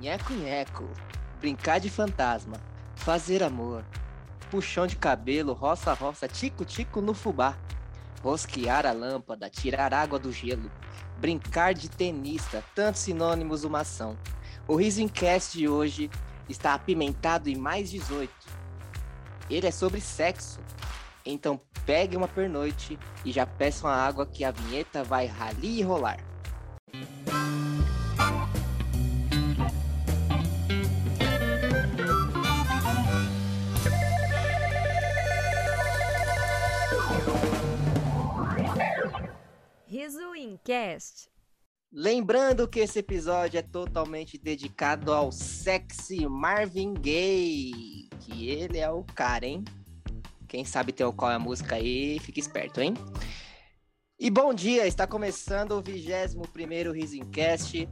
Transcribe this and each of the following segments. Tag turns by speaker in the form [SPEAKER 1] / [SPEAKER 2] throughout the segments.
[SPEAKER 1] Nheco-nheco, brincar de fantasma, fazer amor, puxão de cabelo, roça-roça, tico-tico no fubá, rosquear a lâmpada, tirar água do gelo, brincar de tenista, tantos sinônimos uma ação. O Riso Incast de hoje está apimentado em mais 18. Ele é sobre sexo, então pegue uma pernoite e já peçam a água que a vinheta vai rali e rolar.
[SPEAKER 2] Riso Incast.
[SPEAKER 1] Lembrando que esse episódio é totalmente dedicado ao sexy Marvin Gaye, que ele é o cara, hein? Quem sabe tem qual é a música aí, fica esperto, hein? E bom dia, está começando o 21º Risencast.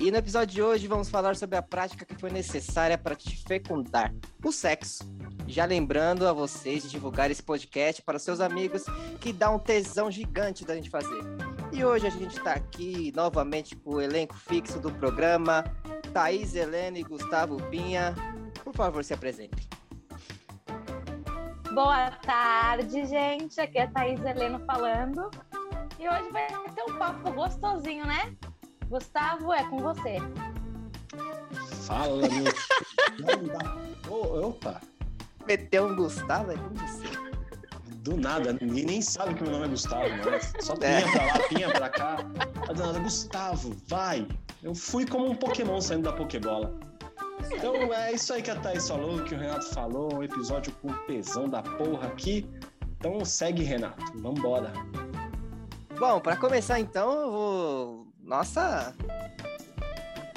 [SPEAKER 1] E no episódio de hoje vamos falar sobre a prática que foi necessária para te fecundar, o sexo. Já lembrando a vocês de divulgar esse podcast para os seus amigos, que dá um tesão gigante da gente fazer. E hoje a gente está aqui novamente com o elenco fixo do programa, Thaís Helena e Gustavo Pinha. Por favor, se apresentem.
[SPEAKER 3] Boa tarde, gente. Aqui é a Thaís Heleno falando. E hoje vai ter um papo gostosinho, né? Gustavo, é com você.
[SPEAKER 4] Fala, meu. Não dá. Ô, opa,
[SPEAKER 1] Meteu um Gustavo, é como você.
[SPEAKER 4] do nada, ninguém nem sabe que meu nome é Gustavo, né? Só pinha pra lá, pinha pra cá. Mas do nada, Gustavo, vai! Eu fui como um Pokémon saindo da Pokébola. Então é isso aí que a Thaís falou, que o Renato falou, um episódio com tesão da porra aqui. Então segue, Renato, vambora.
[SPEAKER 1] Bom, para começar então, eu vou. Nossa.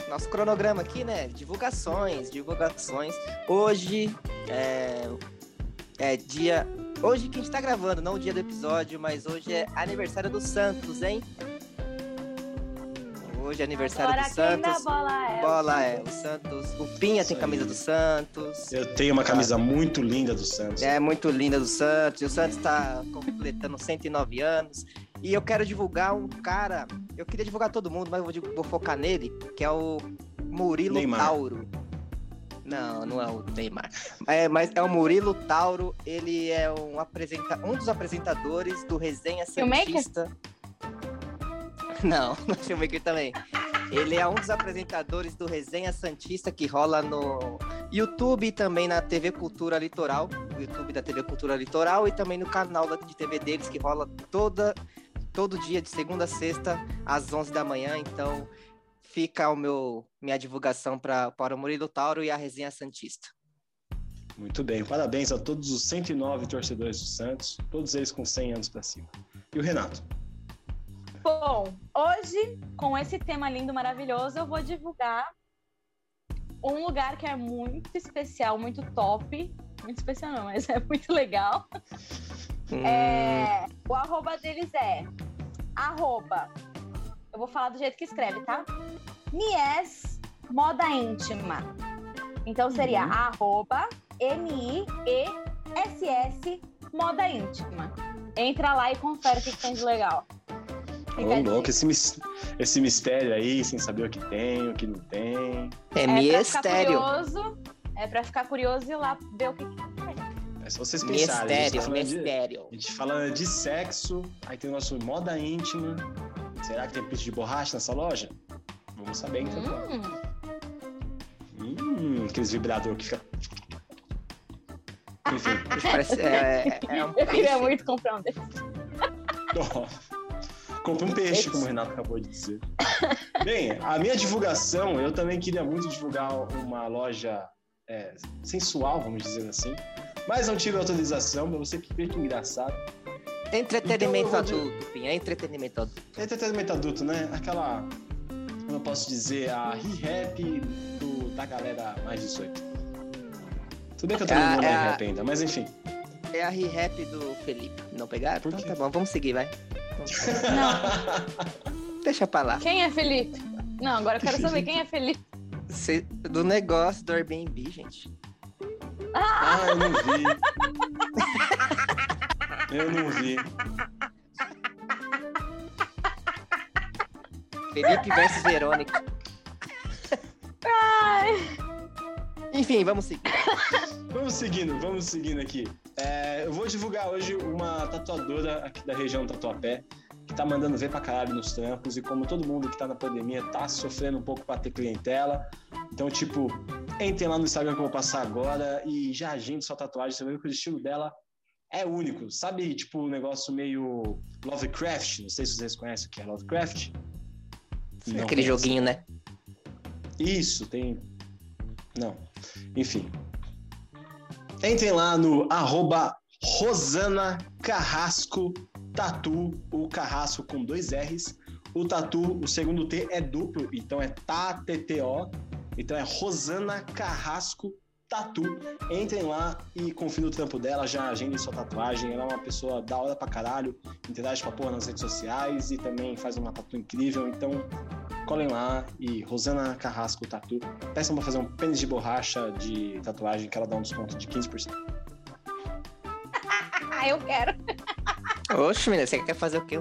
[SPEAKER 1] Nosso cronograma aqui, né? Divulgações, divulgações. Hoje é, é dia. Hoje que a gente tá gravando, não o dia do episódio, mas hoje é aniversário do Santos, hein? Hoje é aniversário
[SPEAKER 3] Agora
[SPEAKER 1] do
[SPEAKER 3] quem dá
[SPEAKER 1] Santos.
[SPEAKER 3] bola é. o
[SPEAKER 1] Bola
[SPEAKER 3] time.
[SPEAKER 1] é, o Santos. O Pinha
[SPEAKER 4] Isso
[SPEAKER 1] tem camisa
[SPEAKER 4] aí.
[SPEAKER 1] do Santos.
[SPEAKER 4] Eu tenho uma camisa muito linda do Santos.
[SPEAKER 1] É muito linda do Santos. E o Santos está completando 109 anos. E eu quero divulgar um cara. Eu queria divulgar todo mundo, mas eu vou, di- vou focar nele, que é o Murilo
[SPEAKER 4] Neymar.
[SPEAKER 1] Tauro. Não, não é o Neymar. É, mas é o Murilo Tauro. Ele é um, apresenta... um dos apresentadores do Resenha
[SPEAKER 3] Filmmaker?
[SPEAKER 1] Santista. Não, não é filmmaker também. Ele é um dos apresentadores do Resenha Santista que rola no YouTube e também na TV Cultura Litoral, o YouTube da TV Cultura Litoral e também no canal da- de TV deles que rola toda todo dia de segunda a sexta às 11 da manhã, então fica o meu minha divulgação pra, para o Murilo Tauro e a Resenha Santista.
[SPEAKER 4] Muito bem, parabéns a todos os 109 torcedores do Santos, todos eles com 100 anos pra cima. E o Renato?
[SPEAKER 3] Bom, hoje, com esse tema lindo, maravilhoso, eu vou divulgar um lugar que é muito especial, muito top. Muito especial não, mas é muito legal. É, o arroba deles é arroba. Eu vou falar do jeito que escreve, tá? Mies Moda Íntima. Então seria
[SPEAKER 4] Uhum.
[SPEAKER 3] arroba M-I-E-S-S Moda Íntima. Entra lá e confere o que que tem de legal.
[SPEAKER 4] Ô,
[SPEAKER 3] Fica a
[SPEAKER 4] louco,
[SPEAKER 3] dica.
[SPEAKER 4] esse, mis- esse mistério aí, sem saber o que tem, o que não tem.
[SPEAKER 1] é
[SPEAKER 3] pra ficar
[SPEAKER 1] mistério.
[SPEAKER 3] curioso, é pra ficar curioso e ir lá ver o que, que
[SPEAKER 4] É só vocês pensarem. a gente tá
[SPEAKER 1] Mistério,
[SPEAKER 4] falando de-
[SPEAKER 1] mistério.
[SPEAKER 4] A gente fala de sexo, aí tem o nosso moda íntima. Será que tem pizza de borracha nessa loja? Vamos saber então.
[SPEAKER 3] Hum,
[SPEAKER 4] Hum, aqueles vibrador que fica. Enfim.
[SPEAKER 1] Parece- é- é um
[SPEAKER 3] Eu queria
[SPEAKER 1] peixe.
[SPEAKER 3] muito comprar um desses.
[SPEAKER 4] ó, Compre um peixe, como o Renato acabou de dizer. Bem, a minha divulgação, eu também queria muito divulgar uma loja é, sensual, vamos dizer assim. Mas não tive autorização, pra você que vê que engraçado.
[SPEAKER 1] Entretenimento
[SPEAKER 4] Então eu vou
[SPEAKER 1] adulto, Pinha, entretenimento adulto.
[SPEAKER 4] É Entretenimento adulto, né? Aquela, como eu posso dizer, a re-rap do- da galera mais 18. Tudo bem que eu tô
[SPEAKER 1] Ah,
[SPEAKER 4] lembrando
[SPEAKER 1] é
[SPEAKER 4] da
[SPEAKER 1] a-
[SPEAKER 4] rap ainda, mas enfim.
[SPEAKER 1] É a re-rap do Felipe. Não pegaram?
[SPEAKER 4] Por
[SPEAKER 1] Então
[SPEAKER 4] quê?
[SPEAKER 1] tá bom, vamos seguir, vai.
[SPEAKER 3] Não.
[SPEAKER 1] Deixa pra lá.
[SPEAKER 3] Quem é Felipe? Não, agora eu quero saber quem é Felipe.
[SPEAKER 1] Cê- do negócio do Airbnb, gente.
[SPEAKER 4] ah, eu não vi. Eu não vi.
[SPEAKER 1] Felipe versus Verônica. Enfim, vamos seguir.
[SPEAKER 4] Vamos seguindo, vamos seguindo aqui. É, eu vou divulgar hoje uma tatuadora aqui da região Tatuapé, que tá mandando ver pra caralho nos trampos, e como todo mundo que tá na pandemia tá sofrendo um pouco pra ter clientela. Então, tipo, entrem lá no Instagram que eu vou passar agora e já agende sua tatuagem, você vai ver que o estilo dela é único. Sabe, tipo, um negócio meio Lovecraft? Não sei se vocês conhecem o que é Lovecraft. Não
[SPEAKER 1] Aquele
[SPEAKER 4] conhece.
[SPEAKER 1] joguinho, né?
[SPEAKER 4] Isso, tem. Não. Enfim. Entrem lá no arroba Rosana Carrasco Tatu, o Carrasco com dois R's. O Tatu, o segundo T é duplo, então é TATTO. Então é Rosana Carrasco Tatu. Entrem lá e confiem o trampo dela, já agendem sua tatuagem. Ela é uma pessoa da hora pra caralho, interage com a porra nas redes sociais e também faz uma tatu incrível. Então colhem lá e Rosana Carrasco Tatu. Peçam pra fazer um pênis de borracha de tatuagem que ela dá um desconto de 15%.
[SPEAKER 3] Ah, eu quero.
[SPEAKER 1] Oxe, menina, você quer fazer o quê?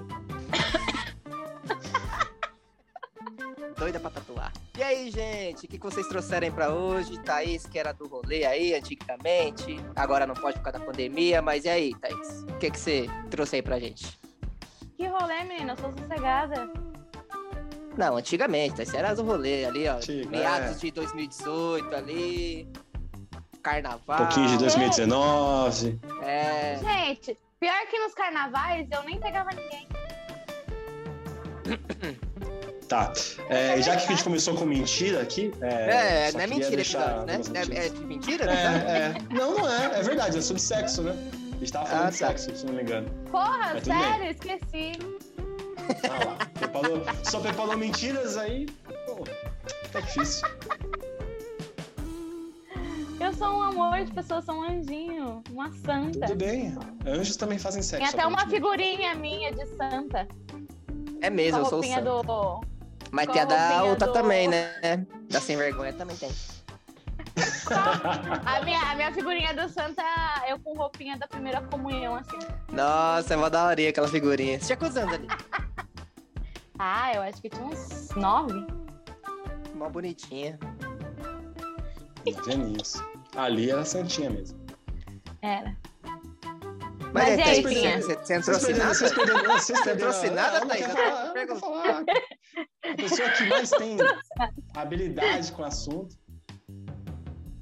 [SPEAKER 1] Doida pra tatuar. E aí, gente, o que, que vocês trouxeram pra hoje? Thaís, que era do rolê aí antigamente, agora não pode por causa da pandemia, mas e aí, Thaís? O que, que você trouxe aí pra gente?
[SPEAKER 3] Que rolê, menina. Eu sou sossegada.
[SPEAKER 1] Não, antigamente, Thaís, era do rolê ali, ó.
[SPEAKER 4] Antigo,
[SPEAKER 1] meados
[SPEAKER 4] é.
[SPEAKER 1] de 2018 ali. Carnaval.
[SPEAKER 4] pouquinho de 2019.
[SPEAKER 1] É.
[SPEAKER 3] Gente, pior que nos carnavais, eu nem pegava ninguém.
[SPEAKER 4] Tá. É, já que a gente começou com mentira aqui. É,
[SPEAKER 1] É,
[SPEAKER 4] só
[SPEAKER 1] não é
[SPEAKER 4] queria
[SPEAKER 1] mentira esse
[SPEAKER 4] deixar
[SPEAKER 1] episódio,
[SPEAKER 4] algumas
[SPEAKER 1] né? É,
[SPEAKER 4] mentiras.
[SPEAKER 1] é de mentira? né?
[SPEAKER 4] É, é. Não, não é. É verdade, é subsexo, né? A gente tava falando
[SPEAKER 1] Ah,
[SPEAKER 4] de
[SPEAKER 1] tá.
[SPEAKER 4] sexo, se não me engano.
[SPEAKER 3] Porra,
[SPEAKER 4] Mas tudo
[SPEAKER 3] sério, esqueci.
[SPEAKER 4] Ah lá. Preparou, só preparou mentiras aí. Pô, tá difícil.
[SPEAKER 3] Eu sou um amor de pessoa, eu sou um anjinho, uma santa.
[SPEAKER 4] Tudo
[SPEAKER 1] É.
[SPEAKER 4] bem. Anjos também fazem sexo.
[SPEAKER 3] Tem até uma
[SPEAKER 4] aparentemente.
[SPEAKER 3] figurinha minha de santa.
[SPEAKER 1] É mesmo,
[SPEAKER 3] com a
[SPEAKER 1] eu sou o
[SPEAKER 3] roupinha
[SPEAKER 1] santo.
[SPEAKER 3] Tá do.
[SPEAKER 1] Mas
[SPEAKER 3] com
[SPEAKER 1] tem a
[SPEAKER 3] a
[SPEAKER 1] da
[SPEAKER 3] roupinha
[SPEAKER 1] outra
[SPEAKER 3] do-
[SPEAKER 1] também, né? Da sem vergonha também tem.
[SPEAKER 3] A minha, a minha figurinha do Santa, eu com roupinha da primeira comunhão, assim.
[SPEAKER 1] Nossa, é mó da hora aquela figurinha. Você tinha quantos anos ali?
[SPEAKER 3] Ah, eu acho que tinha uns nove.
[SPEAKER 1] Mó bonitinha.
[SPEAKER 4] Tá vendo isso? Ali era santinha mesmo.
[SPEAKER 3] Era.
[SPEAKER 1] Mas, é
[SPEAKER 3] Mas e aí,
[SPEAKER 1] Thaís,
[SPEAKER 3] Pinha?
[SPEAKER 1] você, você entrou
[SPEAKER 4] Vocês
[SPEAKER 1] assim
[SPEAKER 4] perderam,
[SPEAKER 1] nada?
[SPEAKER 4] vocês perderam, vocês perderam.
[SPEAKER 1] Patrocinada,
[SPEAKER 4] Ela não
[SPEAKER 1] Thaís,
[SPEAKER 4] quer
[SPEAKER 1] eu
[SPEAKER 4] falar, ela
[SPEAKER 1] pergunto.
[SPEAKER 4] não quer falar. A pessoa que mais tem habilidade com o assunto.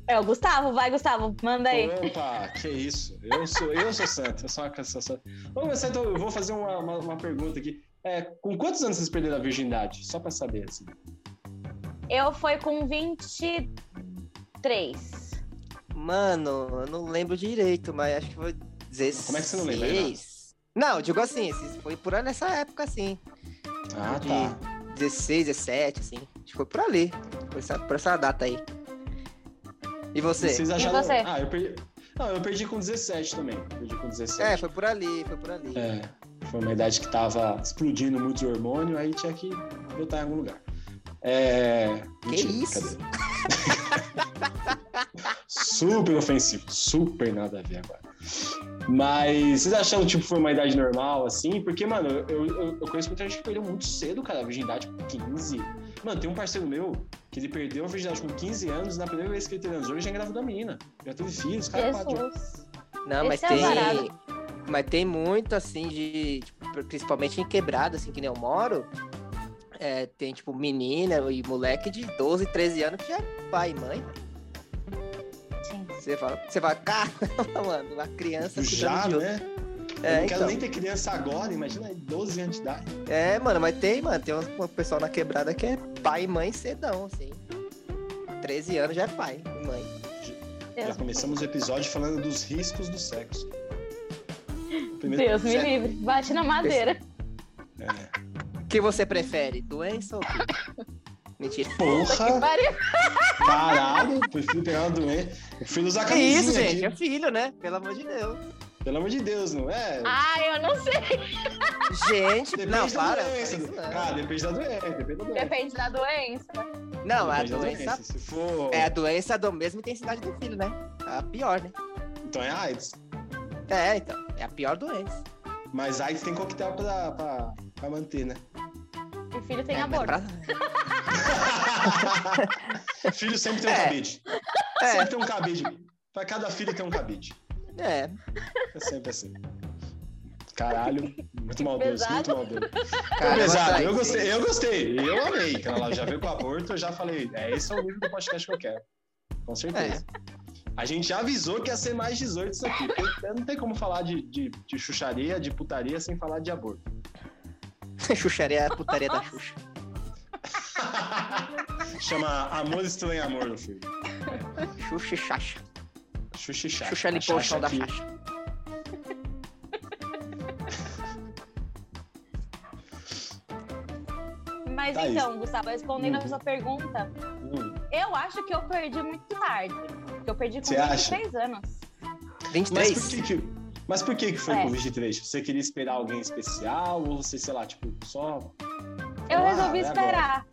[SPEAKER 3] É o Gustavo, vai, Gustavo, manda aí.
[SPEAKER 4] Opa, que isso. Eu sou, eu sou santo. Eu sou uma criança santa. Vamos começar então. Eu vou fazer uma, uma, uma pergunta aqui. É, com quantos anos vocês perderam a virgindade? Só pra saber, assim.
[SPEAKER 3] Eu fui com 23.
[SPEAKER 1] Mano, eu não lembro direito, mas acho que foi 16.
[SPEAKER 4] Como é que você não lembra, Renato?
[SPEAKER 1] Não, eu digo assim, esses- foi por aí nessa época, assim.
[SPEAKER 4] Ah, tá.
[SPEAKER 1] 16, 17, assim. Acho que foi por ali. Por essa, por essa data aí. E você?
[SPEAKER 4] Vocês
[SPEAKER 3] você?
[SPEAKER 4] Ah, eu perdi. Não, eu perdi com 17 também. Perdi com 17.
[SPEAKER 1] É, foi por ali, foi por ali.
[SPEAKER 4] É, foi uma idade que tava explodindo muito hormônio, aí tinha que botar em algum lugar. É.
[SPEAKER 1] Que isso?
[SPEAKER 4] cadê? super ofensivo, super nada a ver agora. Mas vocês acharam tipo foi uma idade normal, assim? Porque, mano, eu, eu, eu conheço muita gente que perdeu muito cedo, cara, a virgindade com 15. Mano, tem um parceiro meu que ele perdeu a virgindade com 15 anos, na primeira vez que ele transou, ele já engravidou a menina. Já teve filhos, cara, quatro.
[SPEAKER 3] Jesus.
[SPEAKER 1] Não, mas
[SPEAKER 3] Esse é
[SPEAKER 1] tem.
[SPEAKER 3] barato.
[SPEAKER 1] Mas tem muito, assim, de. tipo, principalmente em quebrado, assim, que nem eu moro. É, tem, tipo, menina e moleque de 12, 13 anos que já é pai e mãe.
[SPEAKER 3] Gente.
[SPEAKER 1] Você fala, você fala, caramba, mano, uma criança cuidando
[SPEAKER 4] Já,
[SPEAKER 1] de outra.
[SPEAKER 4] né? eu
[SPEAKER 1] É,
[SPEAKER 4] não quero
[SPEAKER 1] então.
[SPEAKER 4] nem ter criança agora, imagina aí, 12 anos de idade.
[SPEAKER 1] É, mano, mas tem, mano, tem um pessoal na quebrada que é pai e mãe cedão, assim. 13 anos já é pai e mãe.
[SPEAKER 4] Já
[SPEAKER 3] Deus,
[SPEAKER 4] começamos o episódio falando dos riscos do sexo. O primeiro-
[SPEAKER 3] Deus me
[SPEAKER 4] Sério,
[SPEAKER 3] livre. Bate na madeira.
[SPEAKER 1] O que você prefere, doença ou vida? Mentira.
[SPEAKER 4] Porra,
[SPEAKER 3] Pariu.
[SPEAKER 4] caralho, prefiro pegar uma doença. Eu prefiro usar
[SPEAKER 1] Que
[SPEAKER 4] camisinha
[SPEAKER 1] isso, gente? É
[SPEAKER 4] aqui.
[SPEAKER 1] filho, né? Pelo amor de Deus.
[SPEAKER 4] Pelo amor de Deus, não é?
[SPEAKER 3] Ah, eu não sei.
[SPEAKER 1] Gente,
[SPEAKER 4] Depende
[SPEAKER 1] não,
[SPEAKER 4] da
[SPEAKER 1] para.
[SPEAKER 4] doença.
[SPEAKER 1] isso não.
[SPEAKER 4] Cara, depende da doença, depende da doença.
[SPEAKER 3] Depende da doença.
[SPEAKER 1] Não, é a
[SPEAKER 4] Depende da
[SPEAKER 1] doença
[SPEAKER 4] Se for...
[SPEAKER 1] É a doença da mesma intensidade do filho, né? A pior, né?
[SPEAKER 4] Então é AIDS.
[SPEAKER 1] É, então. É a pior doença.
[SPEAKER 4] Mas AIDS tem coquetel pra, pra, pra manter, né?
[SPEAKER 3] E filho tem
[SPEAKER 1] é, mas pra-
[SPEAKER 3] aborto.
[SPEAKER 4] Filho sempre tem um
[SPEAKER 1] É.
[SPEAKER 4] cabide. Sempre tem um cabide. Pra cada filho tem um cabide.
[SPEAKER 1] É,
[SPEAKER 4] É sempre assim. Caralho, muito maldoso, muito
[SPEAKER 3] pesado.
[SPEAKER 4] maldoso.
[SPEAKER 1] cara.
[SPEAKER 4] Pesado,
[SPEAKER 1] vai-
[SPEAKER 4] eu gostei, eu gostei, eu amei. que Ela já veio com a Porto, eu já falei, é, esse é o nível do podcast que eu quero. Com certeza. A gente já avisou que ia ser mais 18 isso aqui. porque Não tem como falar de, de, de chucharia, de putaria, sem falar de aborto.
[SPEAKER 1] Xuxaria é a putaria da Xuxa.
[SPEAKER 4] Chama Amor Estranho Amor, meu filho.
[SPEAKER 1] Xuxa e Xaxa.
[SPEAKER 4] Xuxixá.
[SPEAKER 1] Xuxa
[SPEAKER 4] A
[SPEAKER 1] limpou o
[SPEAKER 4] Xaxa
[SPEAKER 1] chão da
[SPEAKER 4] aqui.
[SPEAKER 1] Xaxa.
[SPEAKER 3] Mas
[SPEAKER 4] Tá
[SPEAKER 3] então, Gustavo, respondendo
[SPEAKER 4] Uhum.
[SPEAKER 3] a sua pergunta,
[SPEAKER 4] Hum.
[SPEAKER 3] eu acho que eu perdi muito tarde. Porque eu perdi com
[SPEAKER 4] Você acha?
[SPEAKER 3] 23 anos.
[SPEAKER 4] Mas
[SPEAKER 1] 23?
[SPEAKER 4] por que que, mas por que, que foi
[SPEAKER 3] É.
[SPEAKER 4] com 23? Você queria esperar alguém especial? Ou você, sei lá, tipo, só.
[SPEAKER 3] Eu
[SPEAKER 4] Ah,
[SPEAKER 3] resolvi
[SPEAKER 4] é
[SPEAKER 3] esperar.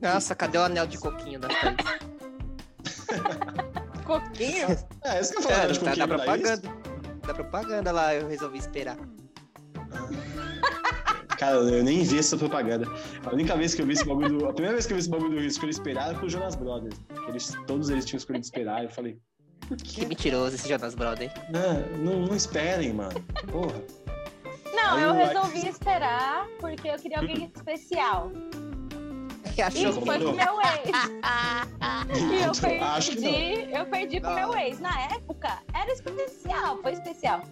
[SPEAKER 1] Nossa, cadê o anel de coquinho da Thaís?
[SPEAKER 3] Coquinho?
[SPEAKER 4] É, isso que eu
[SPEAKER 1] É,
[SPEAKER 4] falei, tipo,
[SPEAKER 1] tá, da
[SPEAKER 4] que era isso?
[SPEAKER 1] propaganda. Da Tá propaganda lá, eu resolvi esperar.
[SPEAKER 4] Cara, eu nem vi essa propaganda. A única vez que eu vi esse bagulho do. A primeira vez que eu vi esse bagulho do risco, eu esperava foi o Jonas Brothers. Que eles, todos eles tinham escolhido esperar. Eu falei, por
[SPEAKER 1] Que
[SPEAKER 4] quê?
[SPEAKER 1] mentiroso esse Jonas Brother.
[SPEAKER 4] Não, não, não esperem, mano. Porra.
[SPEAKER 3] Não,
[SPEAKER 4] Aí
[SPEAKER 3] eu
[SPEAKER 4] vai.
[SPEAKER 3] resolvi esperar porque eu queria alguém especial.
[SPEAKER 1] Que achou
[SPEAKER 3] Isso
[SPEAKER 4] Chocou.
[SPEAKER 3] foi com meu ex. E eu
[SPEAKER 4] Então, Acho que não.
[SPEAKER 3] perdi, eu perdi com meu ex. Na época, era especial, foi especial.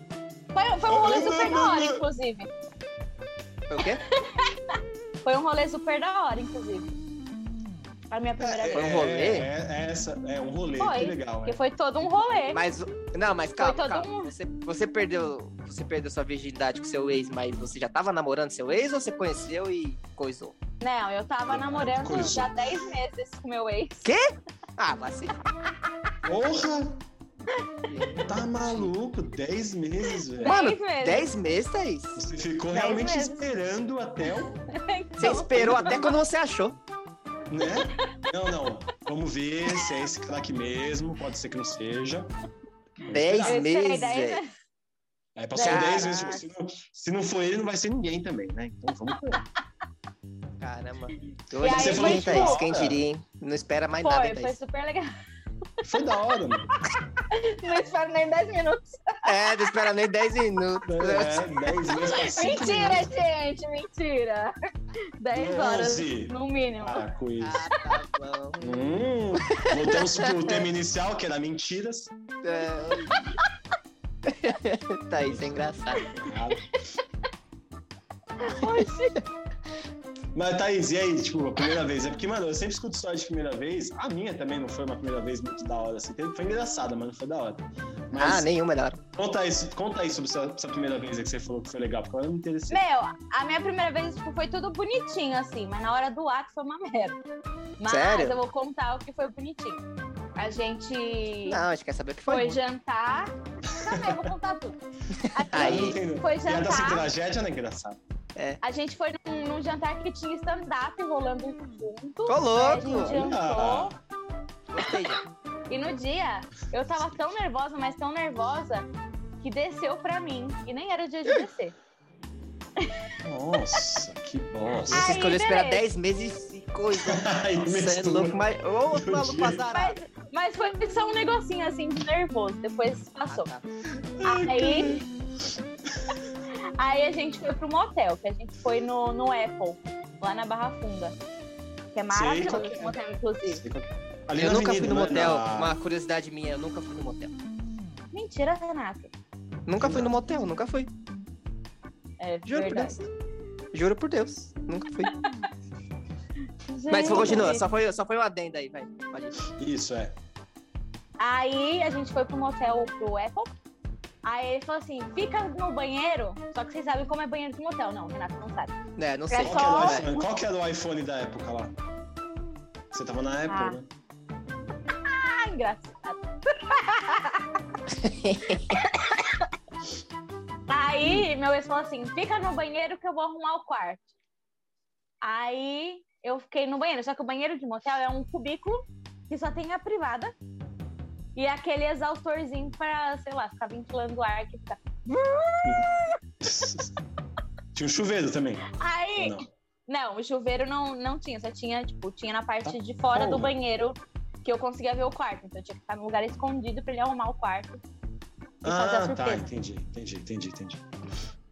[SPEAKER 3] Foi, foi um rolê super da hora, inclusive.
[SPEAKER 1] Foi o quê?
[SPEAKER 3] Foi um rolê super da hora, inclusive. A minha primeira
[SPEAKER 1] Foi
[SPEAKER 3] vez.
[SPEAKER 1] um rolê?
[SPEAKER 4] É, é, é essa, é um rolê,
[SPEAKER 3] Foi.
[SPEAKER 4] que legal.
[SPEAKER 3] Porque
[SPEAKER 4] É.
[SPEAKER 3] foi todo um rolê.
[SPEAKER 1] Mas. o- Não, mas calma,
[SPEAKER 3] todo
[SPEAKER 1] calma.
[SPEAKER 3] mundo.
[SPEAKER 1] Você, você perdeu. Você perdeu sua virgindade com seu ex, mas você já tava namorando seu ex ou você conheceu e coisou?
[SPEAKER 3] Não, né? eu tava namorando
[SPEAKER 4] Coisa.
[SPEAKER 3] já 10 meses com meu ex.
[SPEAKER 1] Ah, mas se
[SPEAKER 4] Porra! Tá maluco? 10 meses, velho.
[SPEAKER 1] Mano,
[SPEAKER 3] 10 meses.
[SPEAKER 1] 10 meses, Thaís.
[SPEAKER 4] Você ficou
[SPEAKER 3] Dez
[SPEAKER 4] realmente
[SPEAKER 3] meses.
[SPEAKER 4] esperando até o.
[SPEAKER 1] Você esperou até quando você achou.
[SPEAKER 4] né? Não, não. Vamos ver se é esse craque mesmo. Pode ser que não seja. Vamos
[SPEAKER 1] 10
[SPEAKER 4] esperar.
[SPEAKER 3] Eu esperei
[SPEAKER 1] meses. é.
[SPEAKER 3] dez
[SPEAKER 1] velho.
[SPEAKER 4] Aí passou
[SPEAKER 1] Caraca.
[SPEAKER 4] 10 vezes. tipo, Se não, se não for ele, não vai ser ninguém também, né? Então vamos com ele.
[SPEAKER 1] Caramba. Hoje
[SPEAKER 3] aí
[SPEAKER 1] você
[SPEAKER 3] foi
[SPEAKER 1] hein,
[SPEAKER 3] tipo-
[SPEAKER 1] Thaís? Quem diria, hein? Não espera mais nada, hein,
[SPEAKER 3] Foi, foi
[SPEAKER 1] Thaís?
[SPEAKER 3] super legal.
[SPEAKER 4] Foi da hora, mano.
[SPEAKER 3] Não espero nem 10 minutos.
[SPEAKER 1] É, não espera nem 10 minutos.
[SPEAKER 4] É, 10 meses pra 5
[SPEAKER 3] Mentira, gente, mentira. 10 horas,
[SPEAKER 4] Onze.
[SPEAKER 3] no mínimo.
[SPEAKER 4] Ah, com isso.
[SPEAKER 1] Ah, tá bom.
[SPEAKER 4] Hum, voltamos pro tema inicial, que era mentiras.
[SPEAKER 1] É. então. Thaís é engraçado.
[SPEAKER 4] Errado.
[SPEAKER 3] Oxi.
[SPEAKER 4] Mas, Thaís, e aí, tipo, a primeira vez? É porque, mano, eu sempre escuto história de primeira vez. A minha também não foi uma primeira vez muito da hora, assim. Teve- Foi engraçada, mano, foi da hora. Mas
[SPEAKER 1] Ah, nenhuma é da hora.
[SPEAKER 4] conta, aí, conta aí sobre essa, essa primeira vez aí que você falou que foi legal, porque eu não me interessei.
[SPEAKER 3] Meu, a minha primeira vez tipo, foi tudo bonitinho, assim, mas na hora do ato foi uma merda. Mas
[SPEAKER 1] Sério?
[SPEAKER 3] eu vou contar o que foi bonitinho. A gente
[SPEAKER 1] Não, a gente quer saber o que
[SPEAKER 3] foi
[SPEAKER 1] foi.
[SPEAKER 3] jantar. Também vou contar tudo. A
[SPEAKER 1] Aí-
[SPEAKER 4] Eu não
[SPEAKER 3] gente
[SPEAKER 4] entendo.
[SPEAKER 3] foi
[SPEAKER 4] Piada sem
[SPEAKER 3] jantar.
[SPEAKER 4] tragédia não é engraçado.
[SPEAKER 3] A gente foi num, num jantar que tinha stand-up rolando junto.
[SPEAKER 1] Tô
[SPEAKER 3] Aí A
[SPEAKER 1] louco!
[SPEAKER 3] gente jantou.
[SPEAKER 4] Ah.
[SPEAKER 1] Gostei já.
[SPEAKER 3] E no dia, eu tava tão nervosa, mas tão nervosa, que desceu pra mim. E nem era o dia de descer.
[SPEAKER 4] Nossa, que bosta.
[SPEAKER 1] Você
[SPEAKER 3] Aí,
[SPEAKER 1] escolheu esperar
[SPEAKER 3] beleza.
[SPEAKER 1] 10 meses e coisa.
[SPEAKER 4] Ai,
[SPEAKER 1] Você é
[SPEAKER 4] mistura.
[SPEAKER 1] louco, mas. Ô, os malucos azarados.
[SPEAKER 3] Mas foi só um negocinho assim de nervoso. Depois passou.
[SPEAKER 1] Ah, tá.
[SPEAKER 3] Aí. Aí a gente foi pro motel, que a gente foi no, no Apple, lá na Barra Funda. Que é
[SPEAKER 4] qual
[SPEAKER 3] maravilhoso
[SPEAKER 4] que é.
[SPEAKER 3] esse motel, inclusive.
[SPEAKER 4] Ali
[SPEAKER 1] Eu
[SPEAKER 4] na
[SPEAKER 1] nunca fui no
[SPEAKER 4] avenida, né,
[SPEAKER 1] motel.
[SPEAKER 4] na-
[SPEAKER 1] Uma curiosidade minha, eu nunca fui no motel.
[SPEAKER 3] Mentira, Renata.
[SPEAKER 1] Nunca fui no motel, nunca fui.
[SPEAKER 3] É
[SPEAKER 1] Juro por
[SPEAKER 3] verdade.
[SPEAKER 1] Deus. Juro por Deus. Nunca fui. Mas
[SPEAKER 3] Gente.
[SPEAKER 1] continua, só foi, só foi um adendo aí, vai. Pode ir.
[SPEAKER 4] Isso, é.
[SPEAKER 3] Aí a gente foi pro motel pro Apple. Aí ele falou assim: fica no banheiro. Só que vocês sabem como é banheiro de motel. Não, Renato não sabe.
[SPEAKER 1] É, não sei.
[SPEAKER 3] É
[SPEAKER 4] Qual, que era o
[SPEAKER 3] só-
[SPEAKER 1] Vai.
[SPEAKER 4] iPhone, qual que era o iPhone da época lá? Você tava na Apple,
[SPEAKER 3] Ah.
[SPEAKER 4] né?
[SPEAKER 3] Ah, engraçado. Aí meu ex falou assim: fica no banheiro que eu vou arrumar o quarto. Aí eu fiquei no banheiro, só que o banheiro de motel é um cubículo que só tem a privada e aquele exaustorzinho pra, sei lá, ficar ventilando o ar que tá. fica.
[SPEAKER 4] Tinha um chuveiro também.
[SPEAKER 3] Aí,
[SPEAKER 4] ou não?
[SPEAKER 3] Não, o chuveiro não, não tinha, só tinha, tipo, tinha na parte de fora
[SPEAKER 4] Porra.
[SPEAKER 3] do banheiro que eu conseguia ver o quarto. Então eu tinha que ficar num lugar escondido pra ele arrumar o quarto. fazer a
[SPEAKER 4] Ah, tá,
[SPEAKER 3] surpresa.
[SPEAKER 4] entendi, entendi, entendi, entendi.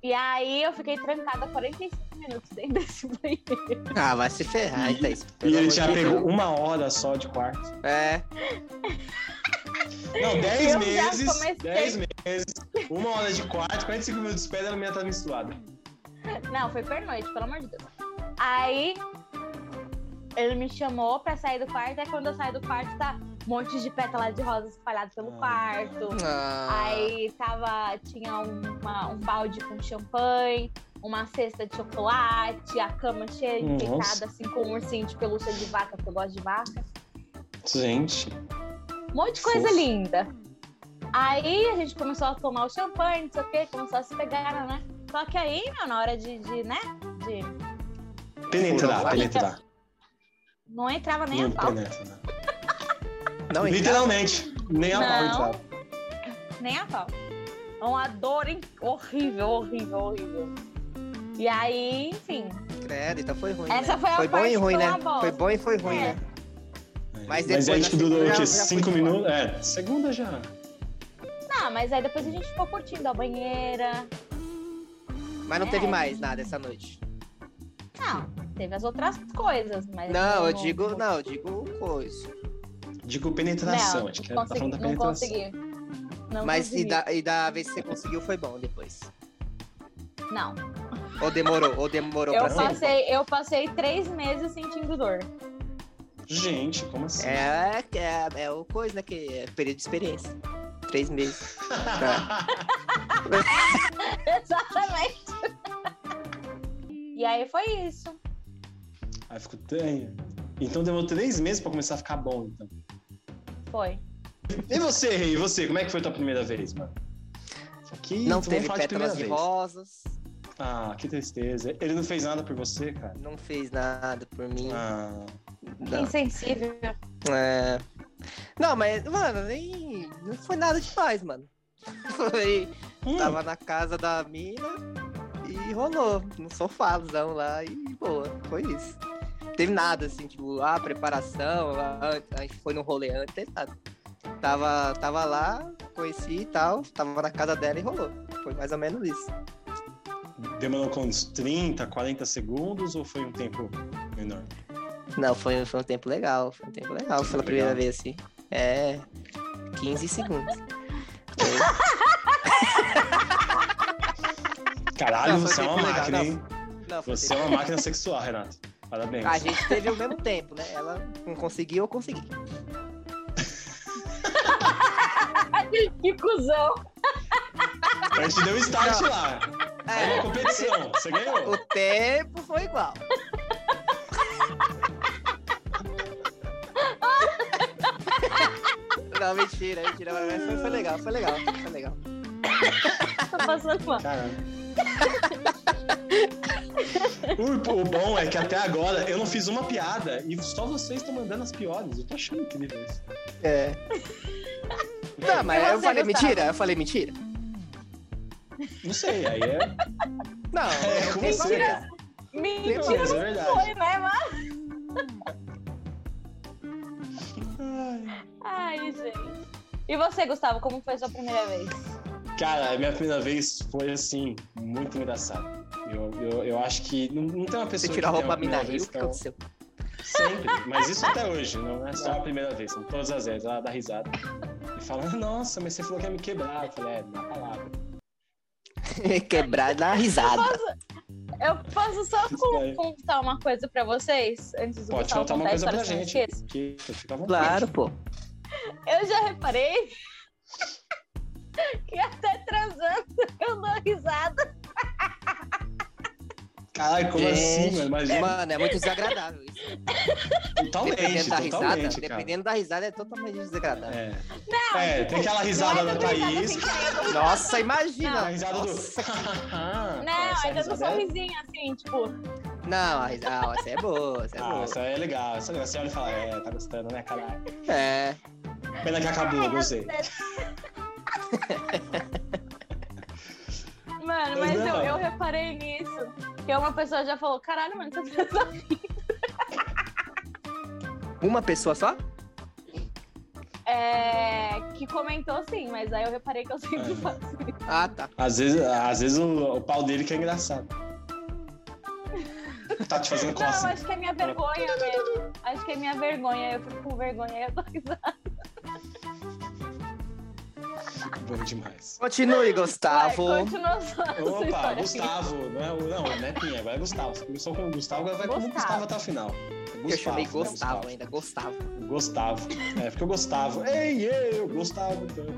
[SPEAKER 3] E aí eu fiquei trancada 45 minutos dentro desse banheiro.
[SPEAKER 1] Ah, vai se ferrar,
[SPEAKER 4] E-
[SPEAKER 1] Thaís.
[SPEAKER 4] E
[SPEAKER 1] pelo
[SPEAKER 4] ele
[SPEAKER 1] amor
[SPEAKER 4] já
[SPEAKER 1] de
[SPEAKER 4] pegou
[SPEAKER 1] Deus.
[SPEAKER 4] uma hora só de quarto.
[SPEAKER 1] É.
[SPEAKER 4] Não, 10
[SPEAKER 3] já
[SPEAKER 4] meses,
[SPEAKER 3] comecei.
[SPEAKER 4] 10 meses, uma hora de quarto, 45 minutos de pedra, a minha tá menstruada.
[SPEAKER 3] Não, foi pernoite, pelo amor de Deus. Aí ele me chamou pra sair do quarto. Aí quando eu saí do quarto, tá um monte de pétalas de rosa espalhado pelo
[SPEAKER 4] Ah.
[SPEAKER 3] quarto.
[SPEAKER 1] Ah,
[SPEAKER 3] Aí tava, tinha uma- um balde com champanhe, uma cesta de chocolate, a cama cheia de
[SPEAKER 4] Nossa.
[SPEAKER 3] enfeitada, assim, com um ursinho de pelúcia de vaca, porque eu gosto de vaca.
[SPEAKER 4] Gente,
[SPEAKER 3] Um monte de coisa
[SPEAKER 4] Fofo.
[SPEAKER 3] linda. Aí a gente começou a tomar o champanhe, não sei o quê, começou a se pegar, né? Só que aí, meu, na hora de, de, né? De...
[SPEAKER 4] penetrar,
[SPEAKER 1] Não, é
[SPEAKER 4] penetrar.
[SPEAKER 3] Não entrava nem
[SPEAKER 4] Não
[SPEAKER 3] a pau.
[SPEAKER 4] penetra,
[SPEAKER 1] não
[SPEAKER 4] né?
[SPEAKER 1] então. entrava.
[SPEAKER 4] Literalmente, nem a pau então.
[SPEAKER 3] Não.
[SPEAKER 4] entrava.
[SPEAKER 3] Nem a pau. É Uma dor in- horrível, horrível, horrível. E aí, enfim.
[SPEAKER 1] Credo, então foi ruim.
[SPEAKER 3] Essa
[SPEAKER 1] né?
[SPEAKER 3] foi a
[SPEAKER 1] Foi bom
[SPEAKER 3] parte
[SPEAKER 1] e ruim,
[SPEAKER 3] que foi
[SPEAKER 1] né?
[SPEAKER 3] uma bosta.
[SPEAKER 1] Foi bom e foi ruim,
[SPEAKER 3] É.
[SPEAKER 1] né?
[SPEAKER 4] É,
[SPEAKER 1] Mas
[SPEAKER 4] Mas
[SPEAKER 1] depois
[SPEAKER 4] aí,
[SPEAKER 1] da
[SPEAKER 4] tipo, durou
[SPEAKER 1] segunda
[SPEAKER 4] o
[SPEAKER 1] já-
[SPEAKER 4] quê?
[SPEAKER 1] já foi
[SPEAKER 4] 5
[SPEAKER 1] embora.
[SPEAKER 4] minutos? É, segunda já.
[SPEAKER 3] Não, mas aí depois a gente ficou curtindo a banheira.
[SPEAKER 1] Mas não teve
[SPEAKER 3] É.
[SPEAKER 1] mais nada essa noite.
[SPEAKER 3] Não, teve as outras coisas, mas. assim,
[SPEAKER 1] Não, eu digo, não, eu digo coisa.
[SPEAKER 4] Digo
[SPEAKER 3] Não,
[SPEAKER 4] penetração, acho que
[SPEAKER 3] não
[SPEAKER 4] ela tá falando da
[SPEAKER 3] consegui. Não
[SPEAKER 4] penetração.
[SPEAKER 3] consegui. Não
[SPEAKER 1] Mas e
[SPEAKER 3] consegui.
[SPEAKER 1] da, e da vez que você conseguiu foi bom depois.
[SPEAKER 3] Não.
[SPEAKER 1] Ou demorou, ou demorou
[SPEAKER 3] Eu
[SPEAKER 1] pra ser.
[SPEAKER 3] passei, eu passei três meses sentindo dor.
[SPEAKER 4] Gente, como assim?
[SPEAKER 1] É, é, é o coisa, né? Que é período de experiência. Três meses. tá.
[SPEAKER 3] Exatamente. E aí foi isso.
[SPEAKER 4] Aí ficou estranho. Então demorou três meses pra começar a ficar bom, então.
[SPEAKER 3] Foi.
[SPEAKER 4] E você, Rei? E você? Como é que foi a tua primeira vez, mano? Aqui, então,
[SPEAKER 1] não
[SPEAKER 4] tu
[SPEAKER 1] teve
[SPEAKER 4] fala de primeira
[SPEAKER 1] pétalas de
[SPEAKER 4] vez.
[SPEAKER 1] rosas,
[SPEAKER 4] Ah, que tristeza. Ele não fez nada por você, cara?
[SPEAKER 1] não fez nada por mim.
[SPEAKER 4] Ah,
[SPEAKER 1] Não.
[SPEAKER 3] Insensível.
[SPEAKER 1] É. Não, mas, mano, nem. Não foi nada demais, mano. Foi.
[SPEAKER 4] hum,
[SPEAKER 1] Tava na casa da mina e rolou. No sofazão lá e boa. Foi isso. Teve nada, assim, tipo, ah, preparação, ah, a gente foi no rolê antes, teve nada. Tava, tava lá, conheci e tal, tava na casa dela e rolou. Foi mais ou menos isso.
[SPEAKER 4] Demorou com uns 30, 40 segundos ou foi um tempo menor?
[SPEAKER 1] Não, foi, foi um tempo legal, foi um tempo legal pela
[SPEAKER 4] Legal.
[SPEAKER 1] primeira vez, assim. É. 15 segundos. Foi-
[SPEAKER 4] Caralho,
[SPEAKER 1] Não, foi
[SPEAKER 4] você é uma
[SPEAKER 1] tempo legal,
[SPEAKER 4] máquina,
[SPEAKER 1] não.
[SPEAKER 4] hein?
[SPEAKER 1] Não, foi
[SPEAKER 4] Você é uma máquina sexual, Renato. Parabéns.
[SPEAKER 1] Ah, A gente teve o mesmo tempo, né? Ela não conseguiu, eu consegui.
[SPEAKER 3] Que cuzão.
[SPEAKER 4] A gente deu start lá. É uma competição. Você ganhou.
[SPEAKER 1] o tempo foi igual. Não, mentira, mentira. Mas foi, foi legal, foi legal, foi legal.
[SPEAKER 3] Tô passando mal.
[SPEAKER 4] Caralho. O, o bom é que até agora eu não fiz uma piada e só vocês estão mandando as piores. Eu tô achando incrível isso.
[SPEAKER 1] É. Não,
[SPEAKER 3] E
[SPEAKER 1] mas eu
[SPEAKER 3] você,
[SPEAKER 1] falei
[SPEAKER 3] Gustavo?
[SPEAKER 1] mentira? Eu falei mentira?
[SPEAKER 4] Não sei, aí é,
[SPEAKER 1] Não,
[SPEAKER 4] é com
[SPEAKER 1] tem
[SPEAKER 4] você,
[SPEAKER 1] como-
[SPEAKER 4] cara.
[SPEAKER 3] Mentira,
[SPEAKER 1] Não,
[SPEAKER 4] mas é
[SPEAKER 3] não
[SPEAKER 4] verdade.
[SPEAKER 3] foi, né, mano?
[SPEAKER 4] Ai.
[SPEAKER 3] Ai, gente. E você, Gustavo, como foi a sua primeira vez?
[SPEAKER 4] Cara, a minha primeira vez foi assim, muito engraçado. Eu, eu, eu acho que não, não tem uma
[SPEAKER 1] Você
[SPEAKER 4] pessoa
[SPEAKER 1] tirou a
[SPEAKER 4] que
[SPEAKER 1] roupa
[SPEAKER 4] tem uma
[SPEAKER 1] mina
[SPEAKER 4] primeira
[SPEAKER 1] riu,
[SPEAKER 4] vez
[SPEAKER 1] o que
[SPEAKER 4] tão...
[SPEAKER 1] aconteceu?
[SPEAKER 4] Sempre, mas isso até hoje, não é só a primeira vez, são todas as vezes, ela dá risada. E fala, nossa, mas você falou que ia me quebrar. Eu falei, é, na palavra.
[SPEAKER 1] Quebrar da risada.
[SPEAKER 3] Eu posso só
[SPEAKER 4] daí.
[SPEAKER 3] con- contar uma coisa pra vocês antes do
[SPEAKER 4] Pode
[SPEAKER 3] Gustavo
[SPEAKER 4] contar uma
[SPEAKER 3] a
[SPEAKER 4] coisa
[SPEAKER 3] história,
[SPEAKER 4] pra
[SPEAKER 3] se eu não
[SPEAKER 4] gente.
[SPEAKER 3] esqueço?
[SPEAKER 4] Que fica à vontade.
[SPEAKER 1] Claro, pô.
[SPEAKER 3] Eu já reparei que até transando eu dou risada.
[SPEAKER 4] Caralho, como assim, mano? Imagina.
[SPEAKER 1] Mano, é muito desagradável isso.
[SPEAKER 4] Totalmente,
[SPEAKER 1] Dependendo da risada,
[SPEAKER 4] totalmente, cara.
[SPEAKER 1] dependendo da risada é totalmente desagradável.
[SPEAKER 4] É. é, tem aquela risada
[SPEAKER 3] Não é
[SPEAKER 4] da
[SPEAKER 3] tão risada
[SPEAKER 4] Thaís.
[SPEAKER 3] assim, cara.
[SPEAKER 1] Nossa, imagina!
[SPEAKER 4] A É. risada do.
[SPEAKER 1] Nossa.
[SPEAKER 3] Não, ainda do
[SPEAKER 4] Ah, risada é-
[SPEAKER 3] sorrisinho, assim, tipo,
[SPEAKER 1] Não, a risada- ah, essa é boa, essa é
[SPEAKER 4] Ah,
[SPEAKER 1] boa.
[SPEAKER 4] essa é legal. Essa você olha e fala, é, tá gostando, né, caralho?
[SPEAKER 1] É.
[SPEAKER 4] Pena que acabou, gostei.
[SPEAKER 3] mano,
[SPEAKER 4] Mas
[SPEAKER 3] mas eu,
[SPEAKER 4] não.
[SPEAKER 3] eu reparei nisso. Que uma pessoa já falou, caralho, mano, você transou.
[SPEAKER 1] Uma pessoa só?
[SPEAKER 3] é, que comentou sim, mas aí eu reparei que eu sempre
[SPEAKER 4] É.
[SPEAKER 3] faço isso.
[SPEAKER 1] Ah, tá.
[SPEAKER 4] Às vezes, às vezes o, o pau dele que é engraçado. Tá te fazendo
[SPEAKER 3] Não, eu
[SPEAKER 4] coça.
[SPEAKER 3] acho que é minha vergonha mesmo. Acho que é minha vergonha. Eu fico com vergonha e eu tô risada.
[SPEAKER 4] Bom demais.
[SPEAKER 1] Continue,
[SPEAKER 3] Vai,
[SPEAKER 1] Gustavo.
[SPEAKER 3] Continua só é a sua
[SPEAKER 4] Opa,
[SPEAKER 3] história.
[SPEAKER 4] Gustavo. Não, é o- não, não é Pinha, agora é Gustavo. Você começou com o Gustavo, agora vai com o
[SPEAKER 3] Gustavo.
[SPEAKER 4] Gustavo até o final. É Gustavo,
[SPEAKER 1] eu chamei
[SPEAKER 4] né,
[SPEAKER 1] Gustavo ainda, Gustavo.
[SPEAKER 4] Gustavo. É, porque eu gostava. Ei, ei, eu gostava tanto.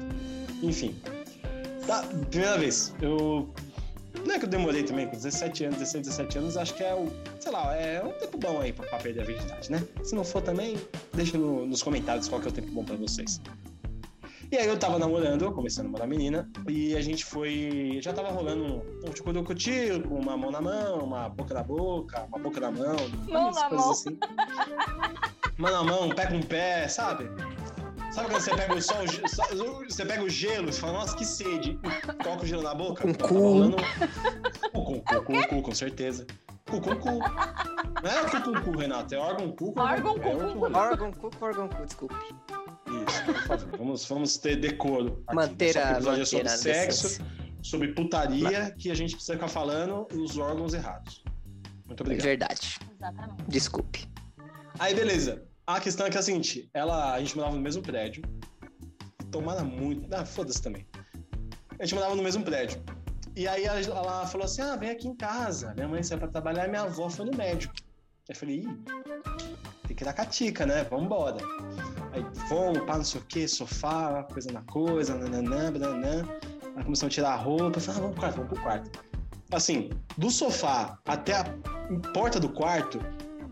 [SPEAKER 4] Enfim. Tá, primeira vez. Eu. Não é que eu demorei também, com 17 anos, 16, 17 anos, acho que é o. Sei lá, é um tempo bom aí pra, pra perder a virgindade, né? Se não for também, deixa no- nos comentários qual que é o tempo bom pra vocês. E aí eu tava namorando, eu comecei a namorar a menina, e a gente foi. Já tava rolando um ticurucutiro, com uma mão na mão, uma boca na boca, uma boca na mão,
[SPEAKER 3] Mão
[SPEAKER 4] umas
[SPEAKER 3] na
[SPEAKER 4] coisas
[SPEAKER 3] mão.
[SPEAKER 4] assim. Mão na mão, pé com pé, sabe? Sabe quando você pega o sol, só- você pega o gelo, você fala, nossa, que sede, e coloca o gelo na boca?
[SPEAKER 1] Com
[SPEAKER 4] tá
[SPEAKER 1] Um cu.
[SPEAKER 4] rolando- Cu, com cu, com cu, com certeza. Cu, com cu. Não é cu, com cu, Renato, é órgão, cu, com
[SPEAKER 3] Órgão,
[SPEAKER 4] é
[SPEAKER 3] cu,
[SPEAKER 4] órgão,
[SPEAKER 3] cu,
[SPEAKER 4] cu.
[SPEAKER 1] Orgon cu, Orgon cu, desculpe.
[SPEAKER 4] Isso, por favor, vamos, vamos ter decoro. aqui.
[SPEAKER 1] Manter
[SPEAKER 4] Nosso
[SPEAKER 1] a
[SPEAKER 4] episódio é
[SPEAKER 1] manter
[SPEAKER 4] sobre
[SPEAKER 1] a
[SPEAKER 4] sexo,
[SPEAKER 1] decência.
[SPEAKER 4] sobre putaria, que a gente precisa ficar falando os órgãos errados. Muito obrigado.
[SPEAKER 1] Verdade.
[SPEAKER 3] Exatamente.
[SPEAKER 1] Desculpe.
[SPEAKER 4] Aí, beleza. A questão é que é a seguinte, ela, a gente morava no mesmo prédio. Tomara muito. Ah, foda-se também. A gente morava no mesmo prédio. E aí ela, ela falou assim: ah, vem aqui em casa. Minha mãe saiu pra trabalhar e minha avó foi no médico. Eu falei, Ih, tem que dar catica, né? Vambora. Aí fomos, pá, não sei o quê, sofá, coisa na coisa, nananã, nananã. Aí começamos a tirar a roupa, eu falei, ah, vamos pro quarto, vamos pro quarto. Assim, do sofá até a porta do quarto,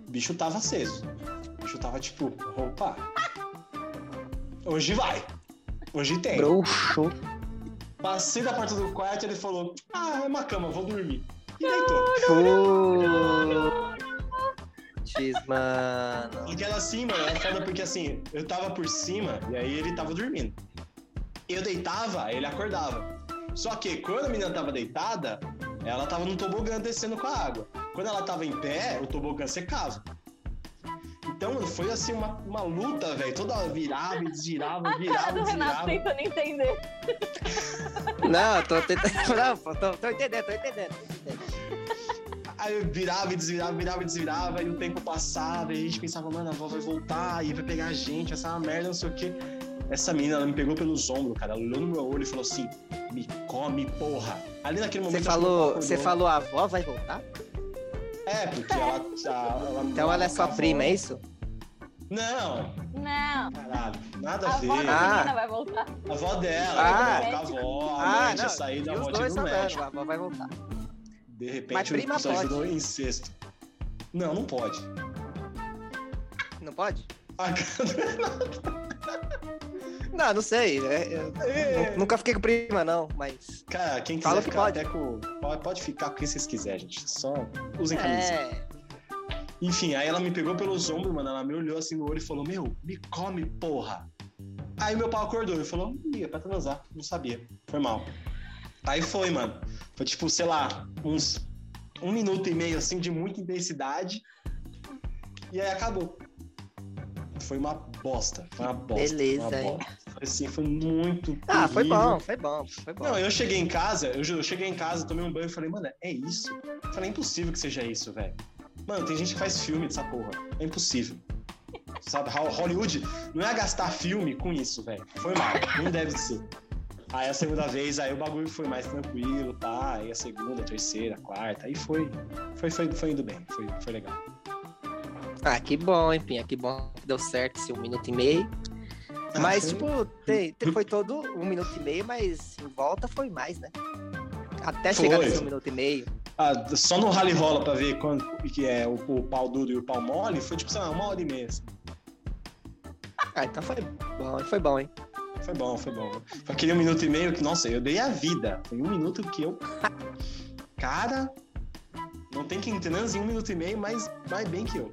[SPEAKER 4] o bicho tava aceso. O bicho tava tipo, opa. Hoje vai. Hoje
[SPEAKER 1] É.
[SPEAKER 4] tem.
[SPEAKER 1] Bruxo.
[SPEAKER 4] Passei da porta do quarto ele falou: Ah, é uma cama, vou dormir. E deitou.
[SPEAKER 1] Putz, mano.
[SPEAKER 4] Porque ela assim, mano, ela foda porque assim, eu tava por cima e aí ele tava dormindo. Eu deitava, ele acordava. Só que quando a menina tava deitada, ela tava no tobogã descendo com a água. Quando ela tava em pé, o tobogã secava. Então, mano, foi assim uma, uma luta, velho. Toda hora virava e desvirava,
[SPEAKER 3] Cara
[SPEAKER 4] virava
[SPEAKER 3] do
[SPEAKER 4] e
[SPEAKER 3] Renato
[SPEAKER 4] desvirava.
[SPEAKER 3] tentando entender.
[SPEAKER 1] Não, tô tentando. Não, pô, tô, tô entendendo, tô entendendo.
[SPEAKER 4] Aí eu virava e desvirava, virava e desvirava, e o tempo passava, e a gente pensava, mano, a avó vai voltar, e vai pegar a gente, essa é uma merda, não sei o quê. Essa menina, ela me pegou pelos ombros, cara, ela olhou no meu olho e falou assim, me come, porra. Ali naquele momento...
[SPEAKER 1] Você
[SPEAKER 4] acho que meu
[SPEAKER 1] falou,
[SPEAKER 4] pai
[SPEAKER 1] você
[SPEAKER 4] acordou.
[SPEAKER 1] falou a avó vai voltar?
[SPEAKER 4] É, porque ela... a- ela
[SPEAKER 1] Então ela é sua
[SPEAKER 4] a avó-
[SPEAKER 1] prima, é isso?
[SPEAKER 4] Não,
[SPEAKER 3] Não.
[SPEAKER 4] caralho, nada
[SPEAKER 3] A
[SPEAKER 4] a,
[SPEAKER 3] avó
[SPEAKER 4] ver.
[SPEAKER 1] Ah.
[SPEAKER 3] da menina vai voltar.
[SPEAKER 4] A avó dela,
[SPEAKER 1] Ah.
[SPEAKER 4] a avó, a
[SPEAKER 1] Ah,
[SPEAKER 4] mãe tinha
[SPEAKER 1] não,
[SPEAKER 4] saído,
[SPEAKER 1] E
[SPEAKER 4] a avó
[SPEAKER 1] os
[SPEAKER 4] tinha
[SPEAKER 1] dois
[SPEAKER 4] ido no médico.
[SPEAKER 1] sabendo, a avó vai voltar.
[SPEAKER 4] De
[SPEAKER 1] Mas
[SPEAKER 4] repente,
[SPEAKER 1] prima
[SPEAKER 4] o só
[SPEAKER 1] pode.
[SPEAKER 4] ajudou em incesto. Não, não pode.
[SPEAKER 1] Não pode?
[SPEAKER 4] Ah, cara,
[SPEAKER 1] Não, não sei. é- eu
[SPEAKER 4] é.
[SPEAKER 1] nunca fiquei com prima, não, mas.
[SPEAKER 4] Cara, quem quiser
[SPEAKER 1] Fala que
[SPEAKER 4] ficar
[SPEAKER 1] pode.
[SPEAKER 4] até com. Pode, pode ficar com quem vocês quiserem, gente. Só usem camisa.
[SPEAKER 1] É.
[SPEAKER 4] Enfim, aí ela me pegou pelos ombros, mano. Ela me olhou assim no olho e falou: Meu, me come, porra. Aí meu pau acordou e falou: Ih, é pra transar. Não sabia. Foi mal. Aí foi, mano. Foi tipo, sei lá, uns. Um minuto e meio, assim, de muita intensidade. E aí acabou. Foi uma bosta. Foi uma bosta.
[SPEAKER 1] Beleza,
[SPEAKER 4] foi uma
[SPEAKER 1] hein?
[SPEAKER 4] bosta. Foi Assim, foi muito.
[SPEAKER 1] Ah, foi
[SPEAKER 4] terrível.
[SPEAKER 1] bom, foi bom, foi bom.
[SPEAKER 4] Não, eu cheguei em casa, eu juro, eu cheguei em casa, tomei um banho e falei, mano, é isso? Eu falei, é impossível que seja isso, velho. Mano, tem gente que faz filme dessa porra. É impossível. Sabe, Ho- Hollywood não é gastar filme com isso, velho. Foi mal, não deve ser. Aí a segunda vez, aí o bagulho foi mais tranquilo, tá? Aí a segunda, a terceira, a quarta, aí foi. Foi, foi, foi indo bem, foi, foi legal.
[SPEAKER 1] Ah, que bom, hein, Pinha? Que bom que deu certo esse um minuto e meio.
[SPEAKER 4] Ah,
[SPEAKER 1] Mas,
[SPEAKER 4] foi-
[SPEAKER 1] tipo, tem- tem- foi todo um minuto e meio, mas em volta foi mais, né? Até
[SPEAKER 4] Foi.
[SPEAKER 1] chegar nesse um minuto e meio.
[SPEAKER 4] Ah, só no rally rola pra ver quando que é o, o pau duro e o pau mole, foi tipo, sei lá, uma hora e meia. assim.
[SPEAKER 1] Ah, então foi bom, foi bom, hein?
[SPEAKER 4] Foi bom, foi bom. Foi aquele um minuto e meio que, nossa, eu dei a vida. Foi um minuto que eu. Cara, não tem quem transe em um minuto e meio, mas vai bem que eu.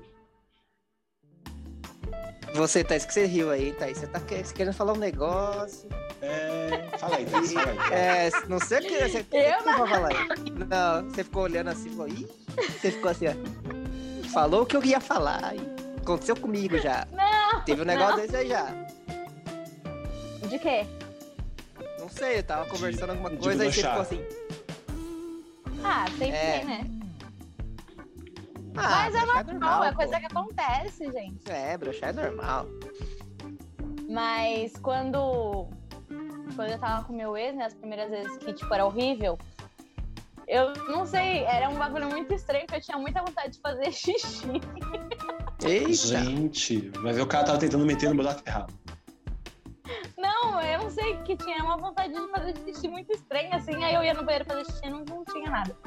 [SPEAKER 1] Você, Thaís, que você riu aí, Thaís. Você tá que- você querendo falar um negócio.
[SPEAKER 4] É... Fala aí, Thaís, fala aí.
[SPEAKER 1] É, não sei o que você o que
[SPEAKER 3] Eu
[SPEAKER 1] você vai falar. aí? Não, você ficou olhando assim e falou, ih, você ficou assim, ó. Falou o que eu ia falar. e Aconteceu comigo já. Teve um negócio desse aí já.
[SPEAKER 3] De quê?
[SPEAKER 1] Não sei, eu tava conversando alguma
[SPEAKER 4] de
[SPEAKER 1] coisa e você ficou
[SPEAKER 4] brochar.
[SPEAKER 1] assim.
[SPEAKER 3] Ah, sempre
[SPEAKER 1] É.
[SPEAKER 3] tem, né?
[SPEAKER 1] Ah,
[SPEAKER 3] Mas é
[SPEAKER 1] brochar
[SPEAKER 3] normal, é
[SPEAKER 1] pô.
[SPEAKER 3] coisa que acontece, gente.
[SPEAKER 1] É, broxar é normal.
[SPEAKER 3] Mas quando, quando eu tava com meu ex, né, as primeiras vezes que, tipo, era horrível, eu não sei, era um bagulho muito estranho que eu tinha muita vontade de fazer xixi.
[SPEAKER 1] Eita!
[SPEAKER 4] Gente, vai ver o cara tava tentando meter no buraco errado.
[SPEAKER 3] Não, eu não sei o que tinha, era uma vontade de fazer xixi muito estranha, assim, aí eu ia no banheiro fazer xixi e não, não tinha nada.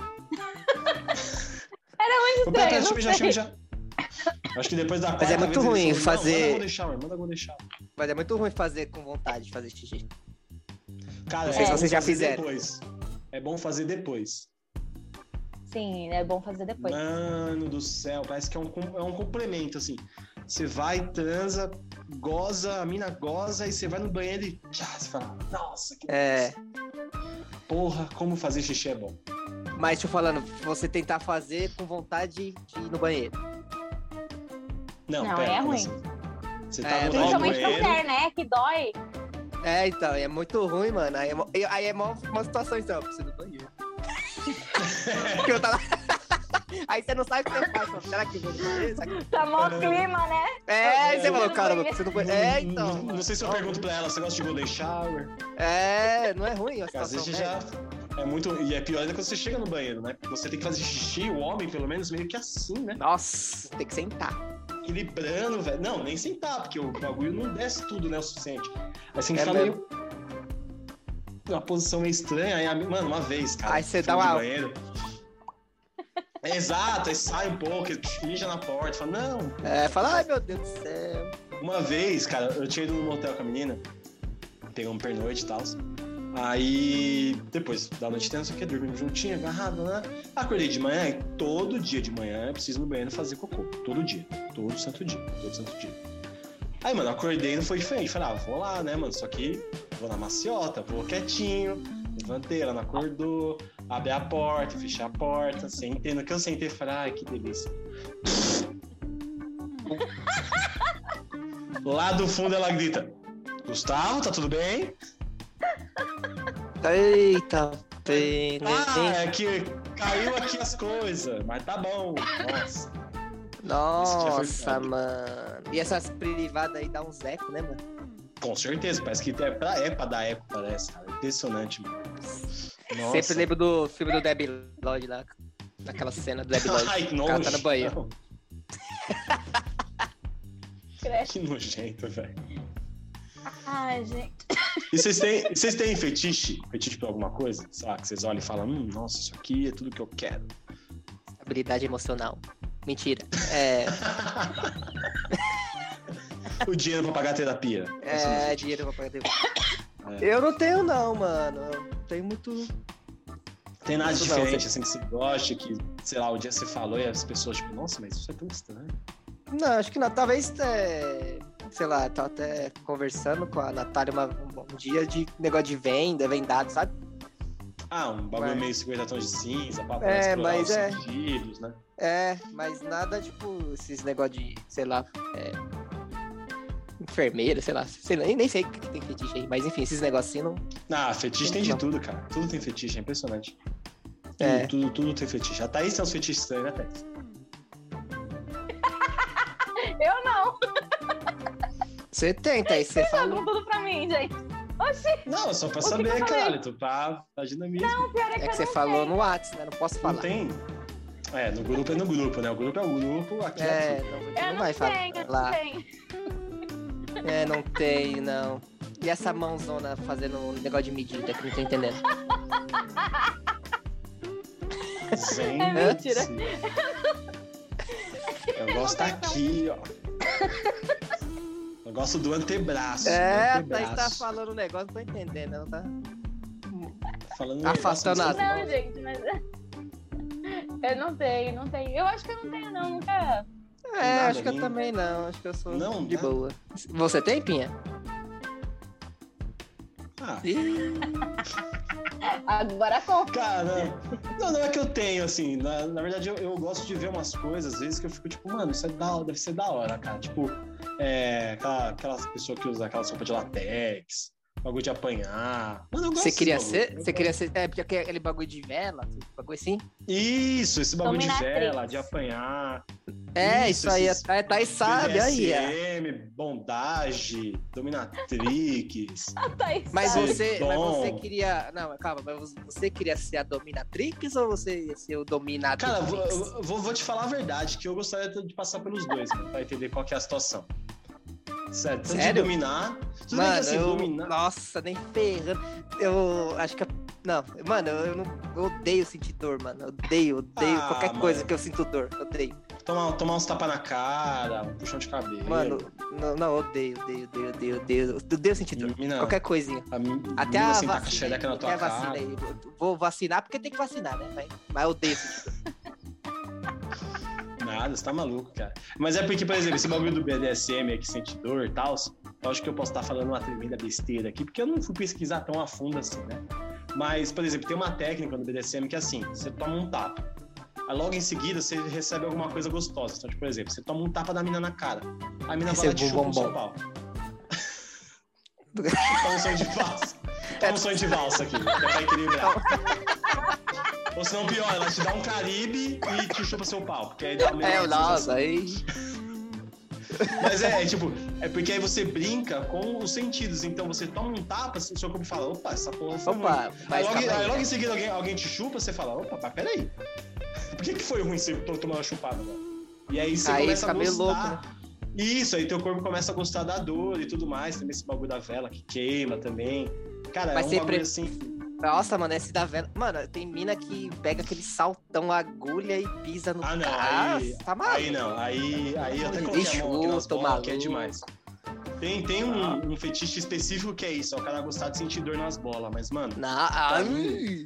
[SPEAKER 4] Ô,
[SPEAKER 3] Estranho,
[SPEAKER 4] pera,
[SPEAKER 3] não
[SPEAKER 4] chama, já,
[SPEAKER 3] sei.
[SPEAKER 4] chama, já. Acho que depois da quarta
[SPEAKER 1] Mas é muito
[SPEAKER 4] vez ele
[SPEAKER 1] ruim
[SPEAKER 4] falou, "Não,
[SPEAKER 1] fazer-
[SPEAKER 4] Manda Golden Shower, manda Golden Shower.
[SPEAKER 1] Mas é muito ruim fazer com vontade de fazer xixi.
[SPEAKER 4] Cara,
[SPEAKER 1] Não sei
[SPEAKER 4] é
[SPEAKER 1] se
[SPEAKER 4] bom
[SPEAKER 1] vocês já
[SPEAKER 4] fazer
[SPEAKER 1] fizeram.
[SPEAKER 4] Depois. É bom fazer depois.
[SPEAKER 3] Sim, é bom fazer depois.
[SPEAKER 4] Mano do céu, parece que é um, com- é um complemento, assim. Você vai, transa, goza, a mina goza, e você vai no banheiro e tchá, você fala, nossa, que
[SPEAKER 1] É,
[SPEAKER 4] porra, como fazer xixi é bom.
[SPEAKER 1] mas tô falando, você tentar fazer com vontade de ir no banheiro.
[SPEAKER 4] Não,
[SPEAKER 3] Não,
[SPEAKER 4] pera,
[SPEAKER 3] é
[SPEAKER 4] como
[SPEAKER 3] ruim.
[SPEAKER 4] assim? Você tá
[SPEAKER 1] É,
[SPEAKER 4] no
[SPEAKER 3] Principalmente pra
[SPEAKER 4] banheiro,
[SPEAKER 3] mulher, né, que dói.
[SPEAKER 1] É, então, é muito ruim, mano. Aí é, mó- eu- aí é mó- uma situação então, eu preciso do banheiro. Que eu tava- aí você não sabe o que você faz, mano. Será que eu vou no banheiro? Será que-
[SPEAKER 3] Tá mó
[SPEAKER 4] É.
[SPEAKER 3] clima, né?
[SPEAKER 1] É, aí você
[SPEAKER 4] Eu
[SPEAKER 1] falou,
[SPEAKER 3] no
[SPEAKER 1] caramba, eu
[SPEAKER 3] banheiro.
[SPEAKER 1] preciso do
[SPEAKER 4] não-
[SPEAKER 1] banheiro. É, então.
[SPEAKER 4] Não,
[SPEAKER 1] mano.
[SPEAKER 4] sei se eu pergunto pra ela, você gosta de golden shower?
[SPEAKER 1] É, não é ruim a
[SPEAKER 4] Porque às
[SPEAKER 1] situação.
[SPEAKER 4] vezes você
[SPEAKER 1] né?
[SPEAKER 4] já... É muito... E é pior ainda quando você chega no banheiro, né? Você tem que fazer xixi, o homem, pelo menos, meio que assim, né?
[SPEAKER 1] Nossa, tem que sentar.
[SPEAKER 4] equilibrando, velho. Não, nem sentar, porque o bagulho não desce tudo, né? O suficiente. Aí você
[SPEAKER 1] É
[SPEAKER 4] fica
[SPEAKER 1] mesmo.
[SPEAKER 4] meio. Uma posição meio estranha. Aí, a- mano, uma vez, cara.
[SPEAKER 1] Aí você
[SPEAKER 4] fui
[SPEAKER 1] dá
[SPEAKER 4] no
[SPEAKER 1] uma-
[SPEAKER 4] banheiro. É, Exato, aí sai um pouco, mija na porta. Fala, não.
[SPEAKER 1] É, fala, ai meu Deus do céu.
[SPEAKER 4] Uma vez, cara, eu tinha ido no motel com a menina, pegamos um pernoite e tal. Aí, depois da noite tensa, que dormimos juntinho, agarrado, né? Acordei de manhã e todo dia de manhã eu preciso ir no banheiro fazer cocô. Todo dia. Todo santo dia. Todo santo dia. Aí, mano, acordei e não foi diferente. Falei, ah, vou lá, né, mano? Só que vou na maciota, vou quietinho. Levantei, ela não acordou. Abri a porta, fechei a porta. Sentei. No que eu sentei, falei, ai, que delícia. Lá do fundo ela grita, Gustavo, tá tudo bem?
[SPEAKER 1] Eita, pena.
[SPEAKER 4] Ah, é que caiu aqui as coisas, mas tá bom. Nossa. Isso já
[SPEAKER 1] Nossa,
[SPEAKER 4] foi
[SPEAKER 1] mano. E essas privadas aí dá uns eco, né, mano?
[SPEAKER 4] Com certeza, parece que é pra, é pra dar eco, parece, cara. Impressionante, mano. Nossa.
[SPEAKER 1] Sempre lembro do filme do Debbie Lloyd lá. Naquela cena do Debbie Lloyd.
[SPEAKER 4] Ai, que
[SPEAKER 1] O cara tá no banheiro.
[SPEAKER 4] nojo.
[SPEAKER 3] Credo.
[SPEAKER 4] Que nojento, velho.
[SPEAKER 3] Ai, gente.
[SPEAKER 4] E vocês têm, e vocês têm fetiche? Fetiche pra alguma coisa? Sei lá, que vocês olham e falam, hum, nossa, isso aqui é tudo que eu quero.
[SPEAKER 1] Habilidade emocional. Mentira. É,
[SPEAKER 4] o dinheiro pra pagar a terapia. Esse é o meu
[SPEAKER 1] é
[SPEAKER 4] fetiche.
[SPEAKER 1] dinheiro pra pagar tempo.
[SPEAKER 4] É.
[SPEAKER 1] Eu não tenho, não, mano. Eu não tenho muito.
[SPEAKER 4] Tem nada
[SPEAKER 1] Isso não,
[SPEAKER 4] diferente,
[SPEAKER 1] você-
[SPEAKER 4] assim, que você goste, que, sei lá, o dia você falou e as pessoas, tipo, nossa, mas isso é tão estranho.
[SPEAKER 1] Não, acho que não. Talvez, é, sei lá, eu tava até conversando com a Natália uma- um dia de negócio de venda, vendado, sabe?
[SPEAKER 4] Ah, um bagulho
[SPEAKER 1] Mas-
[SPEAKER 4] meio 50 tons de cinza, papo
[SPEAKER 1] É,
[SPEAKER 4] é, explorar
[SPEAKER 1] mas
[SPEAKER 4] os
[SPEAKER 1] é.
[SPEAKER 4] sentidos, né?
[SPEAKER 1] É, mas nada tipo esses negócios de, sei lá, é, enfermeira, sei lá, sei lá, nem, nem sei o que que tem fetiche aí, mas enfim, esses negocinhos não.
[SPEAKER 4] Ah, fetiche tem de
[SPEAKER 1] Não.
[SPEAKER 4] tudo, cara. Tudo tem fetiche, é impressionante. Tudo,
[SPEAKER 1] Então. É.
[SPEAKER 4] tudo, tudo tem fetiche. A Thaís tem uns fetiches estranhos, né, Thaís?
[SPEAKER 3] Eu não,
[SPEAKER 1] Você tenta, aí você fala.
[SPEAKER 3] jogam tudo pra mim, gente. Oxi,
[SPEAKER 4] Não, só pra
[SPEAKER 3] que que
[SPEAKER 4] saber,
[SPEAKER 3] eu falei?
[SPEAKER 4] cara. Tu pra a dinamismo. Não,
[SPEAKER 3] pior é que,
[SPEAKER 1] É que você
[SPEAKER 3] eu não
[SPEAKER 1] falou no Whats, né? Não posso falar.
[SPEAKER 4] tem. É, no grupo é no grupo, né? O grupo é o grupo, aqui é,
[SPEAKER 1] É,
[SPEAKER 4] aqui.
[SPEAKER 1] não,
[SPEAKER 3] Eu
[SPEAKER 1] não vai falar.
[SPEAKER 3] tenho, eu não
[SPEAKER 1] lá.
[SPEAKER 3] tenho.
[SPEAKER 1] É, não tem, não. E essa mãozona fazendo um negócio de medida que não tô entendendo.
[SPEAKER 4] Gente.
[SPEAKER 3] É mentira.
[SPEAKER 4] assim. Eu gosto aqui, ó. Eu gosto do antebraço.
[SPEAKER 1] É, a
[SPEAKER 4] do
[SPEAKER 1] Thaís tá
[SPEAKER 4] antebraço.
[SPEAKER 1] falando um negócio, não tô entendendo, ela tá.
[SPEAKER 4] falando
[SPEAKER 1] afastando
[SPEAKER 4] nossa,
[SPEAKER 1] as
[SPEAKER 4] mas-
[SPEAKER 3] Não, gente, mas. Eu não tenho, não tenho. Eu acho que eu não tenho, não. Nunca.
[SPEAKER 1] É,
[SPEAKER 4] Nada,
[SPEAKER 1] acho que eu
[SPEAKER 4] nem-
[SPEAKER 1] também não, acho que eu sou
[SPEAKER 4] Não,
[SPEAKER 1] de
[SPEAKER 4] né?
[SPEAKER 1] boa. Você tem, Pinha?
[SPEAKER 4] Ah,
[SPEAKER 1] Ih,
[SPEAKER 3] Agora com.
[SPEAKER 4] Cara, não, não é que eu tenho, assim. Na, na verdade, eu, eu gosto de ver umas coisas, às vezes, que eu fico tipo, mano, isso é da hora, deve ser da hora, cara. Tipo, é, aquela, aquelas pessoas que usam aquela roupa de latex, bagulho de apanhar. Mano, eu gosto
[SPEAKER 1] Você
[SPEAKER 4] desse
[SPEAKER 1] queria
[SPEAKER 4] bagulho.
[SPEAKER 1] ser?
[SPEAKER 4] Eu
[SPEAKER 1] Você queria ser. É, porque aquele bagulho de vela, bagulho assim?
[SPEAKER 4] Isso, esse bagulho de
[SPEAKER 3] Dominatrix.
[SPEAKER 4] vela, de apanhar.
[SPEAKER 1] É,
[SPEAKER 4] Isso,
[SPEAKER 1] isso, aí.
[SPEAKER 4] esses-
[SPEAKER 1] A Thaís sabe, aí. é.
[SPEAKER 4] BDSM, bondage, dominatrix.
[SPEAKER 3] Thaís
[SPEAKER 1] Mas
[SPEAKER 3] sabe.
[SPEAKER 1] você, mas
[SPEAKER 4] Bom.
[SPEAKER 1] você queria. Não, calma, mas você queria ser a Dominatrix ou você ia ser o Dominatrix?
[SPEAKER 4] Cara, vou, eu vou, vou te falar a verdade, que eu gostaria de passar pelos dois, mano, pra entender qual que é a situação. Certo, tanto de
[SPEAKER 1] Sério?
[SPEAKER 4] dominar. Tudo bem que
[SPEAKER 1] Mano,
[SPEAKER 4] assim,
[SPEAKER 1] eu,
[SPEAKER 4] dominar.
[SPEAKER 1] nossa, nem ferrando. Eu acho que. a- Não, mano, eu, eu não, eu odeio sentir dor, mano. Eu odeio, odeio
[SPEAKER 4] Ah,
[SPEAKER 1] qualquer
[SPEAKER 4] mano.
[SPEAKER 1] coisa que eu sinto dor. eu Odeio.
[SPEAKER 4] Tomar, tomar uns tapas na cara, um puxão de cabelo.
[SPEAKER 1] Mano, não, não, eu odeio, odeio, odeio, odeio, odeio. Eu Odeio sentir dor.
[SPEAKER 4] Mina-
[SPEAKER 1] Qualquer coisinha.
[SPEAKER 4] a mi-
[SPEAKER 1] Até
[SPEAKER 4] mina
[SPEAKER 1] a
[SPEAKER 4] sentar
[SPEAKER 1] vacina.
[SPEAKER 4] com a
[SPEAKER 1] aí,
[SPEAKER 4] xereca na
[SPEAKER 1] Até a
[SPEAKER 4] tua
[SPEAKER 1] vacina
[SPEAKER 4] cara.
[SPEAKER 1] aí. Eu Vou vacinar porque tem que vacinar, né? vai? Mas eu odeio sentir dor.
[SPEAKER 4] Nada, você tá maluco, cara. Mas é porque, por exemplo, esse bagulho do BDSM aqui, sente dor e tal, eu acho que eu posso estar falando uma tremenda besteira aqui, porque eu não fui pesquisar tão a fundo assim, né? Mas, por exemplo, tem uma técnica no BDSM que é assim, você toma um tapa. Aí logo em seguida você recebe alguma coisa gostosa. Então, tipo, por exemplo, você toma um tapa da mina na cara. A mina vai lá e
[SPEAKER 1] Recebe
[SPEAKER 4] te
[SPEAKER 1] um
[SPEAKER 4] chupa um
[SPEAKER 1] bombom.
[SPEAKER 4] seu pau. Toma um som de valsa. Toma um som de valsa aqui, que é pra equilibrar.
[SPEAKER 1] Tá
[SPEAKER 4] Ou senão pior, ela te dá um caribe e te chupa seu pau. Porque aí dá a mesma
[SPEAKER 1] É, nossa,
[SPEAKER 4] sensação.
[SPEAKER 1] aí.
[SPEAKER 4] Mas é, é tipo, é porque aí você brinca com os sentidos. Então você toma um tapa, assim, o seu corpo fala, opa, essa porra foi ruim.
[SPEAKER 1] Opa,
[SPEAKER 4] Aí
[SPEAKER 1] mas.
[SPEAKER 4] logo,
[SPEAKER 1] calma
[SPEAKER 4] aí
[SPEAKER 1] aí,
[SPEAKER 4] logo
[SPEAKER 1] né?
[SPEAKER 4] em seguida alguém, alguém te chupa, você fala, opa, mas peraí. Por que, que foi ruim você to- tomar uma chupada? Mano? E aí você
[SPEAKER 1] Aí
[SPEAKER 4] começa a
[SPEAKER 1] fica meio
[SPEAKER 4] gostar.
[SPEAKER 1] louco, né?
[SPEAKER 4] Isso, aí teu corpo começa a gostar da dor e tudo mais. Também esse bagulho da vela que queima também. Cara,
[SPEAKER 1] Mas
[SPEAKER 4] é um
[SPEAKER 1] você
[SPEAKER 4] bagulho
[SPEAKER 1] pre-
[SPEAKER 4] assim.
[SPEAKER 1] Nossa, mano, esse da vela. Mano, tem mina que pega aquele saltão, agulha e pisa no
[SPEAKER 4] Ah, não,
[SPEAKER 1] Ah,
[SPEAKER 4] aí-
[SPEAKER 1] tá maluco.
[SPEAKER 4] Aí não, aí, aí eu até coloquei a mão aqui nas
[SPEAKER 1] Enxuto,
[SPEAKER 4] bolas, que é
[SPEAKER 1] maluco.
[SPEAKER 4] demais. Tem, tem um, um fetiche específico que é isso, ó, o cara gostar de sentir dor nas bolas, mas, mano,
[SPEAKER 1] Não, ah, ai,
[SPEAKER 4] mim,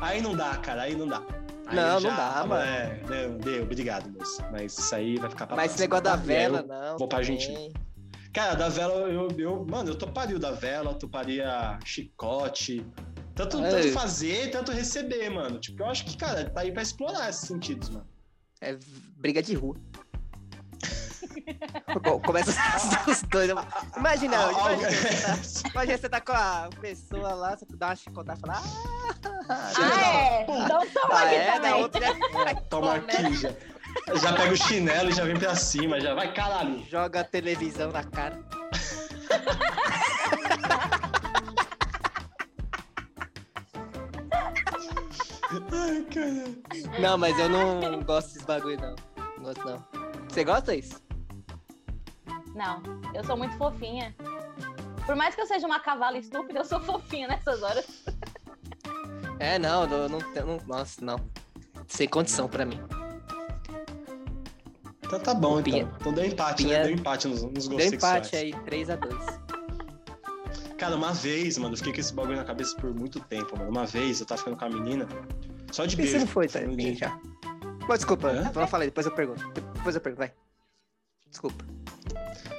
[SPEAKER 4] Aí não dá, cara, aí não dá. Aí
[SPEAKER 1] Não, não
[SPEAKER 4] já-
[SPEAKER 1] dá, mano.
[SPEAKER 4] É, não, deu, obrigado, moço. Mas isso aí vai ficar pra
[SPEAKER 1] mas esse
[SPEAKER 4] próxima,
[SPEAKER 1] negócio da
[SPEAKER 4] tá? E
[SPEAKER 1] vela,
[SPEAKER 4] aí eu-
[SPEAKER 1] não.
[SPEAKER 4] vou pra
[SPEAKER 1] também.
[SPEAKER 4] Argentina. Cara, da vela, eu, eu. Mano, eu toparia o da vela, eu toparia chicote. Tanto,
[SPEAKER 1] É.
[SPEAKER 4] tanto fazer, tanto receber, mano. Tipo, eu acho que, cara, tá aí pra explorar esses sentidos, mano.
[SPEAKER 1] É briga de rua. Co- Começa os dois. Imagina,
[SPEAKER 4] Ah,
[SPEAKER 1] imagina,
[SPEAKER 4] ah,
[SPEAKER 1] você tá, imagina você tá com a pessoa lá, você dá uma chicotada e fala. Ah,
[SPEAKER 3] Ah, é?
[SPEAKER 4] Pô.
[SPEAKER 3] Então toma
[SPEAKER 1] ah,
[SPEAKER 3] aqui
[SPEAKER 1] é, da
[SPEAKER 3] também.
[SPEAKER 1] outra
[SPEAKER 4] Toma
[SPEAKER 1] Como, né?
[SPEAKER 4] aqui já. Já pega o chinelo e já vem pra cima, já vai caralho.
[SPEAKER 1] joga a televisão na cara.
[SPEAKER 4] Ai, caralho.
[SPEAKER 1] Não, mas eu não gosto desses bagulho, não. Não gosto, não. Você gosta disso?
[SPEAKER 3] Não, eu sou muito fofinha. Por mais que eu seja uma cavala estúpida, eu sou fofinha nessas horas.
[SPEAKER 1] É, não, eu não, eu não. Nossa, não. Sem condição pra mim.
[SPEAKER 4] Então tá bom,
[SPEAKER 1] Pinha-
[SPEAKER 4] então. Então deu empate,
[SPEAKER 1] Pinha-
[SPEAKER 4] né? Deu empate nos, nos
[SPEAKER 1] Deu
[SPEAKER 4] gostos
[SPEAKER 1] empate
[SPEAKER 4] sexuais.
[SPEAKER 1] aí, 3x2.
[SPEAKER 4] Cara, uma vez, mano, eu fiquei com esse bagulho na cabeça por muito tempo, mano. Uma vez eu tava ficando com a menina, só de
[SPEAKER 1] Por que
[SPEAKER 4] beijo.
[SPEAKER 1] você não foi, tá?
[SPEAKER 4] No
[SPEAKER 1] Bem,
[SPEAKER 4] dia.
[SPEAKER 1] já. Bom, desculpa,
[SPEAKER 4] Hã?
[SPEAKER 1] fala, fala aí, depois eu pergunto. Depois eu pergunto, vai. Desculpa.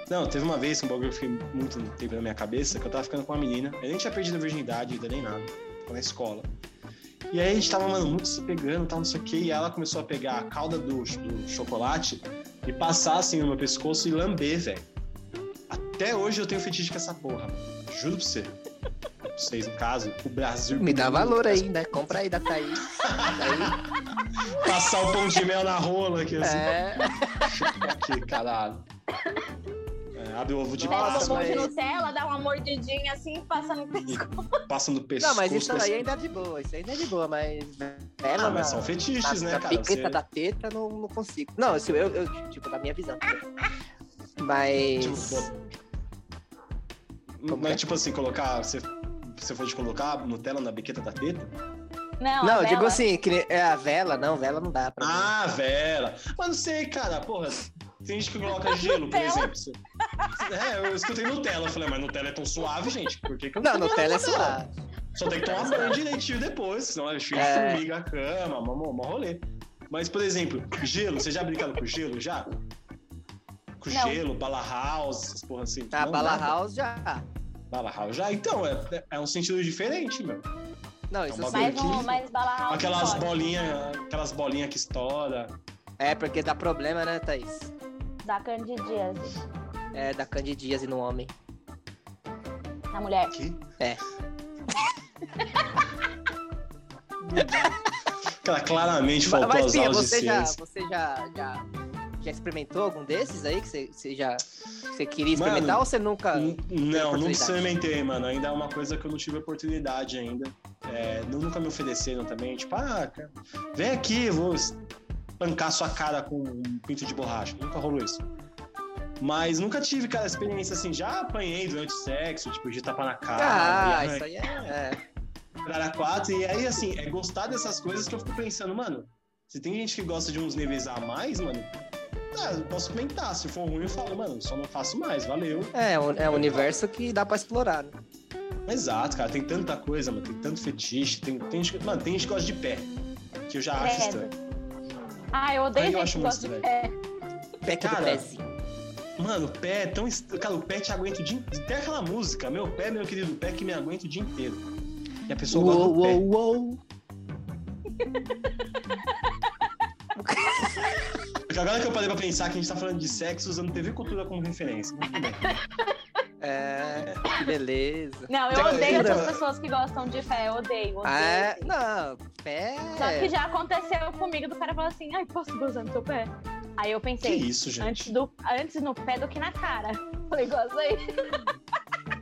[SPEAKER 4] Não, teve uma vez que um bagulho que eu fiquei muito tempo na minha cabeça, que eu tava ficando com uma menina. Eu nem tinha perdido a virgindade ainda, nem nada. Tava na escola. E aí a gente tava, mano, muito se pegando, tal, não sei o quê. E ela começou a pegar a calda do, do chocolate e passar assim no meu pescoço e lamber, velho. Até hoje eu tenho fetiche com essa porra. mano. Juro pra você. Vocês, no caso, o Brasil.
[SPEAKER 1] Me dá valor aí, né? Compra aí da Thaís. Aí,
[SPEAKER 4] Passar o pão de mel na rola aqui, assim.
[SPEAKER 1] é...
[SPEAKER 4] Aqui, caralho. É, abre o ovo de
[SPEAKER 3] Pega
[SPEAKER 1] Nossa,
[SPEAKER 3] um bombom de
[SPEAKER 1] mas-
[SPEAKER 3] Nutella, dá uma mordidinha assim e passa no pescoço.
[SPEAKER 4] passa, passa no pescoço.
[SPEAKER 1] Não, mas isso
[SPEAKER 4] desse-
[SPEAKER 1] aí ainda é de boa, isso aí ainda é de boa, mas. Ela
[SPEAKER 4] Ah, mas
[SPEAKER 1] na-
[SPEAKER 4] são fetiches,
[SPEAKER 1] na,
[SPEAKER 4] né,
[SPEAKER 1] na
[SPEAKER 4] cara?
[SPEAKER 1] piqueta
[SPEAKER 4] Você-
[SPEAKER 1] da teta, não, não consigo. Não, isso eu, eu, tipo, da minha visão. Mas.
[SPEAKER 4] Tipo, Não
[SPEAKER 1] Como
[SPEAKER 4] é
[SPEAKER 1] é?
[SPEAKER 4] tipo assim, colocar. Você, você for de colocar Nutella na biqueta da teta?
[SPEAKER 3] Não,
[SPEAKER 1] não,
[SPEAKER 3] a
[SPEAKER 1] eu digo
[SPEAKER 3] vela.
[SPEAKER 1] assim, que nem- é a vela, não, vela não dá pra mim.
[SPEAKER 4] Ah, Vera! Mas não sei, cara, porra. Tem gente que coloca gelo, por
[SPEAKER 3] Nutella.
[SPEAKER 4] exemplo. Você- É, eu escutei Nutella. Eu falei, mas Nutella é tão suave, gente. Por que, que eu
[SPEAKER 1] Não,
[SPEAKER 4] vou colocar
[SPEAKER 1] Nutella é
[SPEAKER 4] Nutella?
[SPEAKER 1] suave.
[SPEAKER 4] Só tem que tomar banho direitinho depois, senão é cheio
[SPEAKER 1] É.
[SPEAKER 4] de formiga a cama, mó, mó mó rolê. Mas, por exemplo, gelo, vocês já brincaram com gelo já? Com
[SPEAKER 3] Não.
[SPEAKER 4] gelo, bala house, essas porra assim.
[SPEAKER 1] A
[SPEAKER 4] Não,
[SPEAKER 1] Tá, Ah, bala
[SPEAKER 4] nada.
[SPEAKER 1] house já.
[SPEAKER 4] Bala house já? Então, é, é um sentido diferente, meu.
[SPEAKER 1] Não, isso
[SPEAKER 4] É uma
[SPEAKER 1] sim.
[SPEAKER 3] Mais um,
[SPEAKER 4] Aqui-
[SPEAKER 3] mais bala
[SPEAKER 1] Ah,
[SPEAKER 3] house
[SPEAKER 4] Aquelas
[SPEAKER 3] pode.
[SPEAKER 4] bolinhas, aquelas bolinhas que estoura.
[SPEAKER 1] É, porque dá problema, né, Thaís?
[SPEAKER 3] Da candidíase.
[SPEAKER 1] É, da candidíase no homem.
[SPEAKER 3] na mulher.
[SPEAKER 4] Que?
[SPEAKER 1] É.
[SPEAKER 4] Cara, claramente faltou
[SPEAKER 1] Mas,
[SPEAKER 4] as
[SPEAKER 1] Pia,
[SPEAKER 4] aulas de
[SPEAKER 1] você, já,
[SPEAKER 4] ciência.
[SPEAKER 1] você já, já, já experimentou algum desses aí que você, você já você queria
[SPEAKER 4] Mano, um
[SPEAKER 1] experimentar ou você nunca.
[SPEAKER 4] N- Não,
[SPEAKER 1] oportunidade.
[SPEAKER 4] nunca experimentei, mano. Ainda é uma coisa que eu não tive oportunidade ainda. É, nu- nunca me ofereceram também. Tipo, ah, cara, vem aqui, vou pancar sua cara com um pinto de borracha. Nunca rolou isso. Mas nunca tive, cara, experiência assim. Já apanhei durante o sexo, tipo, de tapa na cara.
[SPEAKER 1] Ah,
[SPEAKER 4] e
[SPEAKER 1] isso aí é. é.
[SPEAKER 4] Cara 4, e aí assim, é gostar dessas coisas que eu fico pensando, mano, se tem gente que gosta de uns níveis a mais, mano, ah, eu posso comentar, se for ruim eu falo, mano, só não faço mais, valeu.
[SPEAKER 1] É, um, é um universo que dá pra explorar. né?
[SPEAKER 4] Exato, cara, tem tanta coisa, mano, tem tanto fetiche, tem, tem gente, que- mano, tem gente que gosta de pé, que eu já acho estranho.
[SPEAKER 3] Ah, eu
[SPEAKER 4] Aí
[SPEAKER 3] odeio
[SPEAKER 4] eu
[SPEAKER 3] gente
[SPEAKER 4] acho
[SPEAKER 3] que
[SPEAKER 4] muito
[SPEAKER 3] gosta de
[SPEAKER 4] estranho.
[SPEAKER 3] pé.
[SPEAKER 1] Pack do
[SPEAKER 4] Cara,
[SPEAKER 1] pezinho.
[SPEAKER 4] Mano, o pé é tão estranho, cara, o pé te aguenta o dia inteiro, tem aquela música, meu pé, meu querido pé, que me aguenta o dia inteiro. E a pessoa
[SPEAKER 1] Uou,
[SPEAKER 4] gosta do
[SPEAKER 1] uou, uou.
[SPEAKER 4] pé. Porque agora que eu parei pra pensar que a gente tá falando de sexo usando TV Cultura como referência. Mas tudo bem.
[SPEAKER 1] É, que beleza.
[SPEAKER 3] Não, eu
[SPEAKER 4] Tem- né?
[SPEAKER 3] odeio
[SPEAKER 1] tem-
[SPEAKER 3] essas pessoas que gostam de pé. Eu odeio, odeio.
[SPEAKER 1] Ah,
[SPEAKER 3] odeio.
[SPEAKER 1] não, pé.
[SPEAKER 3] Só
[SPEAKER 4] É.
[SPEAKER 3] que já aconteceu comigo do cara falar assim, ai, posso gozar no seu pé? Aí eu
[SPEAKER 4] Que
[SPEAKER 3] pensei,
[SPEAKER 4] isso, gente.
[SPEAKER 3] antes, do, antes no pé do que na cara. Falei, goza aí.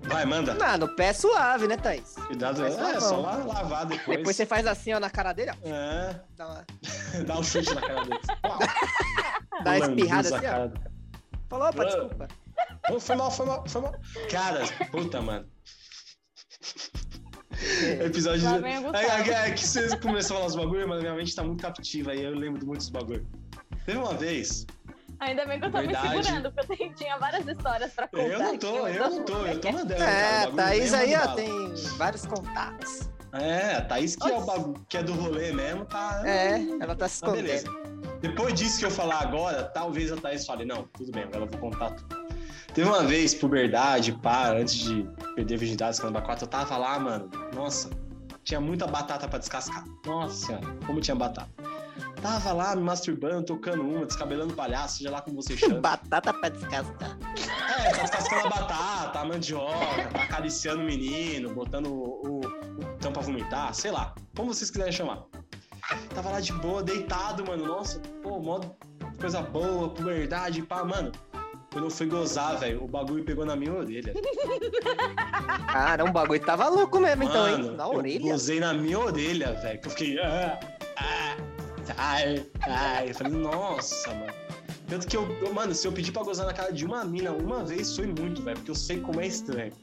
[SPEAKER 4] Vai, manda.
[SPEAKER 1] Não, no pé é suave, né, Thaís?
[SPEAKER 4] Cuidado, é,
[SPEAKER 1] Mas tá
[SPEAKER 4] é
[SPEAKER 1] bom.
[SPEAKER 4] só la- lavar depois.
[SPEAKER 1] Depois você faz assim, ó, na cara dele, ó.
[SPEAKER 4] É,
[SPEAKER 1] Dá uma,
[SPEAKER 3] Ah.
[SPEAKER 4] dá um chute na cara dele. Uau,
[SPEAKER 1] dá uma
[SPEAKER 4] lambuza
[SPEAKER 1] espirrada
[SPEAKER 4] a
[SPEAKER 1] assim, ó.
[SPEAKER 4] cara do cara.
[SPEAKER 1] Falou, opa,
[SPEAKER 4] Ué.
[SPEAKER 1] desculpa.
[SPEAKER 4] Oh, foi mal, foi mal, foi mal. Cara, puta, mano. Episódio.
[SPEAKER 3] Lá
[SPEAKER 4] De...
[SPEAKER 3] vem o
[SPEAKER 4] É,
[SPEAKER 3] Gustavo.
[SPEAKER 4] é- é que vocês começam a falar os bagulho, mas minha mente tá muito captiva aí eu lembro de muitos bagulho. Teve uma vez,
[SPEAKER 3] Ainda bem que eu tô
[SPEAKER 4] Verdade.
[SPEAKER 3] me segurando, porque eu tenho- tinha várias histórias pra contar.
[SPEAKER 4] eu não tô,
[SPEAKER 3] aqui,
[SPEAKER 4] eu não tô, eu tô mandando. cara, o
[SPEAKER 1] É,
[SPEAKER 4] bagulho
[SPEAKER 1] Thaís
[SPEAKER 4] vem
[SPEAKER 1] aí, ó,
[SPEAKER 4] mandado.
[SPEAKER 1] tem vários contatos.
[SPEAKER 4] É, a Thaís que é, o bagulho, que é do rolê mesmo, tá.
[SPEAKER 1] É, ela tá se
[SPEAKER 4] Mas Ah, beleza.
[SPEAKER 1] escondendo.
[SPEAKER 4] Depois disso que eu falar agora, talvez a Thaís fale, não, tudo bem, agora eu vou contar tudo. Teve uma vez, puberdade, pá, antes de perder a virgindade, escândalo 4, eu tava lá, mano, nossa, tinha muita batata pra descascar. Nossa senhora, como tinha batata. Tava lá me masturbando, tocando uma, descabelando palhaço, seja lá como você chama.
[SPEAKER 1] Batata pra descascar.
[SPEAKER 4] É, tá descascando a batata, a mandioca, tá acariciando o menino, botando o, o, o tampa vomitar, sei lá, como vocês quiserem chamar. Tava lá de boa, deitado, mano. Nossa, pô, mó coisa boa, puberdade, pá, mano. Quando eu fui gozar, velho, o bagulho pegou na minha orelha.
[SPEAKER 1] Cara, um bagulho tava louco mesmo, então, hein?
[SPEAKER 4] Mano,
[SPEAKER 1] Na
[SPEAKER 4] eu
[SPEAKER 1] orelha.
[SPEAKER 4] Gozei na minha orelha, velho. Que eu fiquei. Ah, ah, ai, ai. Eu falei, nossa, mano. Tanto que eu, eu- mano, se eu pedir pra gozar na cara de uma mina uma vez, foi muito, velho. Porque eu sei como é estranho.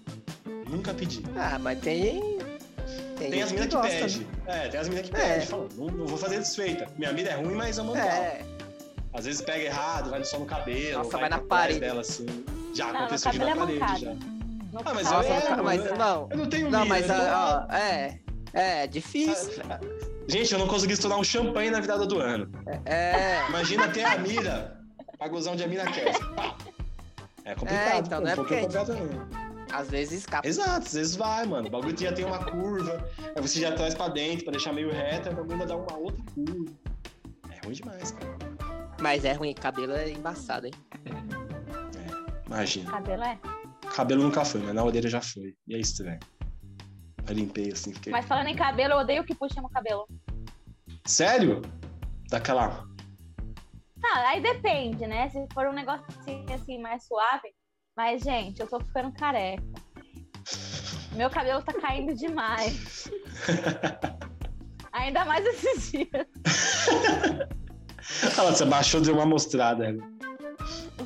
[SPEAKER 4] Nunca pedi.
[SPEAKER 1] Ah, mas tem. Tem,
[SPEAKER 4] Tem
[SPEAKER 1] gente
[SPEAKER 4] as minas que,
[SPEAKER 1] É, gosta,
[SPEAKER 4] pedem. É, tem as minas que
[SPEAKER 1] É.
[SPEAKER 4] pedem. Falam, não, não vou fazer desfeita. Minha mina é ruim, mas eu mando
[SPEAKER 1] né?
[SPEAKER 4] bala.
[SPEAKER 1] É.
[SPEAKER 4] Às vezes pega errado, vai só no cabelo.
[SPEAKER 1] Nossa, vai na
[SPEAKER 4] por trás
[SPEAKER 1] parede.
[SPEAKER 4] Dela, assim. Já
[SPEAKER 3] Não,
[SPEAKER 4] aconteceu de ir na
[SPEAKER 3] cabelo é
[SPEAKER 4] parede, já.
[SPEAKER 3] No
[SPEAKER 4] Ah, mas
[SPEAKER 3] caso,
[SPEAKER 4] eu
[SPEAKER 1] Nossa,
[SPEAKER 4] é,
[SPEAKER 1] cara,
[SPEAKER 4] mano,
[SPEAKER 1] mas
[SPEAKER 3] né?
[SPEAKER 4] é-
[SPEAKER 1] não.
[SPEAKER 4] Eu não tenho
[SPEAKER 1] Não,
[SPEAKER 4] mina,
[SPEAKER 1] mas
[SPEAKER 4] eu tô lá.
[SPEAKER 1] ó, ó, é. É, difícil.
[SPEAKER 4] Gente, eu não consegui estourar um champanhe na virada do ano.
[SPEAKER 1] É.
[SPEAKER 4] Imagina ter a mira pra gozar onde a mina quer. Pá. É complicado.
[SPEAKER 1] É, então, não é
[SPEAKER 4] pô, um
[SPEAKER 1] porque-
[SPEAKER 4] pouquinho complicado, né?
[SPEAKER 1] Às vezes escapa.
[SPEAKER 4] Exato, às vezes vai, mano. O bagulho já tem uma curva, aí você já traz pra dentro pra deixar meio reto, aí o bagulho ainda dá uma outra curva. É ruim demais, cara.
[SPEAKER 1] Mas é ruim, cabelo é embaçado, hein?
[SPEAKER 4] Imagina.
[SPEAKER 3] Cabelo é.
[SPEAKER 4] Cabelo nunca foi, mas na orelha já foi. E é estranho. Aí limpei assim, fiquei.
[SPEAKER 3] Mas falando em cabelo, eu odeio que puxa meu cabelo.
[SPEAKER 4] Sério? Daquela.
[SPEAKER 3] Tá, aí depende, né? Se for um negócio assim, assim, mais suave. Mas, gente, eu tô ficando careca. Meu cabelo tá caindo demais. Ainda mais esses dias.
[SPEAKER 4] Ela você baixou deu uma amostrada. né?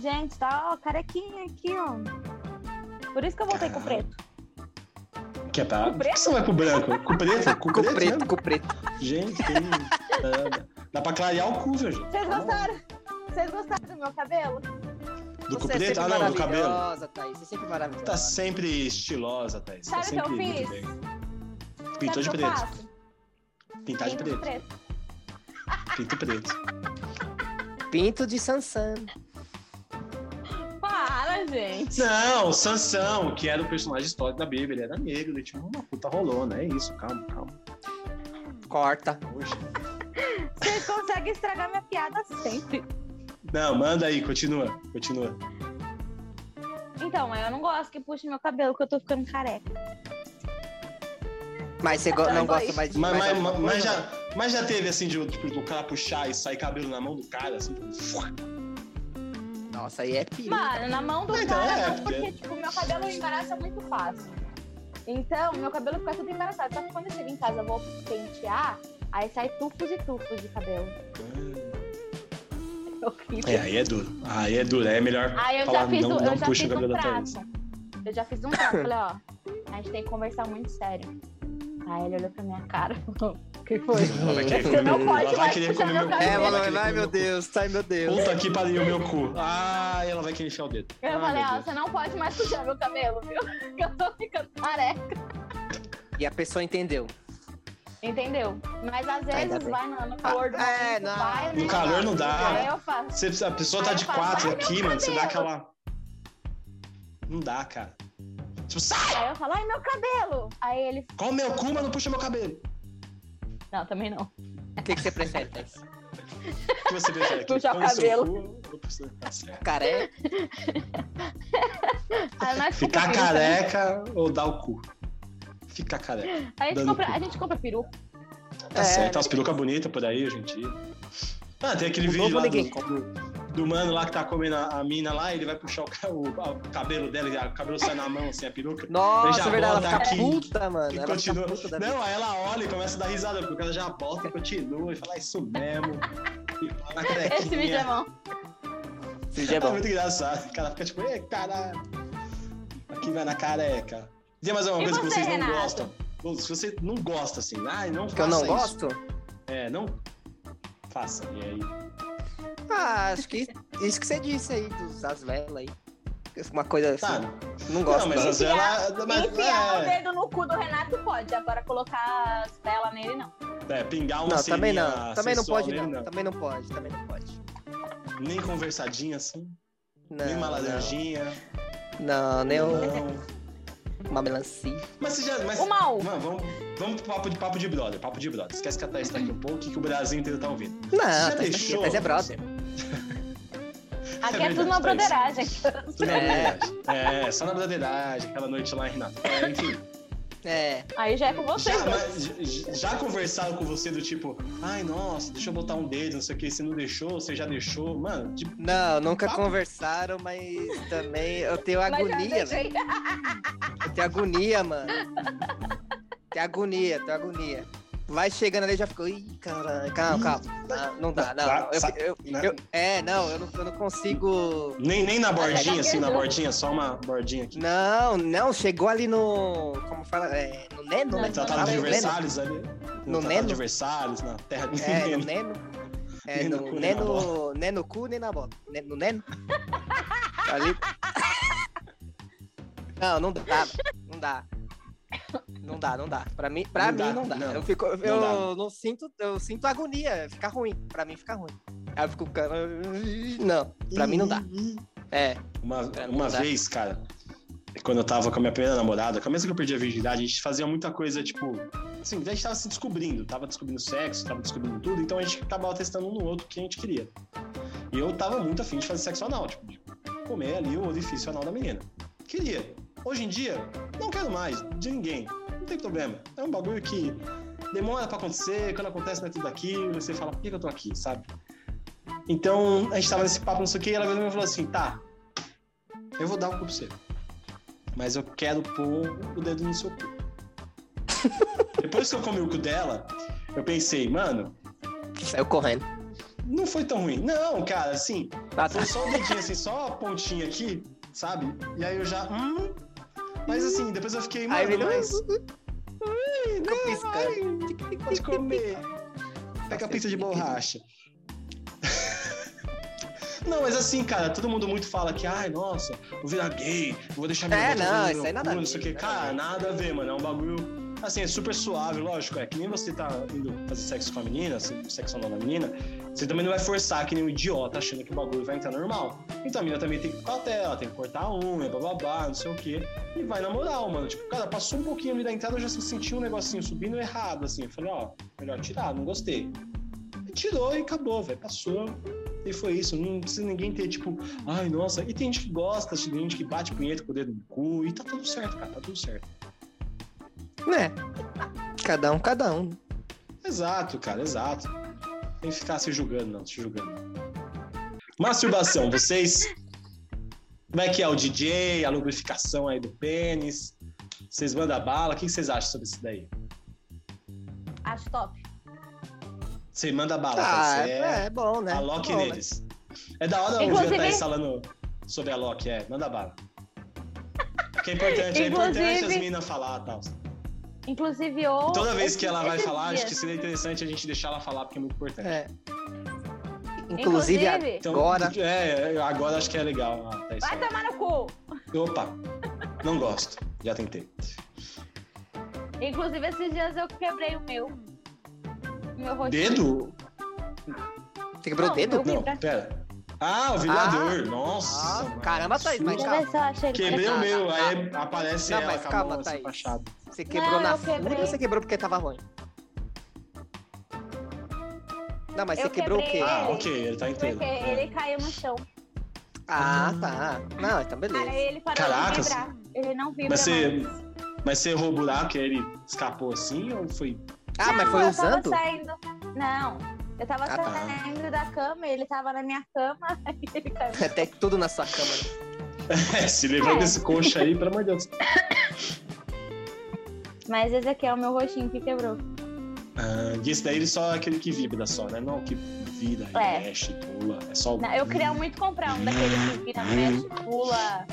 [SPEAKER 3] Gente, tá ó, carequinha aqui, ó. Por isso que eu voltei com o preto.
[SPEAKER 4] Que é pra...
[SPEAKER 3] Com
[SPEAKER 4] Por que você vai pro branco? Com preto? Com
[SPEAKER 1] Com
[SPEAKER 4] preto?
[SPEAKER 1] preto,
[SPEAKER 4] mesmo?
[SPEAKER 1] com preto.
[SPEAKER 4] Gente, que. Caramba. Dá pra clarear o cu, velho. gente.
[SPEAKER 3] Vocês gostaram? Vocês gostaram do meu cabelo?
[SPEAKER 4] Do cu
[SPEAKER 1] Você é
[SPEAKER 4] preto?
[SPEAKER 1] sempre
[SPEAKER 4] Ah, não, do cabelo.
[SPEAKER 1] maravilhosa, Thaís. Você é sempre maravilhosa.
[SPEAKER 4] Tá sempre estilosa, Thaís. Tá
[SPEAKER 3] Sabe o que eu
[SPEAKER 4] sempre muito
[SPEAKER 3] fiz?
[SPEAKER 4] bem.
[SPEAKER 3] Sabe
[SPEAKER 4] Pintou de
[SPEAKER 3] o que eu
[SPEAKER 4] preto.
[SPEAKER 3] faço?
[SPEAKER 4] Pintar de
[SPEAKER 3] Pinto
[SPEAKER 4] preto. Pinto preto.
[SPEAKER 1] Pinto de Sansan.
[SPEAKER 3] Para, gente.
[SPEAKER 4] Não, Sansão, que era o personagem histórico da Bíblia, ele era negro, ele tinha uma puta rolona. É isso, calma, calma.
[SPEAKER 1] Corta.
[SPEAKER 4] Poxa.
[SPEAKER 3] Vocês conseguem estragar minha piada sempre.
[SPEAKER 4] Não, manda aí, continua, continua.
[SPEAKER 3] Então, eu não gosto que puxe meu cabelo, que eu tô ficando careca.
[SPEAKER 1] Mas você go-
[SPEAKER 3] Tá,
[SPEAKER 1] não
[SPEAKER 3] então
[SPEAKER 4] Mas-
[SPEAKER 3] é
[SPEAKER 1] gosta mais de
[SPEAKER 4] Mas,
[SPEAKER 1] mais
[SPEAKER 4] mas,
[SPEAKER 1] alguma
[SPEAKER 4] mas, mas
[SPEAKER 1] coisa?
[SPEAKER 4] já, mas já teve assim, de, tipo, do cara puxar e sair cabelo na mão do cara, assim, tipo,
[SPEAKER 1] Nossa, aí é pior.
[SPEAKER 3] Mano, na mão do
[SPEAKER 4] Então,
[SPEAKER 3] cara,
[SPEAKER 4] é,
[SPEAKER 3] não, porque,
[SPEAKER 4] porque-
[SPEAKER 3] tipo, meu cabelo embaraça muito fácil. Então, meu cabelo fica tudo embaraçado. Só que quando eu chego em casa, eu vou pentear, aí sai tufos e tufos de cabelo. É horrível.
[SPEAKER 4] É, aí é duro. Aí é duro. Aí é melhor
[SPEAKER 3] Aí eu
[SPEAKER 4] falar,
[SPEAKER 3] já fiz,
[SPEAKER 4] não,
[SPEAKER 3] um-
[SPEAKER 4] não
[SPEAKER 3] eu já
[SPEAKER 4] puxa
[SPEAKER 3] fiz
[SPEAKER 4] o cabelo
[SPEAKER 3] um
[SPEAKER 4] da
[SPEAKER 3] trato.
[SPEAKER 4] Thaís.
[SPEAKER 3] Eu já fiz um trato. Falei, ó, a gente tem que conversar muito sério. Aí ele olhou pra minha cara e falou, o é que foi?
[SPEAKER 4] Ela vai querer
[SPEAKER 3] Você
[SPEAKER 4] comer
[SPEAKER 3] não
[SPEAKER 4] meu-
[SPEAKER 3] pode
[SPEAKER 4] ela vai
[SPEAKER 3] mais
[SPEAKER 4] querer
[SPEAKER 3] puxar
[SPEAKER 4] comer
[SPEAKER 3] meu
[SPEAKER 4] meu
[SPEAKER 3] cabelo.
[SPEAKER 1] É,
[SPEAKER 4] ela vai
[SPEAKER 1] falando,
[SPEAKER 4] querer
[SPEAKER 1] ai
[SPEAKER 4] comer
[SPEAKER 1] meu Deus, ai meu Deus.
[SPEAKER 4] Puta que pariu, meu cu. Ah, ela vai querer enfiar o dedo.
[SPEAKER 3] Eu
[SPEAKER 4] Ah,
[SPEAKER 3] falei,
[SPEAKER 4] meu
[SPEAKER 3] ó,
[SPEAKER 4] Deus.
[SPEAKER 3] você não pode mais puxar meu cabelo, viu? Porque eu tô ficando careca.
[SPEAKER 1] E a pessoa entendeu.
[SPEAKER 3] Entendeu? Mas às
[SPEAKER 1] Ainda
[SPEAKER 3] vezes
[SPEAKER 1] bem.
[SPEAKER 3] vai no, no calor do
[SPEAKER 1] Ah, é,
[SPEAKER 3] momento,
[SPEAKER 1] não.
[SPEAKER 3] vai,
[SPEAKER 4] No
[SPEAKER 3] né?
[SPEAKER 4] calor não dá.
[SPEAKER 3] Aí eu faço.
[SPEAKER 4] Você- a pessoa tá
[SPEAKER 3] Aí
[SPEAKER 4] de
[SPEAKER 3] eu falo,
[SPEAKER 4] quatro
[SPEAKER 3] "Ai, meu
[SPEAKER 4] aqui, mano. Você dá
[SPEAKER 3] cabelo."
[SPEAKER 4] aquela. Não dá, cara. Tipo, sai!
[SPEAKER 3] Aí eu falo, ai, meu cabelo! Aí ele.
[SPEAKER 4] Come meu cu, mas não puxa meu cabelo.
[SPEAKER 3] Não, também não.
[SPEAKER 1] O que, que você prefere, Thaís?
[SPEAKER 4] O que você prefere? Que
[SPEAKER 3] Puxar o
[SPEAKER 4] come seu
[SPEAKER 3] cabelo.
[SPEAKER 4] cu ou puxa- Tá certo.
[SPEAKER 1] Careca?
[SPEAKER 3] Aí nós
[SPEAKER 4] Ficar
[SPEAKER 3] compra peruca, né?
[SPEAKER 4] careca ou dar o cu? Ficar careca.
[SPEAKER 3] A gente,
[SPEAKER 4] dando
[SPEAKER 3] compra,
[SPEAKER 4] cu.
[SPEAKER 3] a gente compra peruca.
[SPEAKER 4] Tá
[SPEAKER 1] É,
[SPEAKER 4] certo. Tá umas perucas bonitas por aí hoje em dia. Ah, tem aquele
[SPEAKER 1] O
[SPEAKER 4] vídeo
[SPEAKER 1] novo
[SPEAKER 4] lá
[SPEAKER 1] ninguém
[SPEAKER 4] do, do mano lá que tá comendo a, a mina lá, ele vai puxar o, ca- o- a- o cabelo dela, e a- o cabelo sai na mão, assim, a peruca.
[SPEAKER 1] Nossa,
[SPEAKER 4] Deixa
[SPEAKER 1] é
[SPEAKER 4] a
[SPEAKER 1] verdade,
[SPEAKER 4] bola
[SPEAKER 1] ela fica
[SPEAKER 4] aqui.
[SPEAKER 1] puta, mano.
[SPEAKER 4] E
[SPEAKER 1] Ela
[SPEAKER 4] continua.
[SPEAKER 1] fica puta da vida.
[SPEAKER 4] Não, aí ela olha e começa a dar risada, porque ela já bota e continua e fala "É isso mesmo. E fala na carequinha.
[SPEAKER 3] Esse vídeo é bom.
[SPEAKER 1] Esse vídeo é
[SPEAKER 4] Tá
[SPEAKER 1] bom.
[SPEAKER 4] muito engraçado. O cara fica tipo, ei, caralho. Aqui vai na careca. Tem mais alguma
[SPEAKER 3] E
[SPEAKER 4] coisa que
[SPEAKER 3] você,
[SPEAKER 4] vocês não
[SPEAKER 3] Renato?
[SPEAKER 4] gostam? Bom, Se você não gosta, assim, ai, não
[SPEAKER 1] Que
[SPEAKER 4] faça
[SPEAKER 1] eu não
[SPEAKER 4] isso.
[SPEAKER 1] gosto?
[SPEAKER 4] É, não faça. E aí?
[SPEAKER 1] Ah, acho que isso que você disse aí, dos, das velas aí. Uma coisa assim,
[SPEAKER 4] Tá,
[SPEAKER 1] não gosto.
[SPEAKER 4] não, mas
[SPEAKER 1] não.
[SPEAKER 4] as velas... mas-
[SPEAKER 3] Enfiar o
[SPEAKER 4] é,
[SPEAKER 3] dedo no cu do Renato pode, agora colocar as velas nele não.
[SPEAKER 4] é, pingar uma
[SPEAKER 1] Não, também não.
[SPEAKER 4] serinha
[SPEAKER 1] Também não
[SPEAKER 4] sexual
[SPEAKER 1] pode,
[SPEAKER 4] nele,
[SPEAKER 1] não. Também não pode, também não pode.
[SPEAKER 4] Nem conversadinha, assim.
[SPEAKER 1] Não,
[SPEAKER 4] nem uma
[SPEAKER 1] não.
[SPEAKER 4] laranjinha.
[SPEAKER 1] Não, nem um-
[SPEAKER 4] Não.
[SPEAKER 1] uma melancia.
[SPEAKER 4] Mas você já... Mas
[SPEAKER 3] O mal.
[SPEAKER 4] Mano, vamos, vamos pro papo de, papo de brother, papo de brother. Esquece que a Thaís tá aqui um pouco e que o Brasil inteiro tá ouvindo.
[SPEAKER 1] Não,
[SPEAKER 4] já
[SPEAKER 1] tá tranquilo,
[SPEAKER 4] deixou?
[SPEAKER 1] mas é brother.
[SPEAKER 3] Aqui é
[SPEAKER 4] verdade,
[SPEAKER 3] tudo uma
[SPEAKER 4] tá isso.
[SPEAKER 3] broderagem.
[SPEAKER 4] Tudo na
[SPEAKER 1] É.
[SPEAKER 4] broderagem. É, só na broderagem, aquela noite lá em Renato. É, enfim,
[SPEAKER 1] É,
[SPEAKER 3] Aí já é com vocês.
[SPEAKER 4] já,
[SPEAKER 3] dois.
[SPEAKER 4] mas j- já conversaram com você do tipo, ai, nossa, deixa eu botar um dedo, não sei o que, você não deixou, você já deixou. Mano, tipo,
[SPEAKER 1] não, nunca
[SPEAKER 4] Papo.
[SPEAKER 1] conversaram, mas também eu tenho
[SPEAKER 3] Mas já
[SPEAKER 1] agonia, né? velho.
[SPEAKER 3] deixei.
[SPEAKER 1] Eu tenho agonia, mano. Tem agonia, tem agonia. Vai chegando ali, já ficou. Ih, caralho, calma, Ah, calma. Não, não dá, não. não. Eu- eu-
[SPEAKER 4] na-
[SPEAKER 1] eu- é, não, eu não, eu não consigo.
[SPEAKER 4] nem, nem na bordinha, assim, na
[SPEAKER 3] perdeu.
[SPEAKER 4] bordinha, só uma bordinha aqui.
[SPEAKER 1] Não, não, chegou ali no. Como fala? É, no Neno, né?
[SPEAKER 3] Não,
[SPEAKER 4] Tratado
[SPEAKER 1] Fala,
[SPEAKER 4] de
[SPEAKER 1] é,
[SPEAKER 4] adversários ali.
[SPEAKER 1] No
[SPEAKER 4] Tratado
[SPEAKER 1] Neno?
[SPEAKER 4] de adversários, na terra do
[SPEAKER 1] É, no
[SPEAKER 4] Neno.
[SPEAKER 1] Neno. É,
[SPEAKER 4] Nem no
[SPEAKER 1] no,
[SPEAKER 4] cu, nem
[SPEAKER 1] nem,
[SPEAKER 4] na
[SPEAKER 1] no, nem no cu, nem na bola. Ne- No Neno? Ali. Não, não dá. Não dá. Não dá, não dá. Pra mim, pra
[SPEAKER 4] Não
[SPEAKER 1] mim
[SPEAKER 4] dá,
[SPEAKER 1] não dá.
[SPEAKER 4] não.
[SPEAKER 1] eu fico, eu
[SPEAKER 4] dá.
[SPEAKER 1] não sinto, eu sinto agonia, fica ruim. Pra mim fica ruim. Aí eu fico, ficando, não, pra mim não dá. É,
[SPEAKER 4] Uma,
[SPEAKER 1] Pra
[SPEAKER 4] uma
[SPEAKER 1] mudar. né?
[SPEAKER 4] vez, cara, quando eu tava com a minha primeira namorada, com a mesma que eu perdi a virgindade, a gente fazia muita coisa, tipo. Assim, a gente tava se descobrindo, tava descobrindo sexo, tava descobrindo tudo, então a gente tava testando um no outro o que a gente queria. E eu tava muito afim de fazer sexo anal, tipo, de comer ali o orifício anal da menina. Queria. Hoje em dia, não quero mais, de ninguém. Não tem problema. É um bagulho que demora pra acontecer, quando acontece não é tudo aquilo, você fala, por que que eu tô aqui, sabe? Então, a gente tava nesse papo, não sei o que, e ela veio e falou assim, tá, eu vou dar o cu pra você. Mas eu quero pôr o dedo no seu cu. Depois que eu comi o cu dela, eu pensei, mano,
[SPEAKER 1] saiu correndo.
[SPEAKER 4] não foi tão ruim. Não, cara, assim,
[SPEAKER 1] Ah, tá.
[SPEAKER 4] foi só o dedinho, assim, só a pontinha aqui, sabe? E aí eu já. Hum. Mas assim, depois eu fiquei,
[SPEAKER 1] Aí
[SPEAKER 4] mano,
[SPEAKER 1] ele
[SPEAKER 4] mas.
[SPEAKER 1] ficou piscando.
[SPEAKER 4] Ai, pode comer. Pega a pizza de borracha. Não, mas assim, cara, todo mundo muito fala que, ai, nossa, vou virar gay, vou deixar
[SPEAKER 1] É,
[SPEAKER 4] boca
[SPEAKER 1] não,
[SPEAKER 4] fazer
[SPEAKER 1] isso
[SPEAKER 4] meu
[SPEAKER 1] aí nada
[SPEAKER 4] cu,
[SPEAKER 1] a
[SPEAKER 4] Não
[SPEAKER 1] ver,
[SPEAKER 4] sei o que.
[SPEAKER 1] nada a
[SPEAKER 4] Cara,
[SPEAKER 1] ver.
[SPEAKER 4] nada a ver, mano. É um bagulho. Assim, é super suave, lógico. É que nem você tá indo fazer sexo com a menina, assim, sexo anal da menina, você também não vai forçar que nem um idiota achando que o bagulho vai entrar normal. Então a menina também tem que ficar até, ela tem que cortar a unha, bababá, não sei o quê. E vai na moral, mano. Tipo, cara, passou um pouquinho ali da entrada, eu já senti um negocinho subindo errado, assim. Eu falei, ó, melhor tirar, não gostei. E tirou e acabou, velho. Passou. E foi isso. Não precisa ninguém ter, tipo, ai, nossa. E tem gente que gosta, assim, tem gente que bate punheta com o dedo no cu. E tá tudo certo, cara. Tá tudo certo. É.
[SPEAKER 1] Né? Cada um, cada um.
[SPEAKER 4] Exato, cara, exato. Tem que ficar se julgando, não, se julgando. não. Masturbação, vocês. Como é que é o DJ, a lubrificação aí do pênis? Vocês mandam bala? O que que vocês acham sobre isso daí?
[SPEAKER 3] Acho top.
[SPEAKER 4] Você manda bala,
[SPEAKER 1] Ah,
[SPEAKER 4] cara, você
[SPEAKER 1] é, é bom, né?
[SPEAKER 4] a Loki
[SPEAKER 1] Bom, né?
[SPEAKER 4] neles. É da hora o Jean
[SPEAKER 3] Inclusive-
[SPEAKER 4] tá aí falando sobre a Loki, é. Manda bala. Que é importante, é importante
[SPEAKER 3] Inclusive-
[SPEAKER 4] as meninas falar e tal.
[SPEAKER 3] Inclusive, eu.
[SPEAKER 4] E toda vez que ela vai
[SPEAKER 3] esses
[SPEAKER 4] falar, acho
[SPEAKER 3] dias-
[SPEAKER 4] que seria interessante a gente deixar ela falar, porque é muito importante. Então,
[SPEAKER 1] É. Inclusive, a-
[SPEAKER 3] Inclusive,
[SPEAKER 1] Agora.
[SPEAKER 4] É, é, agora acho que é legal. Ah, tá isso
[SPEAKER 3] Vai
[SPEAKER 4] aí.
[SPEAKER 3] tomar no cu!
[SPEAKER 4] Opa, não gosto. Já tentei.
[SPEAKER 3] Inclusive, esses dias eu quebrei o meu. O meu rosto.
[SPEAKER 4] Dedo?
[SPEAKER 1] você quebrou o
[SPEAKER 3] Não,
[SPEAKER 1] dedo?
[SPEAKER 3] eu-
[SPEAKER 4] Não,
[SPEAKER 3] Vibra.
[SPEAKER 4] pera. Ah, o vibrador. Nossa.
[SPEAKER 1] Ah,
[SPEAKER 4] mano.
[SPEAKER 1] caramba, Thaís, mas
[SPEAKER 3] Deixa eu ver se eu achei ele.
[SPEAKER 4] Quebrei o
[SPEAKER 1] Calma,
[SPEAKER 4] meu, aí
[SPEAKER 1] calma.
[SPEAKER 4] aparece
[SPEAKER 1] Não,
[SPEAKER 4] ela
[SPEAKER 1] mas
[SPEAKER 4] com a
[SPEAKER 1] calma,
[SPEAKER 4] mão assim,
[SPEAKER 1] Thaís.
[SPEAKER 4] fachada.
[SPEAKER 1] Você quebrou
[SPEAKER 3] Não,
[SPEAKER 1] na
[SPEAKER 3] eu
[SPEAKER 1] fúria
[SPEAKER 3] quebrei.
[SPEAKER 1] ou você quebrou porque tava ruim? Não, mas
[SPEAKER 3] Eu
[SPEAKER 1] você quebrou o quê?
[SPEAKER 3] quebrei ele.
[SPEAKER 4] Ah, ok, ele tá inteiro.
[SPEAKER 1] é
[SPEAKER 3] Porque ele caiu no chão.
[SPEAKER 1] Ah, tá. Não, então
[SPEAKER 3] Cara,
[SPEAKER 1] beleza.
[SPEAKER 3] ele parou
[SPEAKER 4] Caracas.
[SPEAKER 3] de vibrar. Ele não vibra
[SPEAKER 4] Mas você,
[SPEAKER 3] mais.
[SPEAKER 4] mas você errou o buraco e ele escapou assim ou foi?
[SPEAKER 1] Ah, mas
[SPEAKER 3] Não,
[SPEAKER 1] foi
[SPEAKER 3] eu
[SPEAKER 1] usando?
[SPEAKER 3] Tava saindo... Não, eu tava
[SPEAKER 1] Ah, tá.
[SPEAKER 3] saindo da cama, ele tava na minha cama, aí ele caiu.
[SPEAKER 1] Até que tudo na sua cama. né?
[SPEAKER 4] É, se levando
[SPEAKER 3] É.
[SPEAKER 4] esse coxa aí, pelo amor de Deus.
[SPEAKER 3] Mas esse aqui é o meu roxinho que quebrou.
[SPEAKER 4] Ah, e esse daí ele só é aquele que vibra só, né? Não que vira e
[SPEAKER 3] É.
[SPEAKER 4] mexe, pula. É só o.
[SPEAKER 3] Não, Eu queria muito comprar um daquele que
[SPEAKER 4] Hum.
[SPEAKER 3] vira, mexe, pula,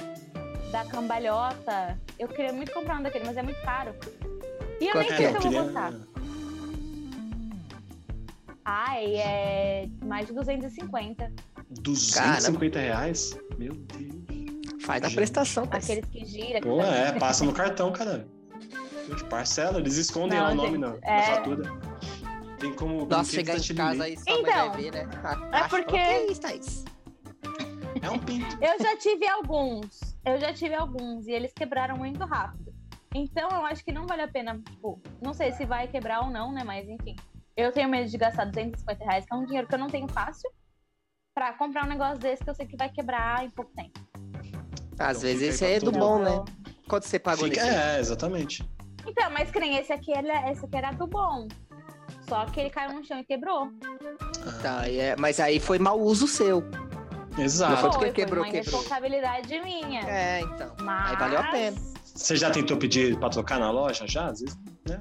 [SPEAKER 3] da cambalhota. Eu queria muito comprar um daquele, mas é muito caro. E eu
[SPEAKER 1] Quanto
[SPEAKER 3] nem
[SPEAKER 1] que
[SPEAKER 3] sei
[SPEAKER 1] é?
[SPEAKER 3] se um eu
[SPEAKER 4] queria-
[SPEAKER 3] vou gostar. Ai, é mais de 250.
[SPEAKER 4] 250 reais? Meu Deus.
[SPEAKER 1] Faz a
[SPEAKER 4] Gente.
[SPEAKER 1] prestação, Thaís.
[SPEAKER 3] Aqueles que giram.
[SPEAKER 4] Pô, é, passa no cartão, cara. Parcela, eles escondem
[SPEAKER 3] Não,
[SPEAKER 4] lá o
[SPEAKER 3] gente,
[SPEAKER 4] nome na, na
[SPEAKER 3] é.
[SPEAKER 4] fatura. Tem como.
[SPEAKER 1] Nossa,
[SPEAKER 4] brinquedos
[SPEAKER 1] chegar
[SPEAKER 4] da
[SPEAKER 1] em casa
[SPEAKER 4] Tilili.
[SPEAKER 1] aí, sua mãe
[SPEAKER 3] Então,
[SPEAKER 1] vai ver, né?
[SPEAKER 3] é
[SPEAKER 1] Acho-
[SPEAKER 3] porque-
[SPEAKER 1] O que é isso, Thaís?
[SPEAKER 4] É um pinto.
[SPEAKER 3] Eu já tive alguns. Eu já tive alguns. E eles quebraram muito rápido. Então eu acho que não vale a pena. Tipo, não sei se vai quebrar ou não, né? Mas enfim. Eu tenho medo de gastar 250 reais, que é um dinheiro que eu não tenho fácil, pra comprar um negócio desse que eu sei que vai quebrar em pouco tempo.
[SPEAKER 1] Às
[SPEAKER 4] Então, fica aí
[SPEAKER 1] vezes esse
[SPEAKER 4] pra
[SPEAKER 1] aí é do
[SPEAKER 4] todo
[SPEAKER 1] bom,
[SPEAKER 3] Então,
[SPEAKER 1] né? Quanto você pagou
[SPEAKER 4] Fica-
[SPEAKER 1] nesse?
[SPEAKER 4] é, exatamente.
[SPEAKER 3] Então, mas que nem esse aqui, ele, é- esse aqui era do bom. Só que ele caiu no chão e quebrou.
[SPEAKER 1] Tá, aí é- mas aí foi mau uso seu.
[SPEAKER 4] Ah, Exato.
[SPEAKER 1] Não foi- porque
[SPEAKER 3] foi
[SPEAKER 1] Ah, quebrou,
[SPEAKER 3] uma
[SPEAKER 1] quebrou.
[SPEAKER 3] responsabilidade minha.
[SPEAKER 1] É, então.
[SPEAKER 3] Mas...
[SPEAKER 1] Aí valeu a pena.
[SPEAKER 4] Você já tentou pedir pra trocar na loja já? Às vezes, né?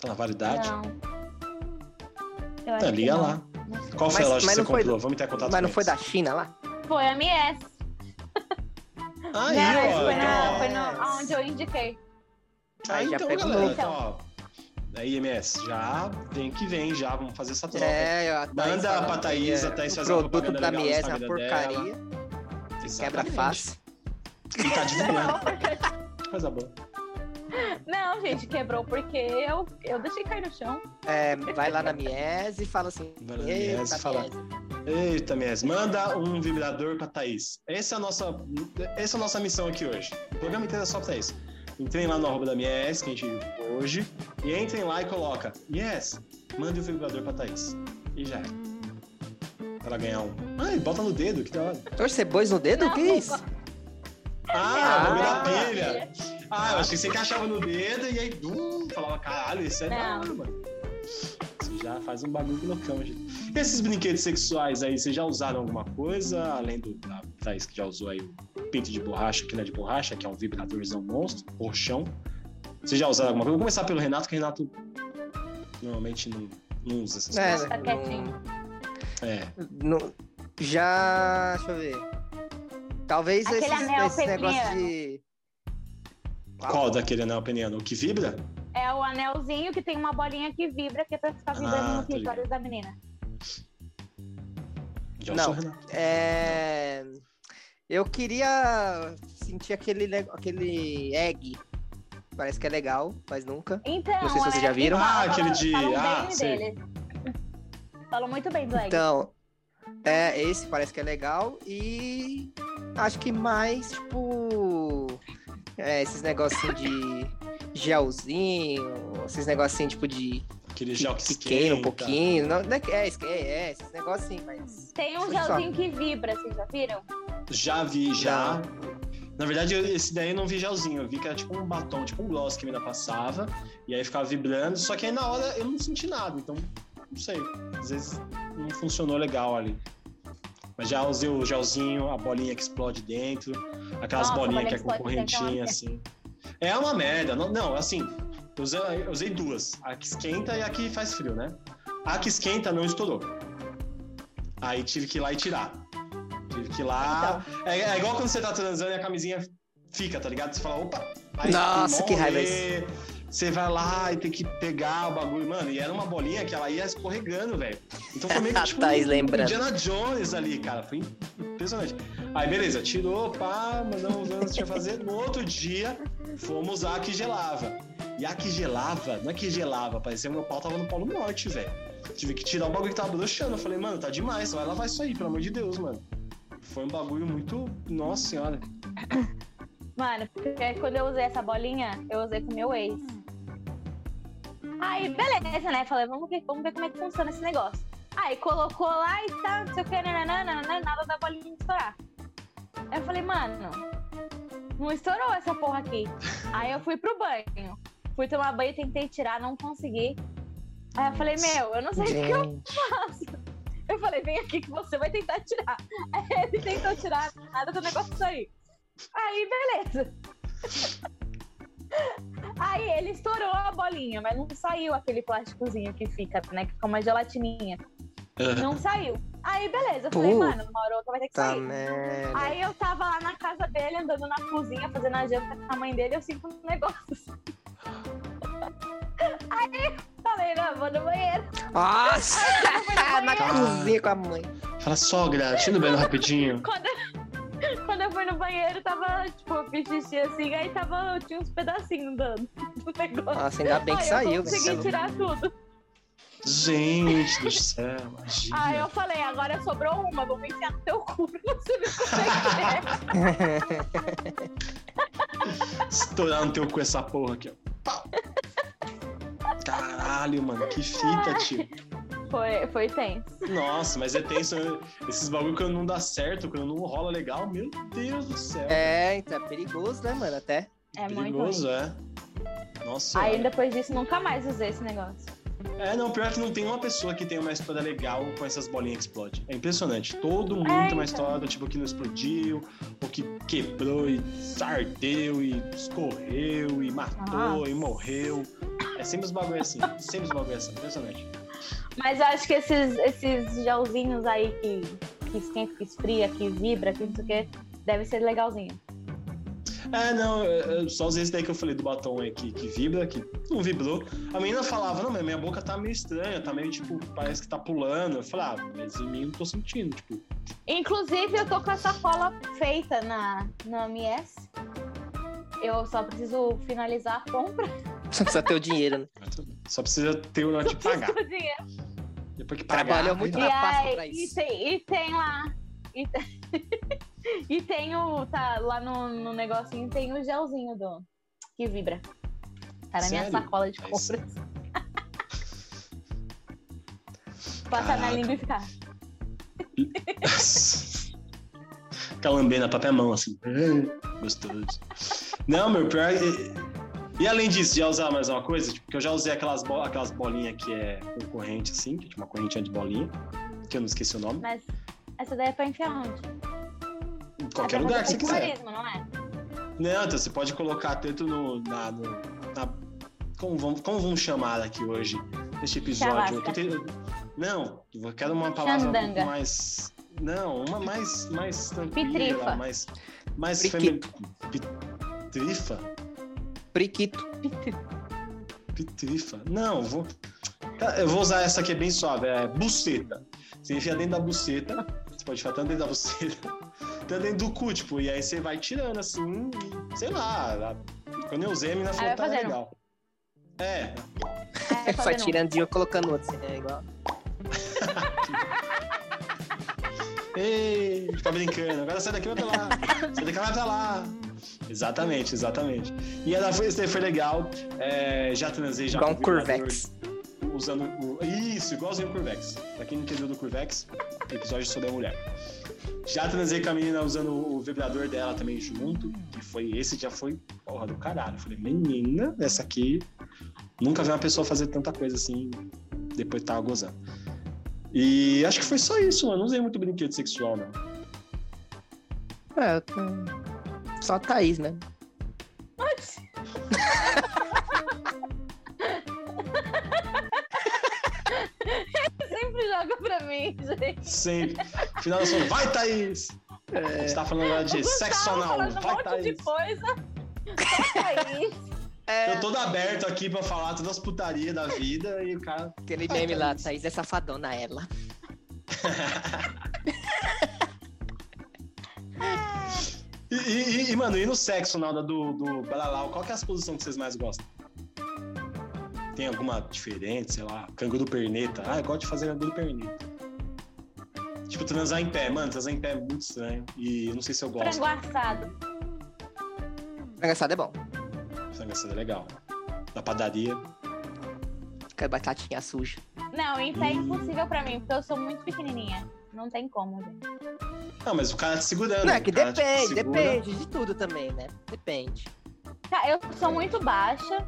[SPEAKER 4] Tá na validade.
[SPEAKER 3] Não. Eu acho
[SPEAKER 4] Não,
[SPEAKER 3] que
[SPEAKER 4] Tá, liga
[SPEAKER 3] não.
[SPEAKER 4] lá. Qual foi
[SPEAKER 1] Mas-
[SPEAKER 4] a loja que
[SPEAKER 1] mas
[SPEAKER 4] você
[SPEAKER 1] não foi
[SPEAKER 4] comprou? Vamos ter contato
[SPEAKER 1] Mas não
[SPEAKER 4] com
[SPEAKER 1] foi da
[SPEAKER 4] eles.
[SPEAKER 1] China lá?
[SPEAKER 3] Foi a MS. Não, mas
[SPEAKER 4] Aí, ó.
[SPEAKER 3] foi,
[SPEAKER 4] então,
[SPEAKER 3] na, foi no- onde eu indiquei.
[SPEAKER 4] ó. Aí,
[SPEAKER 1] Aí já
[SPEAKER 4] então,
[SPEAKER 1] pegou.
[SPEAKER 3] Então.
[SPEAKER 4] galera, então, ó. Aí, MS, já vem que vem, já vamos fazer essa troca.
[SPEAKER 1] É, a Thaís
[SPEAKER 4] Manda
[SPEAKER 1] falando
[SPEAKER 4] pra Thaís,
[SPEAKER 1] que é
[SPEAKER 4] a Thaís
[SPEAKER 1] o
[SPEAKER 4] faz uma
[SPEAKER 1] produto
[SPEAKER 4] propaganda
[SPEAKER 1] da
[SPEAKER 4] legal no
[SPEAKER 1] Mies é uma
[SPEAKER 4] Instagram dela.
[SPEAKER 1] porcaria,
[SPEAKER 4] Exatamente.
[SPEAKER 1] quebra face.
[SPEAKER 4] E tá divulgando. Coisa boa.
[SPEAKER 3] Não, gente, quebrou porque eu, eu deixei cair no chão.
[SPEAKER 1] É, vai lá na Mies e fala assim.
[SPEAKER 4] Vai lá na
[SPEAKER 1] "Eita,
[SPEAKER 4] Mies e fala,
[SPEAKER 1] Mies,
[SPEAKER 4] Eita, Mies, manda um vibrador pra Thaís. Essa é a nossa, essa é a nossa missão aqui hoje. O programa inteiro é só pra isso. Entrem lá no arroba da Mies, que a gente viu hoje, e entrem lá e coloca Mies, manda o vibrador pra Thaís. E já. é. Pra ela ganhar um. Ah, e bota no dedo, que da hora.
[SPEAKER 1] Torcer bois no dedo?
[SPEAKER 3] Não,
[SPEAKER 1] O que é isso?
[SPEAKER 4] Ah,
[SPEAKER 1] Ah,
[SPEAKER 4] bagulho da
[SPEAKER 1] bagulho da
[SPEAKER 4] pilha. Ah, eu achei que você encaixava no dedo e aí, dum, falava, caralho, isso é da
[SPEAKER 3] Não.
[SPEAKER 4] hora, mano. Você já faz um bagulho loucão, gente. E esses brinquedos sexuais aí, vocês já usaram alguma coisa? Além do da Thaís que já usou aí o pinto de borracha, que não é de borracha, que é um vibradorzão monstro, roxão. Vocês já usaram alguma coisa? Vou começar pelo Renato, que o Renato normalmente não, não usa essas
[SPEAKER 1] É,
[SPEAKER 4] coisas.
[SPEAKER 3] Tá
[SPEAKER 1] não-
[SPEAKER 3] quietinho.
[SPEAKER 4] É.
[SPEAKER 1] não- já. Deixa eu ver. Talvez
[SPEAKER 3] Aquele
[SPEAKER 1] esses-
[SPEAKER 3] anel
[SPEAKER 1] esse negócio
[SPEAKER 3] peniano.
[SPEAKER 1] de.
[SPEAKER 4] Qual daquele anel peniano? O que vibra?
[SPEAKER 3] É o anelzinho que tem uma bolinha que vibra, que é pra ficar vibrando
[SPEAKER 4] Ah,
[SPEAKER 3] no
[SPEAKER 4] tô
[SPEAKER 3] clitóris da menina.
[SPEAKER 4] Já
[SPEAKER 1] Não.
[SPEAKER 4] usou, Renato?
[SPEAKER 1] É, Eu queria sentir aquele, nego- aquele egg. Parece que é legal, mas nunca.
[SPEAKER 3] Então,
[SPEAKER 1] Não sei se vocês
[SPEAKER 3] é-
[SPEAKER 1] já viram.
[SPEAKER 4] Ah,
[SPEAKER 3] falam-
[SPEAKER 4] aquele de-
[SPEAKER 3] Falam
[SPEAKER 4] ah,
[SPEAKER 3] um bem
[SPEAKER 4] sei.
[SPEAKER 3] dele. Falam muito bem do egg.
[SPEAKER 1] Então, é, esse parece que é legal. E acho que mais, tipo, é, esses negocinhos de gelzinho, esses negocinhos tipo de
[SPEAKER 4] Aquele gel que
[SPEAKER 1] Piquei
[SPEAKER 4] esquenta.
[SPEAKER 1] um pouquinho. Não, não é, que- é, esque- é, é, esses negócios assim, mas.
[SPEAKER 3] Tem um
[SPEAKER 1] Foi só.
[SPEAKER 3] gelzinho que vibra, vocês já viram?
[SPEAKER 4] Já vi, já. Na verdade, eu- esse daí eu não vi gelzinho. Eu vi que era tipo um batom, tipo um gloss que a mina passava. E aí ficava vibrando. Só que aí na hora eu não senti nada. Então, não sei. Às vezes não funcionou legal ali. Mas já usei o gelzinho, a bolinha que explode dentro. Aquelas
[SPEAKER 3] Nossa, a
[SPEAKER 4] bolinhas
[SPEAKER 3] bolinha
[SPEAKER 4] que é
[SPEAKER 3] que
[SPEAKER 4] com
[SPEAKER 3] explode dentro é uma
[SPEAKER 4] correntinha,
[SPEAKER 3] merda.
[SPEAKER 4] assim. É uma merda. Não, não, assim, eu usei, eu usei duas. A que esquenta e a que faz frio, né? A que esquenta não estourou. Aí tive que ir lá e tirar. Tive que ir lá.
[SPEAKER 1] Então.
[SPEAKER 4] É, é igual quando você tá transando e a camisinha fica, tá ligado? Você fala, opa, vai
[SPEAKER 1] Nossa, que raiva é
[SPEAKER 4] morrer. Você vai lá e tem que pegar o bagulho. Mano, e era uma bolinha que ela ia escorregando, velho. Então foi meio que tipo,
[SPEAKER 1] Thaís lembrando.
[SPEAKER 4] Indiana Jones ali, cara. Foi impressionante. Aí, beleza, tirou, pá, mandamos ver o que tinha que fazer. No outro dia, fomos à que gelava. E a que gelava, não é que gelava, parecia que meu pau tava no Polo Norte, velho. Tive que tirar o bagulho que tava broxando. Eu falei, mano, tá demais, vai lavar isso aí, pelo amor de Deus, mano. Foi um bagulho muito. Nossa senhora.
[SPEAKER 3] Mano, porque quando eu usei essa bolinha, eu usei com meu ex. Aí, beleza, né? Falei, vamos ver, vamos ver como é que funciona esse negócio. Aí colocou lá e tá, não sei o que, nananana, né, nada da bolinha estourar. Aí eu falei, mano, não estourou essa porra aqui. Aí eu fui pro banho. Fui tomar banho, tentei tirar, não consegui. Aí eu falei, meu, eu não sei o que eu
[SPEAKER 1] Gente,
[SPEAKER 3] faço. Eu falei, vem aqui que você vai tentar tirar. Aí ele tentou tirar, nada do negócio sair. Aí, beleza. Aí ele estourou a bolinha, mas não saiu aquele plásticozinho que fica, né? Que fica uma gelatininha. Não saiu. Aí, beleza. Eu falei,
[SPEAKER 1] Puta
[SPEAKER 3] mano, uma hora ou outra vai ter que
[SPEAKER 1] É. tá
[SPEAKER 3] sair.
[SPEAKER 1] merda.
[SPEAKER 3] Aí eu tava lá na casa dele, andando na cozinha, fazendo a janta com a mãe dele, eu sinto um negócio. Aí eu falei, não, vou no banheiro. Ah,
[SPEAKER 1] Nossa! Na
[SPEAKER 3] Tá.
[SPEAKER 1] cozinha com a mãe.
[SPEAKER 4] Fala, sogra, tira o banho rapidinho.
[SPEAKER 3] Quando eu, quando eu fui no banheiro, tava, tipo, eu fiz xixi assim, aí tava, eu tinha uns pedacinhos dando do negócio.
[SPEAKER 1] Nossa, ainda bem que
[SPEAKER 3] Aí
[SPEAKER 1] saiu. né?
[SPEAKER 3] Eu consegui
[SPEAKER 1] Marcelo.
[SPEAKER 3] tirar tudo.
[SPEAKER 4] Gente do céu, imagina.
[SPEAKER 3] Aí eu falei, agora sobrou uma, vou enfiar no teu cu pra você ver como é que é.
[SPEAKER 4] Estourar no teu cu essa porra aqui, ó. Pau. Caralho, mano, que fita, tio.
[SPEAKER 3] Foi, foi tenso.
[SPEAKER 4] Nossa, mas é tenso. né? Esses bagulho quando não dá certo, quando não rola legal, meu Deus do céu.
[SPEAKER 1] É, então é perigoso, né, mano? Até.
[SPEAKER 3] É muito.
[SPEAKER 4] perigoso, é. Nossa.
[SPEAKER 3] Aí
[SPEAKER 4] senhora.
[SPEAKER 3] depois disso, nunca mais usei esse negócio.
[SPEAKER 4] É, não, pior que não tem uma pessoa que tenha uma história legal com essas bolinhas que explode. É impressionante. Todo mundo tem
[SPEAKER 3] então.
[SPEAKER 4] uma história, tipo, que não explodiu, ou que quebrou e sardeu e escorreu e matou
[SPEAKER 3] Nossa.
[SPEAKER 4] e morreu. É sempre os bagulho assim. Sempre os bagulho assim. Impressionante.
[SPEAKER 3] Mas eu acho que esses, esses gelzinhos aí que, que esquenta, que esfria, que vibra, que não sei o que, deve ser legalzinho.
[SPEAKER 4] É, não, é, é, só usei esse daí que eu falei do batom aí que, que vibra, que não vibrou. A menina falava, não, mas minha boca tá meio estranha, tá meio tipo, parece que tá pulando. Eu falei, ah, mas em mim eu não tô sentindo, tipo.
[SPEAKER 3] Inclusive, eu tô com essa cola feita na, na MS. Eu só preciso finalizar a compra
[SPEAKER 1] Só precisa ter o dinheiro, né?
[SPEAKER 4] Só precisa ter o norte de pagar.
[SPEAKER 3] do dinheiro.
[SPEAKER 4] Depois que pagar.
[SPEAKER 1] Trabalhou
[SPEAKER 4] aí
[SPEAKER 1] muito
[SPEAKER 4] dá.
[SPEAKER 1] na Páscoa
[SPEAKER 3] aí-
[SPEAKER 1] pra
[SPEAKER 3] e,
[SPEAKER 1] isso.
[SPEAKER 3] tem, e tem lá. E, te- e tem o. Tá lá no, no negocinho, tem o gelzinho do. Que vibra. Tá na minha
[SPEAKER 4] Sério?
[SPEAKER 3] sacola de
[SPEAKER 4] Aí
[SPEAKER 3] compras. Passar na
[SPEAKER 4] Caraca.
[SPEAKER 3] língua e ficar.
[SPEAKER 4] Calambei na própria mão, assim. Gostoso. Não, meu, pior. é, E, e além disso, já usar mais uma coisa, tipo, porque eu já usei aquelas, bo- aquelas bolinhas que é com corrente, assim, que é tipo uma correntinha de bolinha, que eu não esqueci o nome.
[SPEAKER 3] Mas essa daí é pra enfiar onde?
[SPEAKER 4] Em
[SPEAKER 3] É pra
[SPEAKER 4] qualquer lugar que
[SPEAKER 3] fazer
[SPEAKER 4] você quiser.
[SPEAKER 3] pompoarismo, Não é?
[SPEAKER 4] Não, então você pode colocar tanto no. Na, no- na- como, vamos, como vamos chamar aqui hoje? Neste episódio. Eu tô te- eu- Não, eu quero uma palavra um
[SPEAKER 3] Xandanga.
[SPEAKER 4] pouco mais. Não, uma mais, mais tranquila,
[SPEAKER 3] Pitrifa.
[SPEAKER 4] mais. Mais
[SPEAKER 1] Priquito.
[SPEAKER 4] femi- Pitrifa?
[SPEAKER 1] Priquito.
[SPEAKER 4] Pitrifa. Não, vou. Tá, Eu vou usar essa aqui, é bem suave, é buceta. Você enfia dentro da buceta, você pode enfiar tanto dentro da buceta, tanto dentro do cu, tipo, e aí você vai tirando assim, e, sei lá. a- Quando eu usei, a menina falou,
[SPEAKER 3] vai
[SPEAKER 4] tá
[SPEAKER 3] fazendo.
[SPEAKER 4] legal. É,
[SPEAKER 3] É
[SPEAKER 1] Só
[SPEAKER 3] fazer um.
[SPEAKER 1] tirando de um e colocando outro. assim, É igual.
[SPEAKER 4] ei, fica brincando, agora sai daqui vai pra lá, sai daqui vai pra lá. Exatamente, exatamente. E ela foi, isso daí foi legal. é, já transei já
[SPEAKER 1] Igual um
[SPEAKER 4] com vibrador.
[SPEAKER 1] Curvex.
[SPEAKER 4] O usando o. Isso, igualzinho o Curvex. Pra quem não entendeu do Curvex, episódio sobre a mulher. Já transei com a menina usando o vibrador dela também junto, que foi esse já foi porra do caralho. Eu Falei, menina, essa aqui. Nunca vi uma pessoa fazer tanta coisa assim depois tava gozando. E acho que foi só isso, mano. Não usei muito brinquedo sexual, não.
[SPEAKER 1] É, eu tô- só a Thaís, né?
[SPEAKER 3] Sempre joga pra mim, gente.
[SPEAKER 4] Sempre. Final da sua, vai, Thaís! Você tá falando agora de sexo
[SPEAKER 3] Gustavo
[SPEAKER 4] anal,
[SPEAKER 3] falando um
[SPEAKER 4] vai,
[SPEAKER 3] monte
[SPEAKER 1] tá
[SPEAKER 4] Thaís.
[SPEAKER 3] de coisa. Só Thaís.
[SPEAKER 1] É,
[SPEAKER 4] Eu todo aberto aqui pra falar todas as putarias da vida e o cara.
[SPEAKER 1] aquele meme lá, Thaís é safadona ela.
[SPEAKER 4] E, e- e- e, mano, e no sexo, Nalda, do, do Balalau, qual que é a posição que vocês mais gostam? Tem alguma diferente, sei lá? Canguru perneta. Ah, eu gosto de fazer canguru perneta. Tipo, transar em pé. Mano, transar em pé é muito estranho. E eu não sei se eu gosto.
[SPEAKER 3] Frango assado.
[SPEAKER 1] Engraçado é bom.
[SPEAKER 4] Frango assado é legal. Na padaria.
[SPEAKER 1] Fica batatinha suja.
[SPEAKER 3] Não, então é
[SPEAKER 4] Hum.
[SPEAKER 3] impossível pra mim, porque eu sou muito pequenininha. Não tem como, gente.
[SPEAKER 4] Não, mas o cara te segurando.
[SPEAKER 1] Não, é que
[SPEAKER 4] o cara, tipo,
[SPEAKER 1] depende,
[SPEAKER 4] segura.
[SPEAKER 1] depende de tudo também, né? Depende.
[SPEAKER 3] Tá, eu sou muito baixa.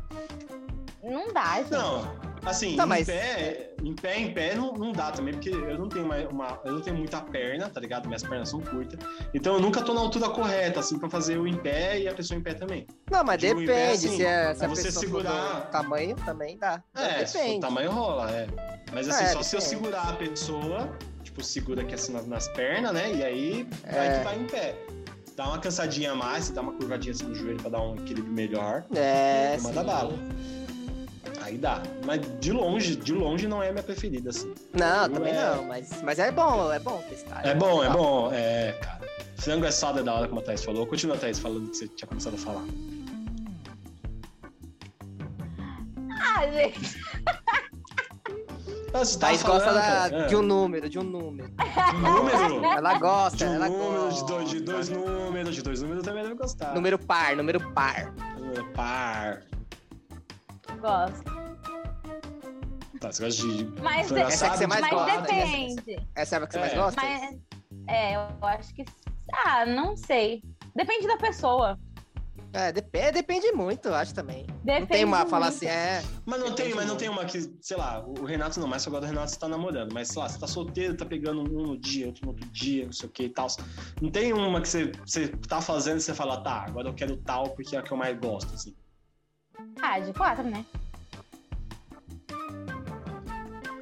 [SPEAKER 3] Não dá, gente.
[SPEAKER 4] Não, assim,
[SPEAKER 1] Tá,
[SPEAKER 4] em,
[SPEAKER 1] mas-
[SPEAKER 4] pé, em pé, em pé não, não dá também, porque eu não tenho uma, uma- eu não tenho muita perna, tá ligado? Minhas pernas são curtas. Então eu nunca tô na altura correta, assim, pra fazer o em pé e a pessoa em pé também.
[SPEAKER 1] Não, mas
[SPEAKER 4] Digo, em pé,
[SPEAKER 1] depende.
[SPEAKER 4] assim,
[SPEAKER 1] se a, se a
[SPEAKER 4] você
[SPEAKER 1] pessoa for
[SPEAKER 4] segurar-
[SPEAKER 1] do tamanho, também dá.
[SPEAKER 4] É, se for
[SPEAKER 1] depende.
[SPEAKER 4] tamanho rola, é. Mas assim,
[SPEAKER 1] É,
[SPEAKER 4] só se eu
[SPEAKER 1] depende.
[SPEAKER 4] segurar a pessoa, tipo, segura aqui assim nas, nas pernas, né? E aí vai
[SPEAKER 1] É.
[SPEAKER 4] que vai em pé. Dá uma cansadinha a mais, dá uma curvadinha assim no joelho pra dar um equilíbrio melhor.
[SPEAKER 1] É,
[SPEAKER 4] e manda
[SPEAKER 1] sim.
[SPEAKER 4] bala. Aí dá. Mas de longe, de longe não é minha preferida, assim.
[SPEAKER 1] Não,
[SPEAKER 4] Eu
[SPEAKER 1] também
[SPEAKER 4] é-
[SPEAKER 1] não, mas, mas é bom, é bom testar.
[SPEAKER 4] É bom, é bom. É, cara. Frango assado é da hora, como a Thaís falou. Continua, Thaís, falando o que você tinha começado a falar.
[SPEAKER 3] Ah, gente.
[SPEAKER 4] Ah, Você
[SPEAKER 1] Thaís
[SPEAKER 4] tava
[SPEAKER 1] gosta da-
[SPEAKER 4] cara.
[SPEAKER 1] de um número, de um número.
[SPEAKER 4] É. Um número.
[SPEAKER 1] Ela gosta,
[SPEAKER 4] De um
[SPEAKER 1] ela
[SPEAKER 4] número,
[SPEAKER 1] gosta.
[SPEAKER 4] de dois, de dois números, de dois números eu também deve gostar.
[SPEAKER 1] Número par, número par.
[SPEAKER 4] Número par.
[SPEAKER 3] Gosto.
[SPEAKER 4] Tá, você gosta de
[SPEAKER 3] Mas,
[SPEAKER 4] frango
[SPEAKER 1] Essa é que
[SPEAKER 4] assado?
[SPEAKER 1] você mais
[SPEAKER 4] de
[SPEAKER 3] mas
[SPEAKER 1] gosta,
[SPEAKER 4] pato?
[SPEAKER 1] né?
[SPEAKER 3] depende.
[SPEAKER 1] Essa é a que você mais
[SPEAKER 4] É.
[SPEAKER 1] gosta?
[SPEAKER 3] Mas, é, eu acho que. Ah, não sei. Depende da pessoa.
[SPEAKER 1] É, depende, depende muito, eu acho também.
[SPEAKER 3] Depende
[SPEAKER 1] não tem uma falar
[SPEAKER 3] muito.
[SPEAKER 1] assim, é.
[SPEAKER 4] Mas não tem,
[SPEAKER 1] Depende
[SPEAKER 4] mas não
[SPEAKER 1] muito.
[SPEAKER 4] tem uma que, sei lá, o Renato não, mas agora o Renato está namorando. Mas, sei lá, você tá solteiro, tá pegando um no dia, outro no outro dia, não sei o que e tal. Não tem uma que você, você tá fazendo e você fala, tá, agora eu quero tal porque é a que eu mais gosto, assim.
[SPEAKER 3] Ah, de quatro, né?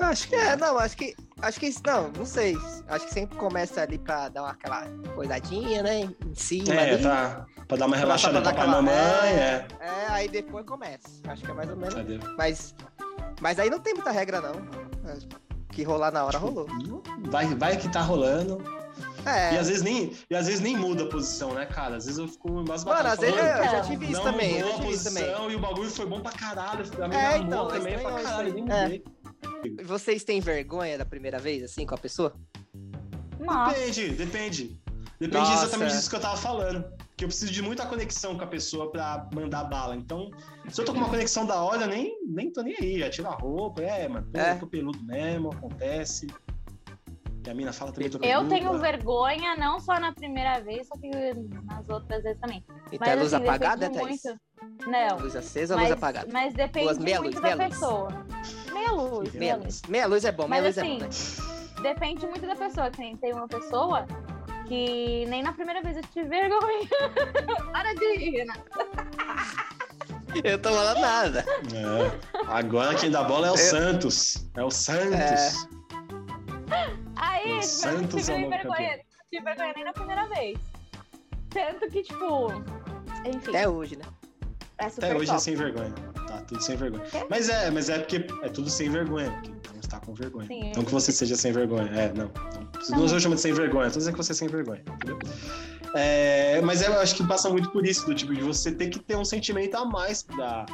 [SPEAKER 1] Acho que é, não, acho que. Acho que isso, não, não sei. Acho que sempre começa ali pra dar uma, aquela coisadinha, né? Em cima
[SPEAKER 4] É,
[SPEAKER 1] ali.
[SPEAKER 4] tá. Pra
[SPEAKER 1] Pra
[SPEAKER 4] dar uma
[SPEAKER 1] dar- pra
[SPEAKER 4] relaxada
[SPEAKER 1] dar
[SPEAKER 4] pra papai e
[SPEAKER 1] aquela-
[SPEAKER 4] mamãe,
[SPEAKER 1] é.
[SPEAKER 4] é.
[SPEAKER 1] É, aí depois começa. Acho que é mais ou menos.
[SPEAKER 4] Cadê?
[SPEAKER 1] Mas, mas aí não tem muita regra, não. É, Que rolar na hora rolou.
[SPEAKER 4] Vai, vai que tá rolando.
[SPEAKER 1] É.
[SPEAKER 4] E, às vezes nem, e às vezes nem muda a posição, né, cara? Às vezes eu fico embasbacado.
[SPEAKER 1] Mano, às vezes eu,
[SPEAKER 4] falando,
[SPEAKER 1] eu
[SPEAKER 3] Então.
[SPEAKER 1] já tive isso
[SPEAKER 4] não
[SPEAKER 1] também. Eu
[SPEAKER 4] mudou
[SPEAKER 1] já
[SPEAKER 4] a
[SPEAKER 1] tive isso também.
[SPEAKER 4] posição e o bagulho foi bom pra caralho. A menina
[SPEAKER 1] É,
[SPEAKER 4] é,
[SPEAKER 1] então, é
[SPEAKER 4] também, eu
[SPEAKER 1] estranho
[SPEAKER 4] falo,
[SPEAKER 1] isso
[SPEAKER 4] caralho,
[SPEAKER 1] aí.
[SPEAKER 4] nem
[SPEAKER 1] É.
[SPEAKER 4] mudei.
[SPEAKER 1] Vocês têm vergonha da primeira vez, assim, com a pessoa?
[SPEAKER 3] Nossa.
[SPEAKER 4] Depende, depende. Depende
[SPEAKER 1] Nossa.
[SPEAKER 4] exatamente disso que eu tava falando. Que eu preciso de muita conexão com a pessoa pra mandar bala. Então, se eu tô com uma conexão da hora, eu nem, nem tô nem aí. Já tiro a roupa, é, mano, tô,
[SPEAKER 1] É.
[SPEAKER 4] tô peludo mesmo, acontece. E a mina fala também, tô né?
[SPEAKER 3] Eu
[SPEAKER 4] peluda.
[SPEAKER 3] tenho vergonha, não só na primeira vez, só que nas outras vezes também.
[SPEAKER 1] Então
[SPEAKER 3] Mas
[SPEAKER 1] é luz
[SPEAKER 3] assim,
[SPEAKER 1] apagada,
[SPEAKER 3] depende
[SPEAKER 1] Thaís?
[SPEAKER 3] muito. Não.
[SPEAKER 1] Luz acesa,
[SPEAKER 3] mas,
[SPEAKER 1] luz apagada.
[SPEAKER 3] mas depende
[SPEAKER 1] Duas meia
[SPEAKER 3] muito
[SPEAKER 1] luz,
[SPEAKER 3] da
[SPEAKER 1] meia luz.
[SPEAKER 3] pessoa. Meia luz, meia
[SPEAKER 1] Meia
[SPEAKER 3] luz.
[SPEAKER 1] luz. Meia luz é bom, meia
[SPEAKER 3] assim, Mas
[SPEAKER 1] luz é
[SPEAKER 3] assim,
[SPEAKER 1] bom. Né?
[SPEAKER 3] depende muito da pessoa. Tem, tem uma pessoa que nem na primeira vez eu tive vergonha. Para de rir, né? Renato.
[SPEAKER 1] Eu tô falando nada.
[SPEAKER 4] É. Agora quem dá bola é o Santos. É o Santos.
[SPEAKER 3] Aí,
[SPEAKER 4] O
[SPEAKER 3] mas eu não
[SPEAKER 4] Santos
[SPEAKER 3] tive
[SPEAKER 4] é o
[SPEAKER 3] nem
[SPEAKER 4] novo
[SPEAKER 3] vergonha. Não tive vergonha nem na primeira vez. Tanto que, tipo. Enfim,
[SPEAKER 1] Até hoje, né?
[SPEAKER 3] é super
[SPEAKER 4] Até hoje é
[SPEAKER 3] top.
[SPEAKER 4] sem vergonha. Tá tudo sem vergonha.
[SPEAKER 3] É?
[SPEAKER 4] Mas é, mas é porque é tudo sem vergonha. Porque não está com vergonha.
[SPEAKER 3] Sim.
[SPEAKER 4] Não que você seja sem vergonha. É, não. é. Não, não estou chamando de sem vergonha, estou dizendo que você é sem vergonha. entendeu? É, mas eu acho que passa muito por isso, do tipo de você ter que ter um sentimento a mais pra,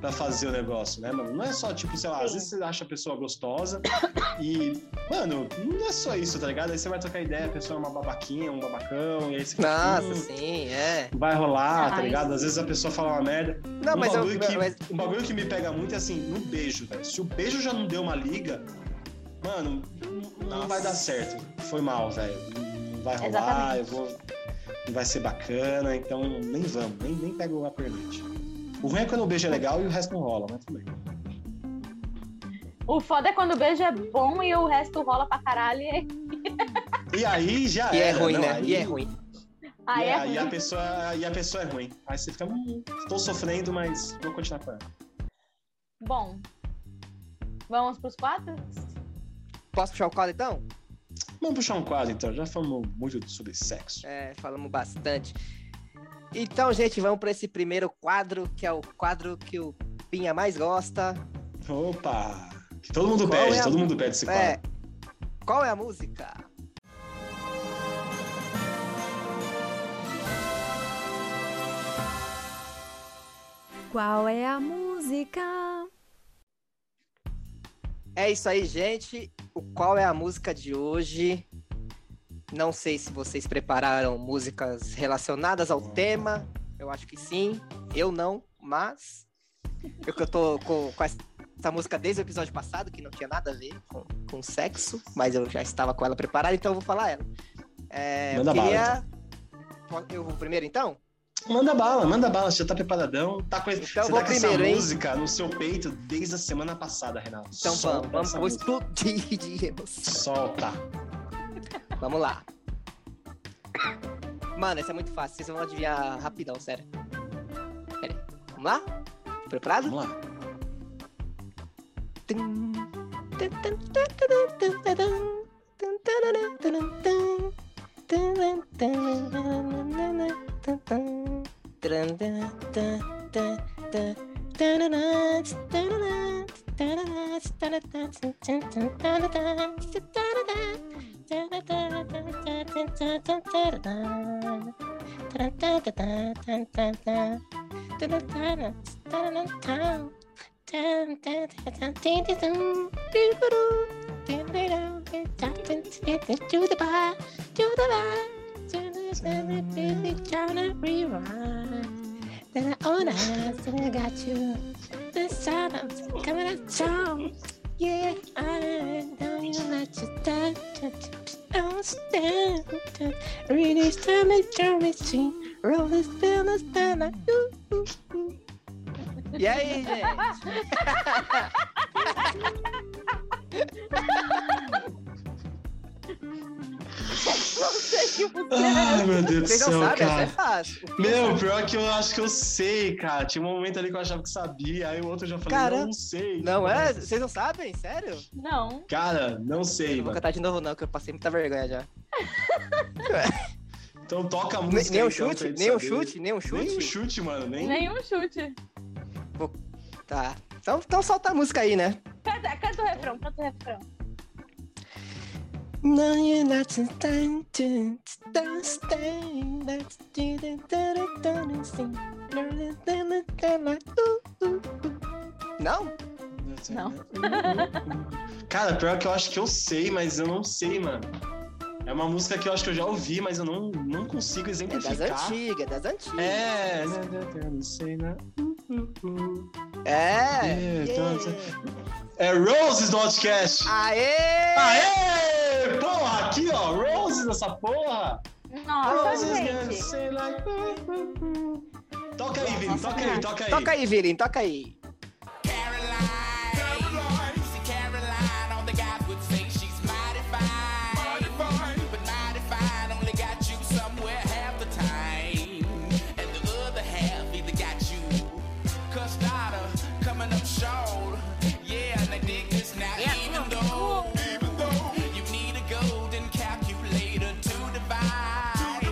[SPEAKER 4] pra fazer o negócio, né, mano? Não é só, tipo, sei lá, às vezes você acha a pessoa gostosa e, mano, não é só isso, tá ligado? Aí você vai trocar ideia, a pessoa é uma babaquinha, um babacão, e aí você fica,
[SPEAKER 1] Nossa,
[SPEAKER 4] "Hum,
[SPEAKER 1] sim, é.
[SPEAKER 4] vai rolar, tá
[SPEAKER 3] Ai.
[SPEAKER 4] ligado? Às vezes a pessoa fala uma merda.
[SPEAKER 1] Não,
[SPEAKER 4] um,
[SPEAKER 1] mas eu.
[SPEAKER 4] bagulho que,
[SPEAKER 1] mas-
[SPEAKER 4] um bagulho que me pega muito é assim, no beijo, velho. Se o beijo já não deu uma liga, mano, não
[SPEAKER 1] Nossa.
[SPEAKER 4] vai dar certo. Foi mal, velho. Não vai rolar,
[SPEAKER 3] Exatamente.
[SPEAKER 4] eu vou. Não vai ser bacana, então nem vamos, nem, nem pego a permite. O ruim é quando o beijo é legal e o resto não rola, mas tudo bem.
[SPEAKER 3] O foda é quando o beijo é bom e o resto rola pra caralho. e
[SPEAKER 4] E aí já
[SPEAKER 1] E é
[SPEAKER 4] era,
[SPEAKER 1] ruim,
[SPEAKER 4] não,
[SPEAKER 1] né?
[SPEAKER 4] aí-
[SPEAKER 1] E é ruim.
[SPEAKER 3] Aí
[SPEAKER 4] e,
[SPEAKER 3] é
[SPEAKER 4] a, e a
[SPEAKER 3] ruim.
[SPEAKER 4] pessoa, e a pessoa é ruim. Aí você fica, hum, tô sofrendo, mas vou continuar com ela.
[SPEAKER 3] Bom. Vamos pros quatro?
[SPEAKER 1] Posso puxar o colo então?
[SPEAKER 4] Vamos puxar um quadro então, já falamos muito sobre sexo.
[SPEAKER 1] É, falamos bastante. Então, gente, vamos para esse primeiro quadro, que é o quadro que o Pinha mais gosta.
[SPEAKER 4] Opa! Que todo mundo
[SPEAKER 1] Qual
[SPEAKER 4] pede,
[SPEAKER 1] é a-
[SPEAKER 4] todo mundo pede esse quadro.
[SPEAKER 1] É, qual é a música?
[SPEAKER 2] Qual é a música?
[SPEAKER 1] É isso aí, gente. O qual é a música de hoje? Não sei se vocês prepararam músicas relacionadas ao tema. Eu acho que sim. Eu não, mas. Eu que eu tô com, com essa essa música desde o episódio passado, que não tinha nada a ver com, com sexo, mas eu já estava com ela preparada, então eu vou falar ela. É, eu
[SPEAKER 4] Manda bala,
[SPEAKER 1] queria. Eu vou primeiro então?
[SPEAKER 4] Manda bala, manda bala, você já tá preparadão. Tá com, esse-
[SPEAKER 1] Então eu
[SPEAKER 4] você
[SPEAKER 1] vou
[SPEAKER 4] tá com
[SPEAKER 1] primeiro,
[SPEAKER 4] essa
[SPEAKER 1] hein?
[SPEAKER 4] música no seu peito desde a semana passada, Renato.
[SPEAKER 1] Então
[SPEAKER 4] Solta
[SPEAKER 1] vamos, vamos,
[SPEAKER 4] essa
[SPEAKER 1] vou
[SPEAKER 4] música.
[SPEAKER 1] explodir de emoção.
[SPEAKER 4] Solta.
[SPEAKER 1] Vamos lá. Mano, essa é muito fácil. Vocês vão adivinhar rapidão, sério. Pera aí. Vamos lá? Preparado?
[SPEAKER 4] Vamos lá.
[SPEAKER 1] E aí, gente?
[SPEAKER 4] Ai, meu Deus do
[SPEAKER 1] Vocês não
[SPEAKER 4] céu,
[SPEAKER 1] sabem? Essa é
[SPEAKER 4] cara.
[SPEAKER 1] fácil.
[SPEAKER 4] Meu, pior que eu acho que eu sei, cara. Tinha um momento ali que eu achava que sabia, aí o outro eu já falei,
[SPEAKER 1] Cara,
[SPEAKER 4] não sei.
[SPEAKER 1] Não é? Vocês não sabem? Sério?
[SPEAKER 3] Não.
[SPEAKER 4] Cara, não sei,
[SPEAKER 1] Não vou
[SPEAKER 4] mano.
[SPEAKER 1] cantar de novo, não, que eu passei muita vergonha já.
[SPEAKER 4] Então toca a
[SPEAKER 1] Ne-
[SPEAKER 4] música.
[SPEAKER 1] Nem um
[SPEAKER 4] então, pra
[SPEAKER 1] chute?
[SPEAKER 4] gente
[SPEAKER 1] Nem um
[SPEAKER 4] saber.
[SPEAKER 1] chute? Nem um
[SPEAKER 4] Nem um
[SPEAKER 1] chute?
[SPEAKER 4] chute, mano. Nem...
[SPEAKER 3] Nenhum chute.
[SPEAKER 1] Tá. Então, então solta a música aí, né?
[SPEAKER 3] Canta, canta o refrão, canta o refrão.
[SPEAKER 1] No, you're not stand to stand, stand, that's the- the- the- the- the- the- thing. No, the- the- the- the- the- ooh, ooh, ooh. Não?
[SPEAKER 3] Não.
[SPEAKER 4] Cara, pior que eu acho que eu sei, mas eu não sei, mano. É uma música que eu acho que eu já ouvi, mas eu não, não consigo
[SPEAKER 1] É das
[SPEAKER 4] exemplificar.
[SPEAKER 1] antigas, das antigas.
[SPEAKER 4] É, eu não sei, né?
[SPEAKER 1] É.
[SPEAKER 4] É, então,
[SPEAKER 1] Yeah.
[SPEAKER 4] É Roses do Outcast!
[SPEAKER 1] Aê!
[SPEAKER 4] Aê! Porra, aqui ó, Roses nessa porra!
[SPEAKER 3] Nossa,
[SPEAKER 4] Roses,
[SPEAKER 3] gente.
[SPEAKER 4] yeah, say like- Toca aí, Vini, toca aí, toca aí.
[SPEAKER 1] Toca aí, Virim, toca aí.
[SPEAKER 5] Caroline. You see Caroline, all the guys would say she's mighty fine. But mighty fine only got you somewhere half the time. And the other half either got you cussed out or coming up short. Yeah, and they dig this now. Even though, even though you need a golden calculator to divide,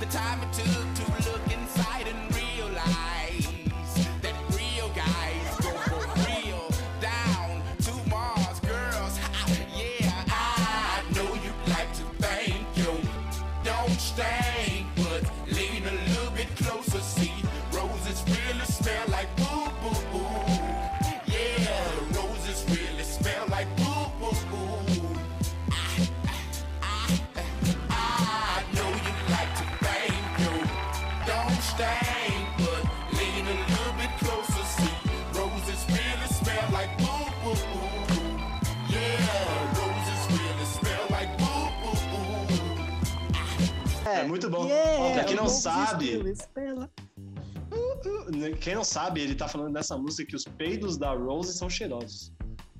[SPEAKER 5] the time it took to look inside and realize that real guys go for real down to Mars girls. Yeah, I know you'd like to thank you. Don't stink, but lean a little bit closer. See, roses really smell like boo boo boo.
[SPEAKER 3] É,
[SPEAKER 4] É muito bom.
[SPEAKER 1] Yeah,
[SPEAKER 4] Ó, pra quem
[SPEAKER 3] um
[SPEAKER 1] eu
[SPEAKER 4] não sabe, Uh,
[SPEAKER 1] desisto, estrela.
[SPEAKER 4] Quem não sabe, ele tá falando nessa música que os peidos da Rose são cheirosos.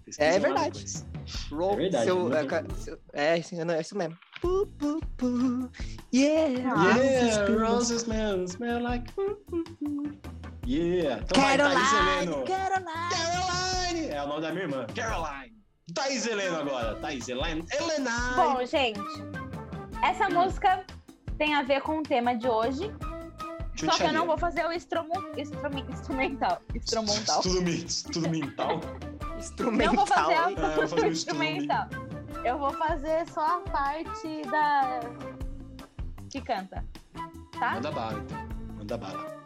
[SPEAKER 4] Pesquisa
[SPEAKER 1] É
[SPEAKER 4] lá
[SPEAKER 1] verdade.
[SPEAKER 4] depois.
[SPEAKER 1] Roll,
[SPEAKER 4] É verdade,
[SPEAKER 1] seu-
[SPEAKER 4] né?
[SPEAKER 1] é, ca- seu- é, isso- é isso mesmo. Pu, pu, pu. Yeah,
[SPEAKER 3] Ah,
[SPEAKER 4] yeah,
[SPEAKER 1] Roses,
[SPEAKER 4] roses smell, smell like... uh, Yeah. Então vai, Thaís Heleno.
[SPEAKER 1] Caroline, Caroline.
[SPEAKER 4] Caroline! É o nome da minha irmã. Caroline. Thaís Heleno agora. Thaís Heleno. Helena.
[SPEAKER 3] Bom, gente, essa música tem a ver com o tema de hoje, só que eu não vou um fazer o estromo, estromi- instrumental. Instrumental.
[SPEAKER 4] Tudo, tudo mental.
[SPEAKER 1] Instrumental.
[SPEAKER 3] Não vou fazer a
[SPEAKER 4] É, eu vou fazer um
[SPEAKER 3] instrumental. Eu vou fazer só a parte da. que canta. Tá?
[SPEAKER 4] Manda bala, então. Manda bala.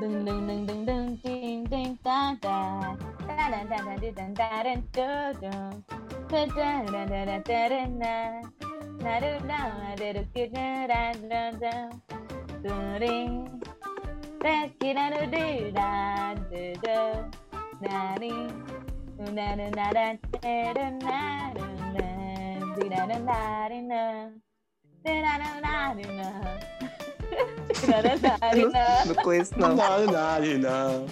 [SPEAKER 3] Dun, dun, dun, dun, dun, din, din, da, da. Da, da, da, da, di, dun, da, dun, du, dun. Da, da, da, da, da, da, da, na. Na, ru, na, na, ru, ru, ki, na, ra, ra, ra. Du, rin. Da, ki, na, ru, ru, ra, du, du. Na, rin. Du, na, ru, na, ra, te, ru, na, ru, na. Di, na, ru, na, ri, na. Di, na, ru, na, ri, na. Di, na, ru, na, ri, na.
[SPEAKER 1] Não conheço, não.
[SPEAKER 4] Não, não, não.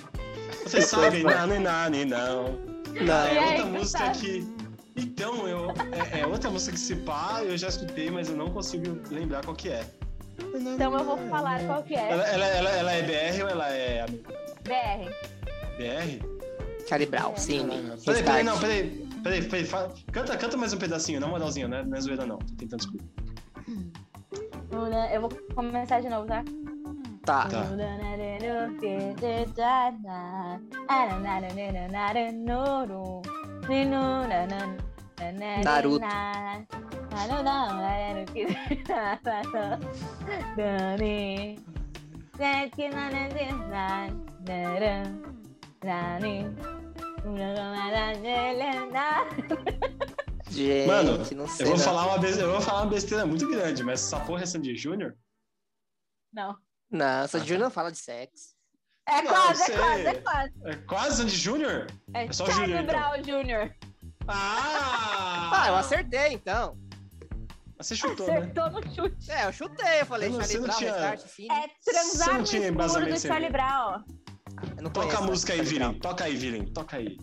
[SPEAKER 4] Vocês sabem, não, não, não, não.
[SPEAKER 1] Não.
[SPEAKER 4] É
[SPEAKER 3] E aí, tá?
[SPEAKER 4] outra
[SPEAKER 3] você
[SPEAKER 4] música
[SPEAKER 3] sabe?
[SPEAKER 4] que. Então, eu. É, é outra música que se pá, eu já escutei, mas eu não consigo lembrar qual que é.
[SPEAKER 3] Então eu vou falar qual que é.
[SPEAKER 4] Ela, ela, ela, ela é BR ou ela é
[SPEAKER 3] BR.
[SPEAKER 4] BR?
[SPEAKER 1] Charlie Brown, sim.
[SPEAKER 4] Peraí, peraí, não,
[SPEAKER 1] Restart.
[SPEAKER 4] peraí. Peraí, peraí. fa- Canta, canta mais um pedacinho, na moralzinha, né? Não é zoeira, não. Tô tentando escutar.
[SPEAKER 3] Eu vou começar de novo, tá?
[SPEAKER 1] Tá.
[SPEAKER 4] Tá.
[SPEAKER 1] Naruto. Gente,
[SPEAKER 4] Mano,
[SPEAKER 1] não sei.
[SPEAKER 4] Eu vou,
[SPEAKER 1] não.
[SPEAKER 4] falar uma be- eu vou falar uma besteira muito grande, mas essa porra é Sandy Júnior?
[SPEAKER 3] Não.
[SPEAKER 1] Não,
[SPEAKER 4] Ah,
[SPEAKER 1] essa
[SPEAKER 4] tá.
[SPEAKER 1] Júlia não fala de sexo.
[SPEAKER 3] É
[SPEAKER 4] Não,
[SPEAKER 3] quase,
[SPEAKER 4] sei.
[SPEAKER 3] é quase, é quase.
[SPEAKER 4] É quase Sandy Júnior?
[SPEAKER 3] É
[SPEAKER 4] É só
[SPEAKER 3] Charlie
[SPEAKER 4] Júnior, então.
[SPEAKER 3] Brown Jr.
[SPEAKER 1] Ah, eu
[SPEAKER 4] Ah!
[SPEAKER 1] acertei, então.
[SPEAKER 4] Mas você chutou, né?
[SPEAKER 3] Acertou no chute.
[SPEAKER 1] É, eu chutei, eu falei
[SPEAKER 4] Eu não sei,
[SPEAKER 1] Charlie
[SPEAKER 4] Ah,
[SPEAKER 1] Brown,
[SPEAKER 4] não tinha-
[SPEAKER 1] Restart, sim.
[SPEAKER 3] É
[SPEAKER 4] Você
[SPEAKER 3] transar
[SPEAKER 4] não
[SPEAKER 3] no
[SPEAKER 4] tinha
[SPEAKER 3] escuro
[SPEAKER 4] embasamento
[SPEAKER 3] do Charlie Brown.
[SPEAKER 1] Eu não
[SPEAKER 4] Toca
[SPEAKER 1] conheço,
[SPEAKER 4] a música aí,
[SPEAKER 1] Charlie Brown.
[SPEAKER 4] Viren. Toca aí, Viren. Toca aí.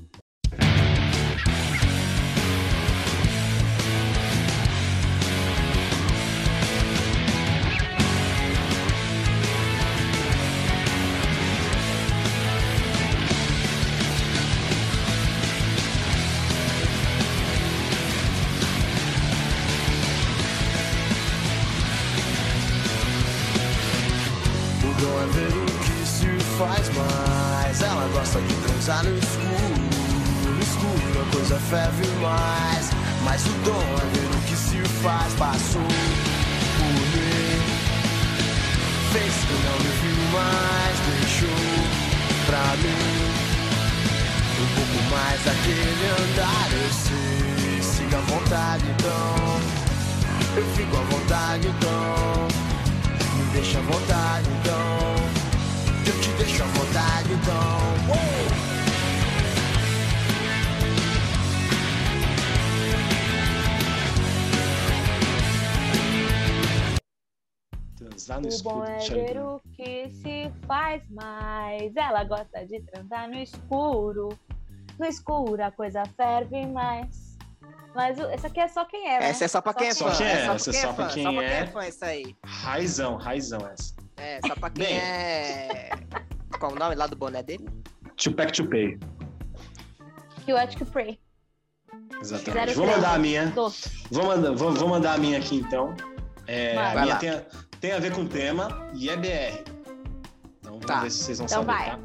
[SPEAKER 6] O goleiro que se faz mais Ela gosta de transar no escuro No escuro a coisa ferve mais Mas o goleiro que se faz passou por mim Fez que não me viu mais Deixou pra mim um pouco mais daquele andar Eu sei, siga à vontade então Eu fico à vontade então me deixa à vontade então Eu te deixo à vontade então
[SPEAKER 4] Transar no
[SPEAKER 3] O
[SPEAKER 4] escuro.
[SPEAKER 3] bom é
[SPEAKER 4] Charlie
[SPEAKER 3] ver
[SPEAKER 4] Brown.
[SPEAKER 3] o que se faz mais. Ela gosta de transar no escuro. No escuro a coisa ferve mais. Mas o- essa aqui é só quem é, né?
[SPEAKER 1] Essa é só pra quem é
[SPEAKER 4] Só
[SPEAKER 1] fã.
[SPEAKER 4] quem é,
[SPEAKER 1] só pra
[SPEAKER 4] essa
[SPEAKER 1] quem é fã. Só pra quem
[SPEAKER 4] é.
[SPEAKER 1] é fã, isso aí.
[SPEAKER 4] Raizão, raizão essa.
[SPEAKER 1] É, só pra quem
[SPEAKER 4] Bem.
[SPEAKER 1] é. Qual o nome lá do boné dele?
[SPEAKER 4] Tupac to pay.
[SPEAKER 3] Que eu acho que Prey.
[SPEAKER 4] Exatamente.
[SPEAKER 3] Zero
[SPEAKER 4] Vou
[SPEAKER 3] três.
[SPEAKER 4] mandar a minha.
[SPEAKER 3] Doce.
[SPEAKER 4] Vou mandar, vou, vou mandar a minha aqui então. É,
[SPEAKER 3] Vai.
[SPEAKER 4] a
[SPEAKER 1] Vai
[SPEAKER 4] minha
[SPEAKER 1] lá.
[SPEAKER 4] tem a, tem a ver com o tema e é BR. Então vamos
[SPEAKER 1] Tá.
[SPEAKER 4] ver se vocês vão
[SPEAKER 3] Então
[SPEAKER 4] saber,
[SPEAKER 3] vai.
[SPEAKER 4] tá?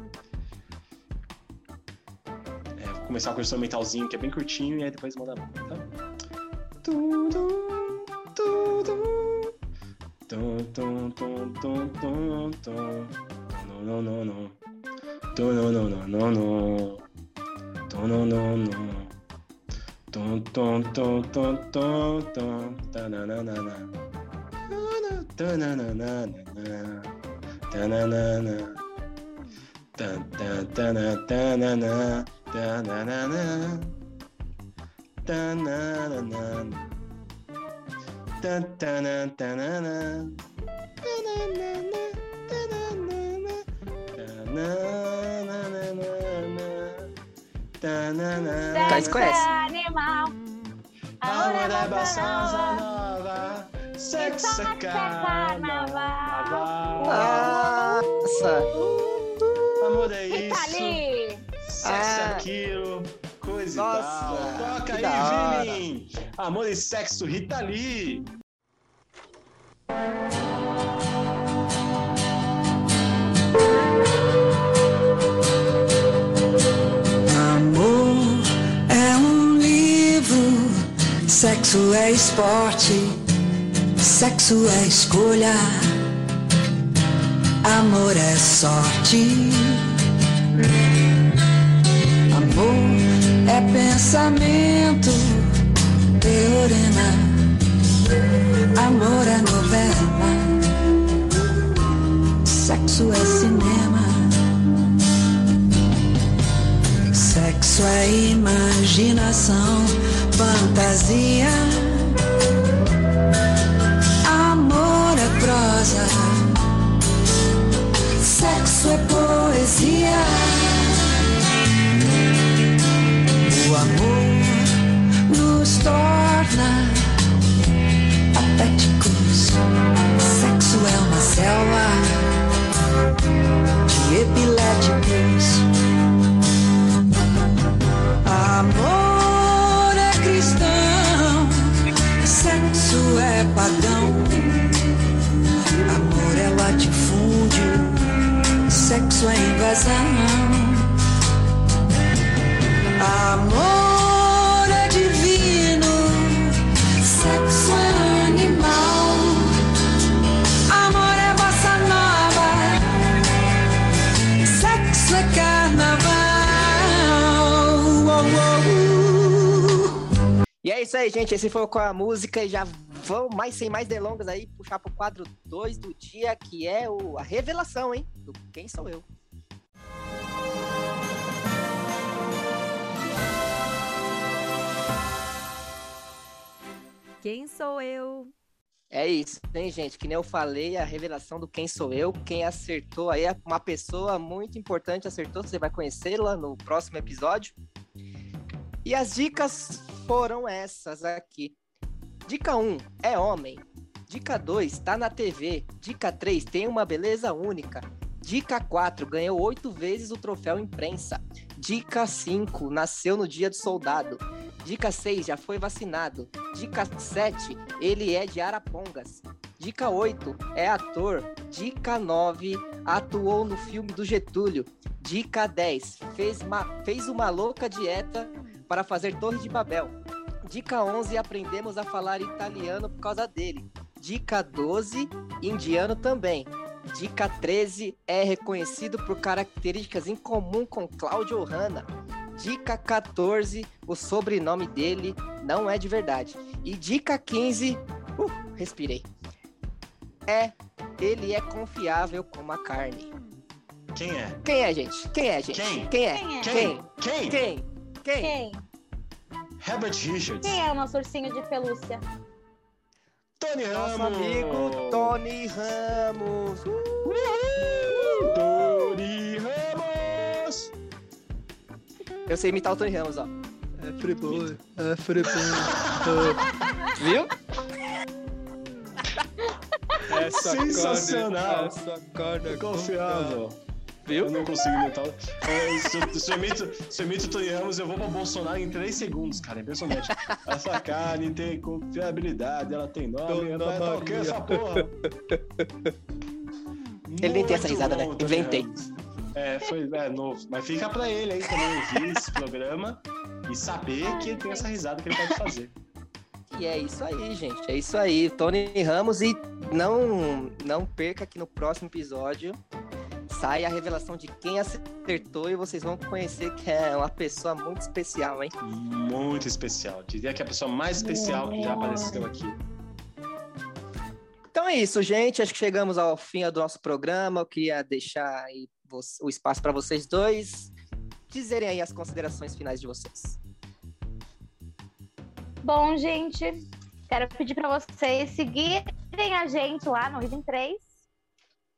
[SPEAKER 4] É, vou começar com o instrumentalzinho que é bem curtinho e aí depois manda a mão, tá? Tudum, tudum. Tum, tum, tum, tum, tum, tum. Não, não, não, não. Tum, não, não, não, não, não. Tum, não, não, não. Tum, tum, tum, tum, tum, tum. Tananana. Tananana. Tananana. Tan, tan, tana, tanana. Tananana. Tananana. Tan, tanan, tanana. Tananana, tananana. Tananana. Tananana.
[SPEAKER 1] Mas conhece?
[SPEAKER 3] animal.
[SPEAKER 4] é. A
[SPEAKER 3] Agora
[SPEAKER 4] mulher
[SPEAKER 3] vai
[SPEAKER 4] baçosa
[SPEAKER 3] pra
[SPEAKER 4] nova, sexo
[SPEAKER 3] Sexo
[SPEAKER 4] carnaval.
[SPEAKER 3] carnaval.
[SPEAKER 1] Nossa!
[SPEAKER 4] Amor é
[SPEAKER 3] Fica
[SPEAKER 4] isso,
[SPEAKER 3] ali.
[SPEAKER 4] sexo
[SPEAKER 1] Ah.
[SPEAKER 4] é aquilo, coisa
[SPEAKER 1] Nossa,
[SPEAKER 4] e tal.
[SPEAKER 1] que
[SPEAKER 4] Toca
[SPEAKER 1] da hora.
[SPEAKER 4] aí, Vini. Amor e sexo, Rita Lee.
[SPEAKER 7] Amor é um livro, sexo é esporte, sexo é escolha, amor é sorte. Amor é pensamento, teorema, amor é novela, sexo é cinema. Sexo é imaginação, fantasia. Amor é prosa. Sexo é poesia. O amor nos torna patéticos. Sexo é uma selva de epiléticos. Amor é cristão, sexo é pagão. Amor é latifúndio, sexo é invasão. Amor é divino, sexo é animal. Amor é bossa nova, sexo é carnaval. Oh, oh, oh.
[SPEAKER 1] E é isso aí, gente. Esse foi o Qual é a Música e já vão mais sem mais delongas aí puxar pro quadro 2 do dia, que é o, a revelação, hein? Do Quem Sou Eu.
[SPEAKER 2] Quem sou eu?
[SPEAKER 1] É isso, hein, gente? Que nem eu falei, a revelação do Quem Sou Eu. Quem acertou aí, é uma pessoa muito importante acertou, você vai conhecê-la no próximo episódio. E as dicas foram essas aqui. Dica 1, é homem. Dica 2, tá na TV. Dica 3, tem uma beleza única. Dica 4, ganhou oito vezes o troféu imprensa. Dica 5, nasceu no dia do soldado. Dica 6, já foi vacinado. Dica 7, ele é de Arapongas. Dica 8, é ator. Dica 9, atuou no filme do Getúlio. Dica 10, fez uma, fez uma louca dieta para fazer Torre de Babel. Dica 11, aprendemos a falar italiano por causa dele. Dica 12, indiano também. Dica 13, é reconhecido por características em comum com Cláudio Hanna. Dica 14, o sobrenome dele não é de verdade. E dica 15, uh, respirei. É, ele é confiável como a carne.
[SPEAKER 4] Quem é?
[SPEAKER 1] Quem é, gente? Quem é, gente?
[SPEAKER 4] Quem?
[SPEAKER 1] Quem é?
[SPEAKER 3] Quem é?
[SPEAKER 1] Quem?
[SPEAKER 4] Quem?
[SPEAKER 1] Quem? Quem?
[SPEAKER 3] Quem?
[SPEAKER 4] Herbert Richards.
[SPEAKER 3] Quem é o nosso ursinho de pelúcia?
[SPEAKER 4] Tony
[SPEAKER 1] Nosso
[SPEAKER 4] Ramos.
[SPEAKER 1] amigo Tony Ramos. Uh!
[SPEAKER 4] Tony Ramos.
[SPEAKER 1] Eu sei imitar o Tony Ramos, ó. É Friboi, é Friboi. Viu?
[SPEAKER 8] Essa carne-
[SPEAKER 4] É Sensacional.
[SPEAKER 8] essa carne é
[SPEAKER 4] Confiável. Eu
[SPEAKER 8] Viu?
[SPEAKER 4] não consigo imitar. É, Se eu, se eu imito, se eu imito o Tony Ramos, eu vou pra Bolsonaro em 3 segundos, cara. Impressionante. Essa carne tem confiabilidade, ela tem nome.
[SPEAKER 8] Dona
[SPEAKER 4] Ela tá ok
[SPEAKER 8] Maria.
[SPEAKER 4] essa porra.
[SPEAKER 1] Ele nem tem essa
[SPEAKER 4] Muito
[SPEAKER 1] risada, né?
[SPEAKER 4] bom, Tony
[SPEAKER 1] Inventei.
[SPEAKER 4] Ramos. É, foi é, novo. Mas fica pra ele aí também ouvir esse programa e saber que ele tem essa risada que ele pode fazer.
[SPEAKER 1] E é isso aí, gente. É isso aí. Tony Ramos e não não perca que no próximo episódio sai a revelação de quem acertou e vocês vão conhecer que é uma pessoa muito especial, hein?
[SPEAKER 4] Muito especial. Diria que é a pessoa mais especial que já apareceu aqui.
[SPEAKER 1] Então é isso, gente. Acho que chegamos ao fim do nosso programa. Eu queria deixar aí vo- o espaço para vocês dois dizerem aí as considerações finais de vocês.
[SPEAKER 3] Bom, gente, Quero pedir pra vocês seguirem a gente lá no Risen 3.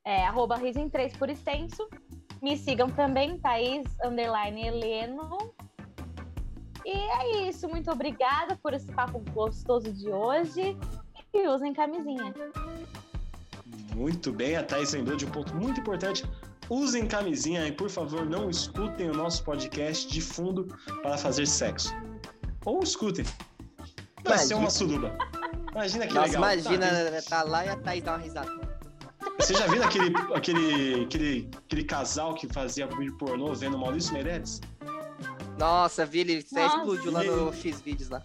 [SPEAKER 3] É, arroba Risen 3 por extenso. Me sigam também, Thaís Underline Heleno. E é isso. Muito obrigada por esse papo gostoso de hoje. E usem camisinha.
[SPEAKER 4] Muito bem, a Thaís lembrou de um ponto muito importante. Usem camisinha e, por favor, não escutem o nosso podcast de fundo para fazer sexo. Ou escutem. Vai ser uma
[SPEAKER 1] Imagina.
[SPEAKER 4] suruba. Imagina que
[SPEAKER 1] Nossa,
[SPEAKER 4] legal.
[SPEAKER 1] imagina,
[SPEAKER 4] Thaís-
[SPEAKER 1] tá, lá e a Thaís dá uma risada.
[SPEAKER 4] Você já viu aquele, aquele, aquele, aquele casal que fazia vídeo pornô vendo Maurício Meirelles?
[SPEAKER 1] Nossa, vi ele até
[SPEAKER 3] Nossa.
[SPEAKER 1] explodiu lá no X-Vídeos lá.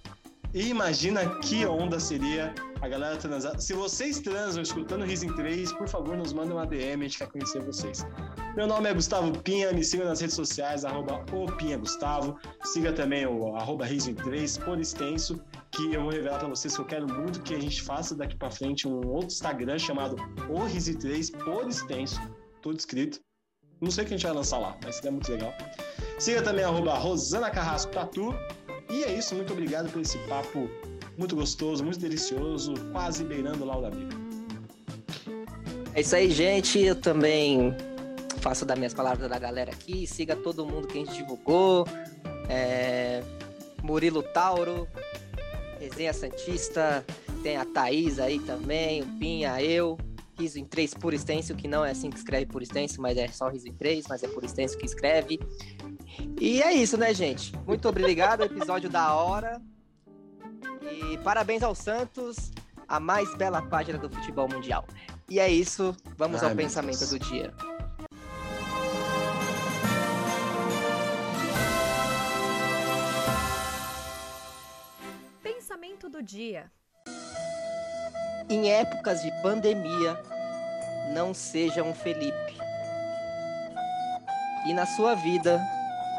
[SPEAKER 4] E imagina que onda seria a galera transar. Se vocês transam escutando Rising 3, por favor, nos mandem uma DM, a gente quer conhecer vocês. Meu nome é Gustavo Pinha, me siga nas redes sociais, arroba o Pinha Gustavo. Siga também o arroba Rising 3 por extenso, que eu vou revelar pra vocês que eu quero muito que a gente faça daqui pra frente um outro Instagram chamado o Rising 3 por extenso, tudo escrito. Não sei o que a gente vai lançar lá, mas é muito legal. Siga também arroba Rosana Carrasco Tatu. E é isso, muito obrigado por esse papo muito gostoso, muito delicioso, quase beirando lá o da Bíblia.
[SPEAKER 1] É isso aí, gente. Eu também faço das minhas palavras da galera aqui. Siga todo mundo que a gente divulgou. É, Murilo Tauro, Resenha Santista, tem a Thaís aí também, o Pinha, eu, Riso em 3 por extenso, que não é assim que escreve por extenso, mas é só Riso em 3, mas é por extenso que escreve. E é isso, né, gente? Muito obrigado, episódio da hora. E parabéns ao Santos, a mais bela página do futebol mundial. E é isso, vamos
[SPEAKER 4] Ai,
[SPEAKER 1] ao
[SPEAKER 4] meu
[SPEAKER 1] pensamento
[SPEAKER 4] Deus.
[SPEAKER 1] do dia.
[SPEAKER 2] Pensamento do dia.
[SPEAKER 1] Em épocas de pandemia, não seja um Felipe. E na sua vida,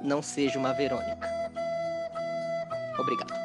[SPEAKER 1] não seja uma Verônica. Obrigado.